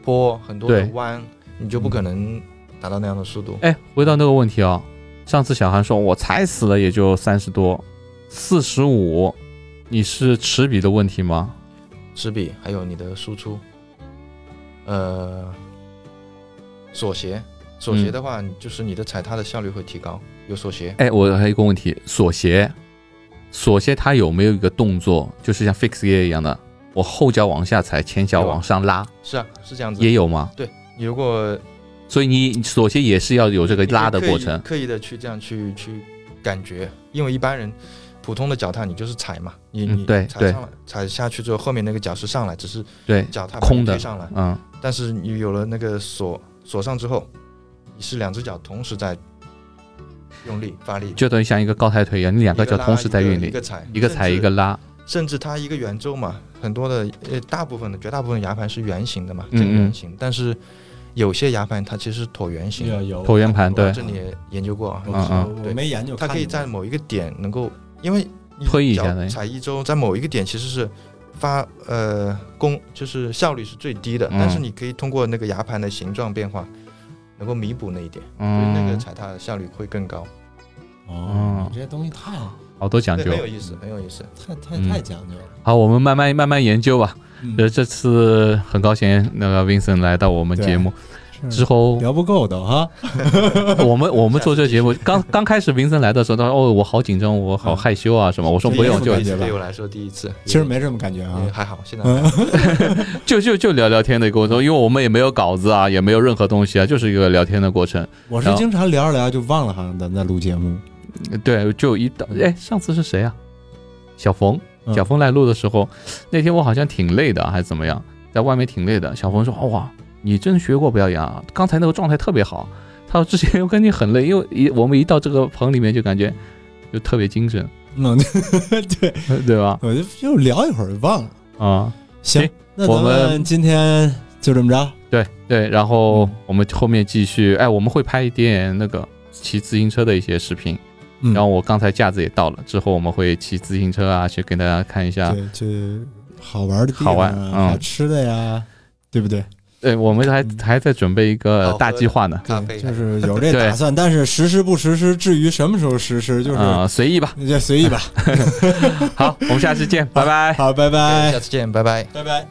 Speaker 3: 坡，很多的
Speaker 1: 对
Speaker 3: 弯，你就不可能达到那样的速度。
Speaker 1: 哎，回到那个问题啊、上次小韩说我踩死了也就三十多，四十五，你是齿比的问题吗？
Speaker 3: 纸笔还有你的输出，呃，锁鞋，锁鞋
Speaker 1: 嗯
Speaker 3: 的话，就是你的踩踏的效率会提高，有锁鞋。
Speaker 1: 哎，我还有一个问题，锁鞋，锁鞋它有没有一个动作，就是像 fix gear 一样的，我后脚往下踩，前脚
Speaker 3: 有啊
Speaker 1: 往上拉，
Speaker 3: 是啊，是这样子。
Speaker 1: 也有吗？
Speaker 3: 你如果
Speaker 1: 所以你锁鞋也是要有这个
Speaker 3: 你
Speaker 1: 拉的
Speaker 3: 刻意
Speaker 1: 过程，
Speaker 3: 刻意的去这样去去感觉，因为一般人普通的脚踏你就是踩嘛，你
Speaker 1: 嗯
Speaker 3: 你
Speaker 1: 对
Speaker 3: 踩
Speaker 1: 对
Speaker 3: 上来踩下去之后，后面那个脚是上来，只是
Speaker 1: 对，
Speaker 3: 脚踏把
Speaker 1: 空
Speaker 3: 你推
Speaker 1: 的
Speaker 3: 上来，
Speaker 1: 嗯，
Speaker 3: 但是你有了那个锁锁上之后，你是两只脚同时在用力发力，
Speaker 1: 就等于像一个高抬腿一样，你两个
Speaker 3: 一
Speaker 1: 脚
Speaker 3: 拉
Speaker 1: 同时在
Speaker 3: 一个
Speaker 1: 用
Speaker 3: 一
Speaker 1: 力，
Speaker 3: 个踩
Speaker 1: 一个踩一，
Speaker 3: 甚
Speaker 1: 个拉，
Speaker 3: 至甚至它一个圆周嘛，很多的呃大部分的绝大部分的牙盘是圆形的嘛，
Speaker 1: 嗯
Speaker 3: 正圆
Speaker 1: 嗯
Speaker 3: 形，但是有些牙盘它其实是椭圆形的。
Speaker 2: 有
Speaker 1: 椭圆盘
Speaker 3: 我
Speaker 1: 对，
Speaker 3: 这你也研究过啊，
Speaker 1: 嗯嗯
Speaker 2: 我没研究，
Speaker 3: 它可以在某一个点能够，因为你
Speaker 1: 推一下哎
Speaker 3: 脚
Speaker 1: 那个
Speaker 3: 踩一周，在某一个点其实是发呃功，就是效率是最低的，
Speaker 1: 嗯
Speaker 3: 但是你可以通过那个牙盘的形状变化，能够弥补那一点，所以那个
Speaker 1: 嗯，
Speaker 3: 踩踏的效率会更高。
Speaker 2: 哦，你这些东西太
Speaker 1: 好多讲
Speaker 3: 对，
Speaker 1: 究
Speaker 3: 很。有意思，很有意思。
Speaker 2: 太太
Speaker 1: 嗯
Speaker 2: 太讲究了。
Speaker 1: 好，我们慢慢慢慢研究吧。
Speaker 2: 嗯
Speaker 1: 呃，这次很高兴那个 Vincent 来到我们节目之后，
Speaker 2: 嗯聊不够的哈，
Speaker 1: 我们我们做这节
Speaker 3: [LAUGHS]
Speaker 1: 目刚刚开始，Vincent 来的时候，他说：“哦，我好紧张，我好害羞啊什么。”我说：“
Speaker 2: 这
Speaker 1: 不
Speaker 2: 也
Speaker 1: 用，
Speaker 2: 是
Speaker 1: 就
Speaker 2: 感觉吧
Speaker 3: 对我来说第一次，
Speaker 2: 其实没什么感觉
Speaker 3: 也
Speaker 2: 啊
Speaker 3: 也。还好，现在还好
Speaker 2: 嗯，
Speaker 1: 就就就聊聊天的过程，因为我们也没有稿子啊，也没有任何东西啊，就是一个聊天的过程。
Speaker 2: 我是经常聊着聊就忘了，好像咱在录节目。
Speaker 1: 对，就一到哎，上次是谁啊？小冯，
Speaker 2: 嗯
Speaker 1: 小冯来录的时候，那天我好像挺累的，还是怎么样，在外面挺累的。小冯说：“哇，你真学过表演啊？刚才那个状态特别好。”他说：“之前我跟你很累，因为一我们一到这个棚里面就感觉就特别精神， [LAUGHS]
Speaker 2: 嗯， [LAUGHS] 对，
Speaker 1: 对吧？
Speaker 2: 我就就聊一会儿就忘了。
Speaker 1: 啊、
Speaker 2: 行
Speaker 1: 行，
Speaker 2: 那
Speaker 1: 我
Speaker 2: 咱
Speaker 1: 们
Speaker 2: 们今天就这么着。
Speaker 1: 对对，然后
Speaker 2: 嗯
Speaker 1: 我们后面继续，哎，我们会拍一点那个骑自行车的一些视频，
Speaker 2: 嗯
Speaker 1: 然后我刚才架子也到了，之后我们会骑自行车啊，去给大家看一下。
Speaker 2: 对，这好玩的地
Speaker 1: 好
Speaker 2: 方
Speaker 1: 玩
Speaker 2: 啊，
Speaker 1: 嗯
Speaker 2: 好吃的呀，对不对？
Speaker 1: 对，呃我们还
Speaker 2: 嗯
Speaker 1: 还在准备一个大计划呢，
Speaker 3: 咖啡
Speaker 2: 对就是有这
Speaker 1: 对
Speaker 2: 打算，但是实施不实施，至于什么时候实施，就是
Speaker 1: 啊、随意吧。
Speaker 2: 那
Speaker 3: [LAUGHS]
Speaker 2: 就随意吧。 [LAUGHS]
Speaker 1: 好，我们下次见，拜拜。
Speaker 2: 好，拜
Speaker 3: 对
Speaker 2: 拜
Speaker 3: 下，次见，拜拜。
Speaker 2: 拜拜。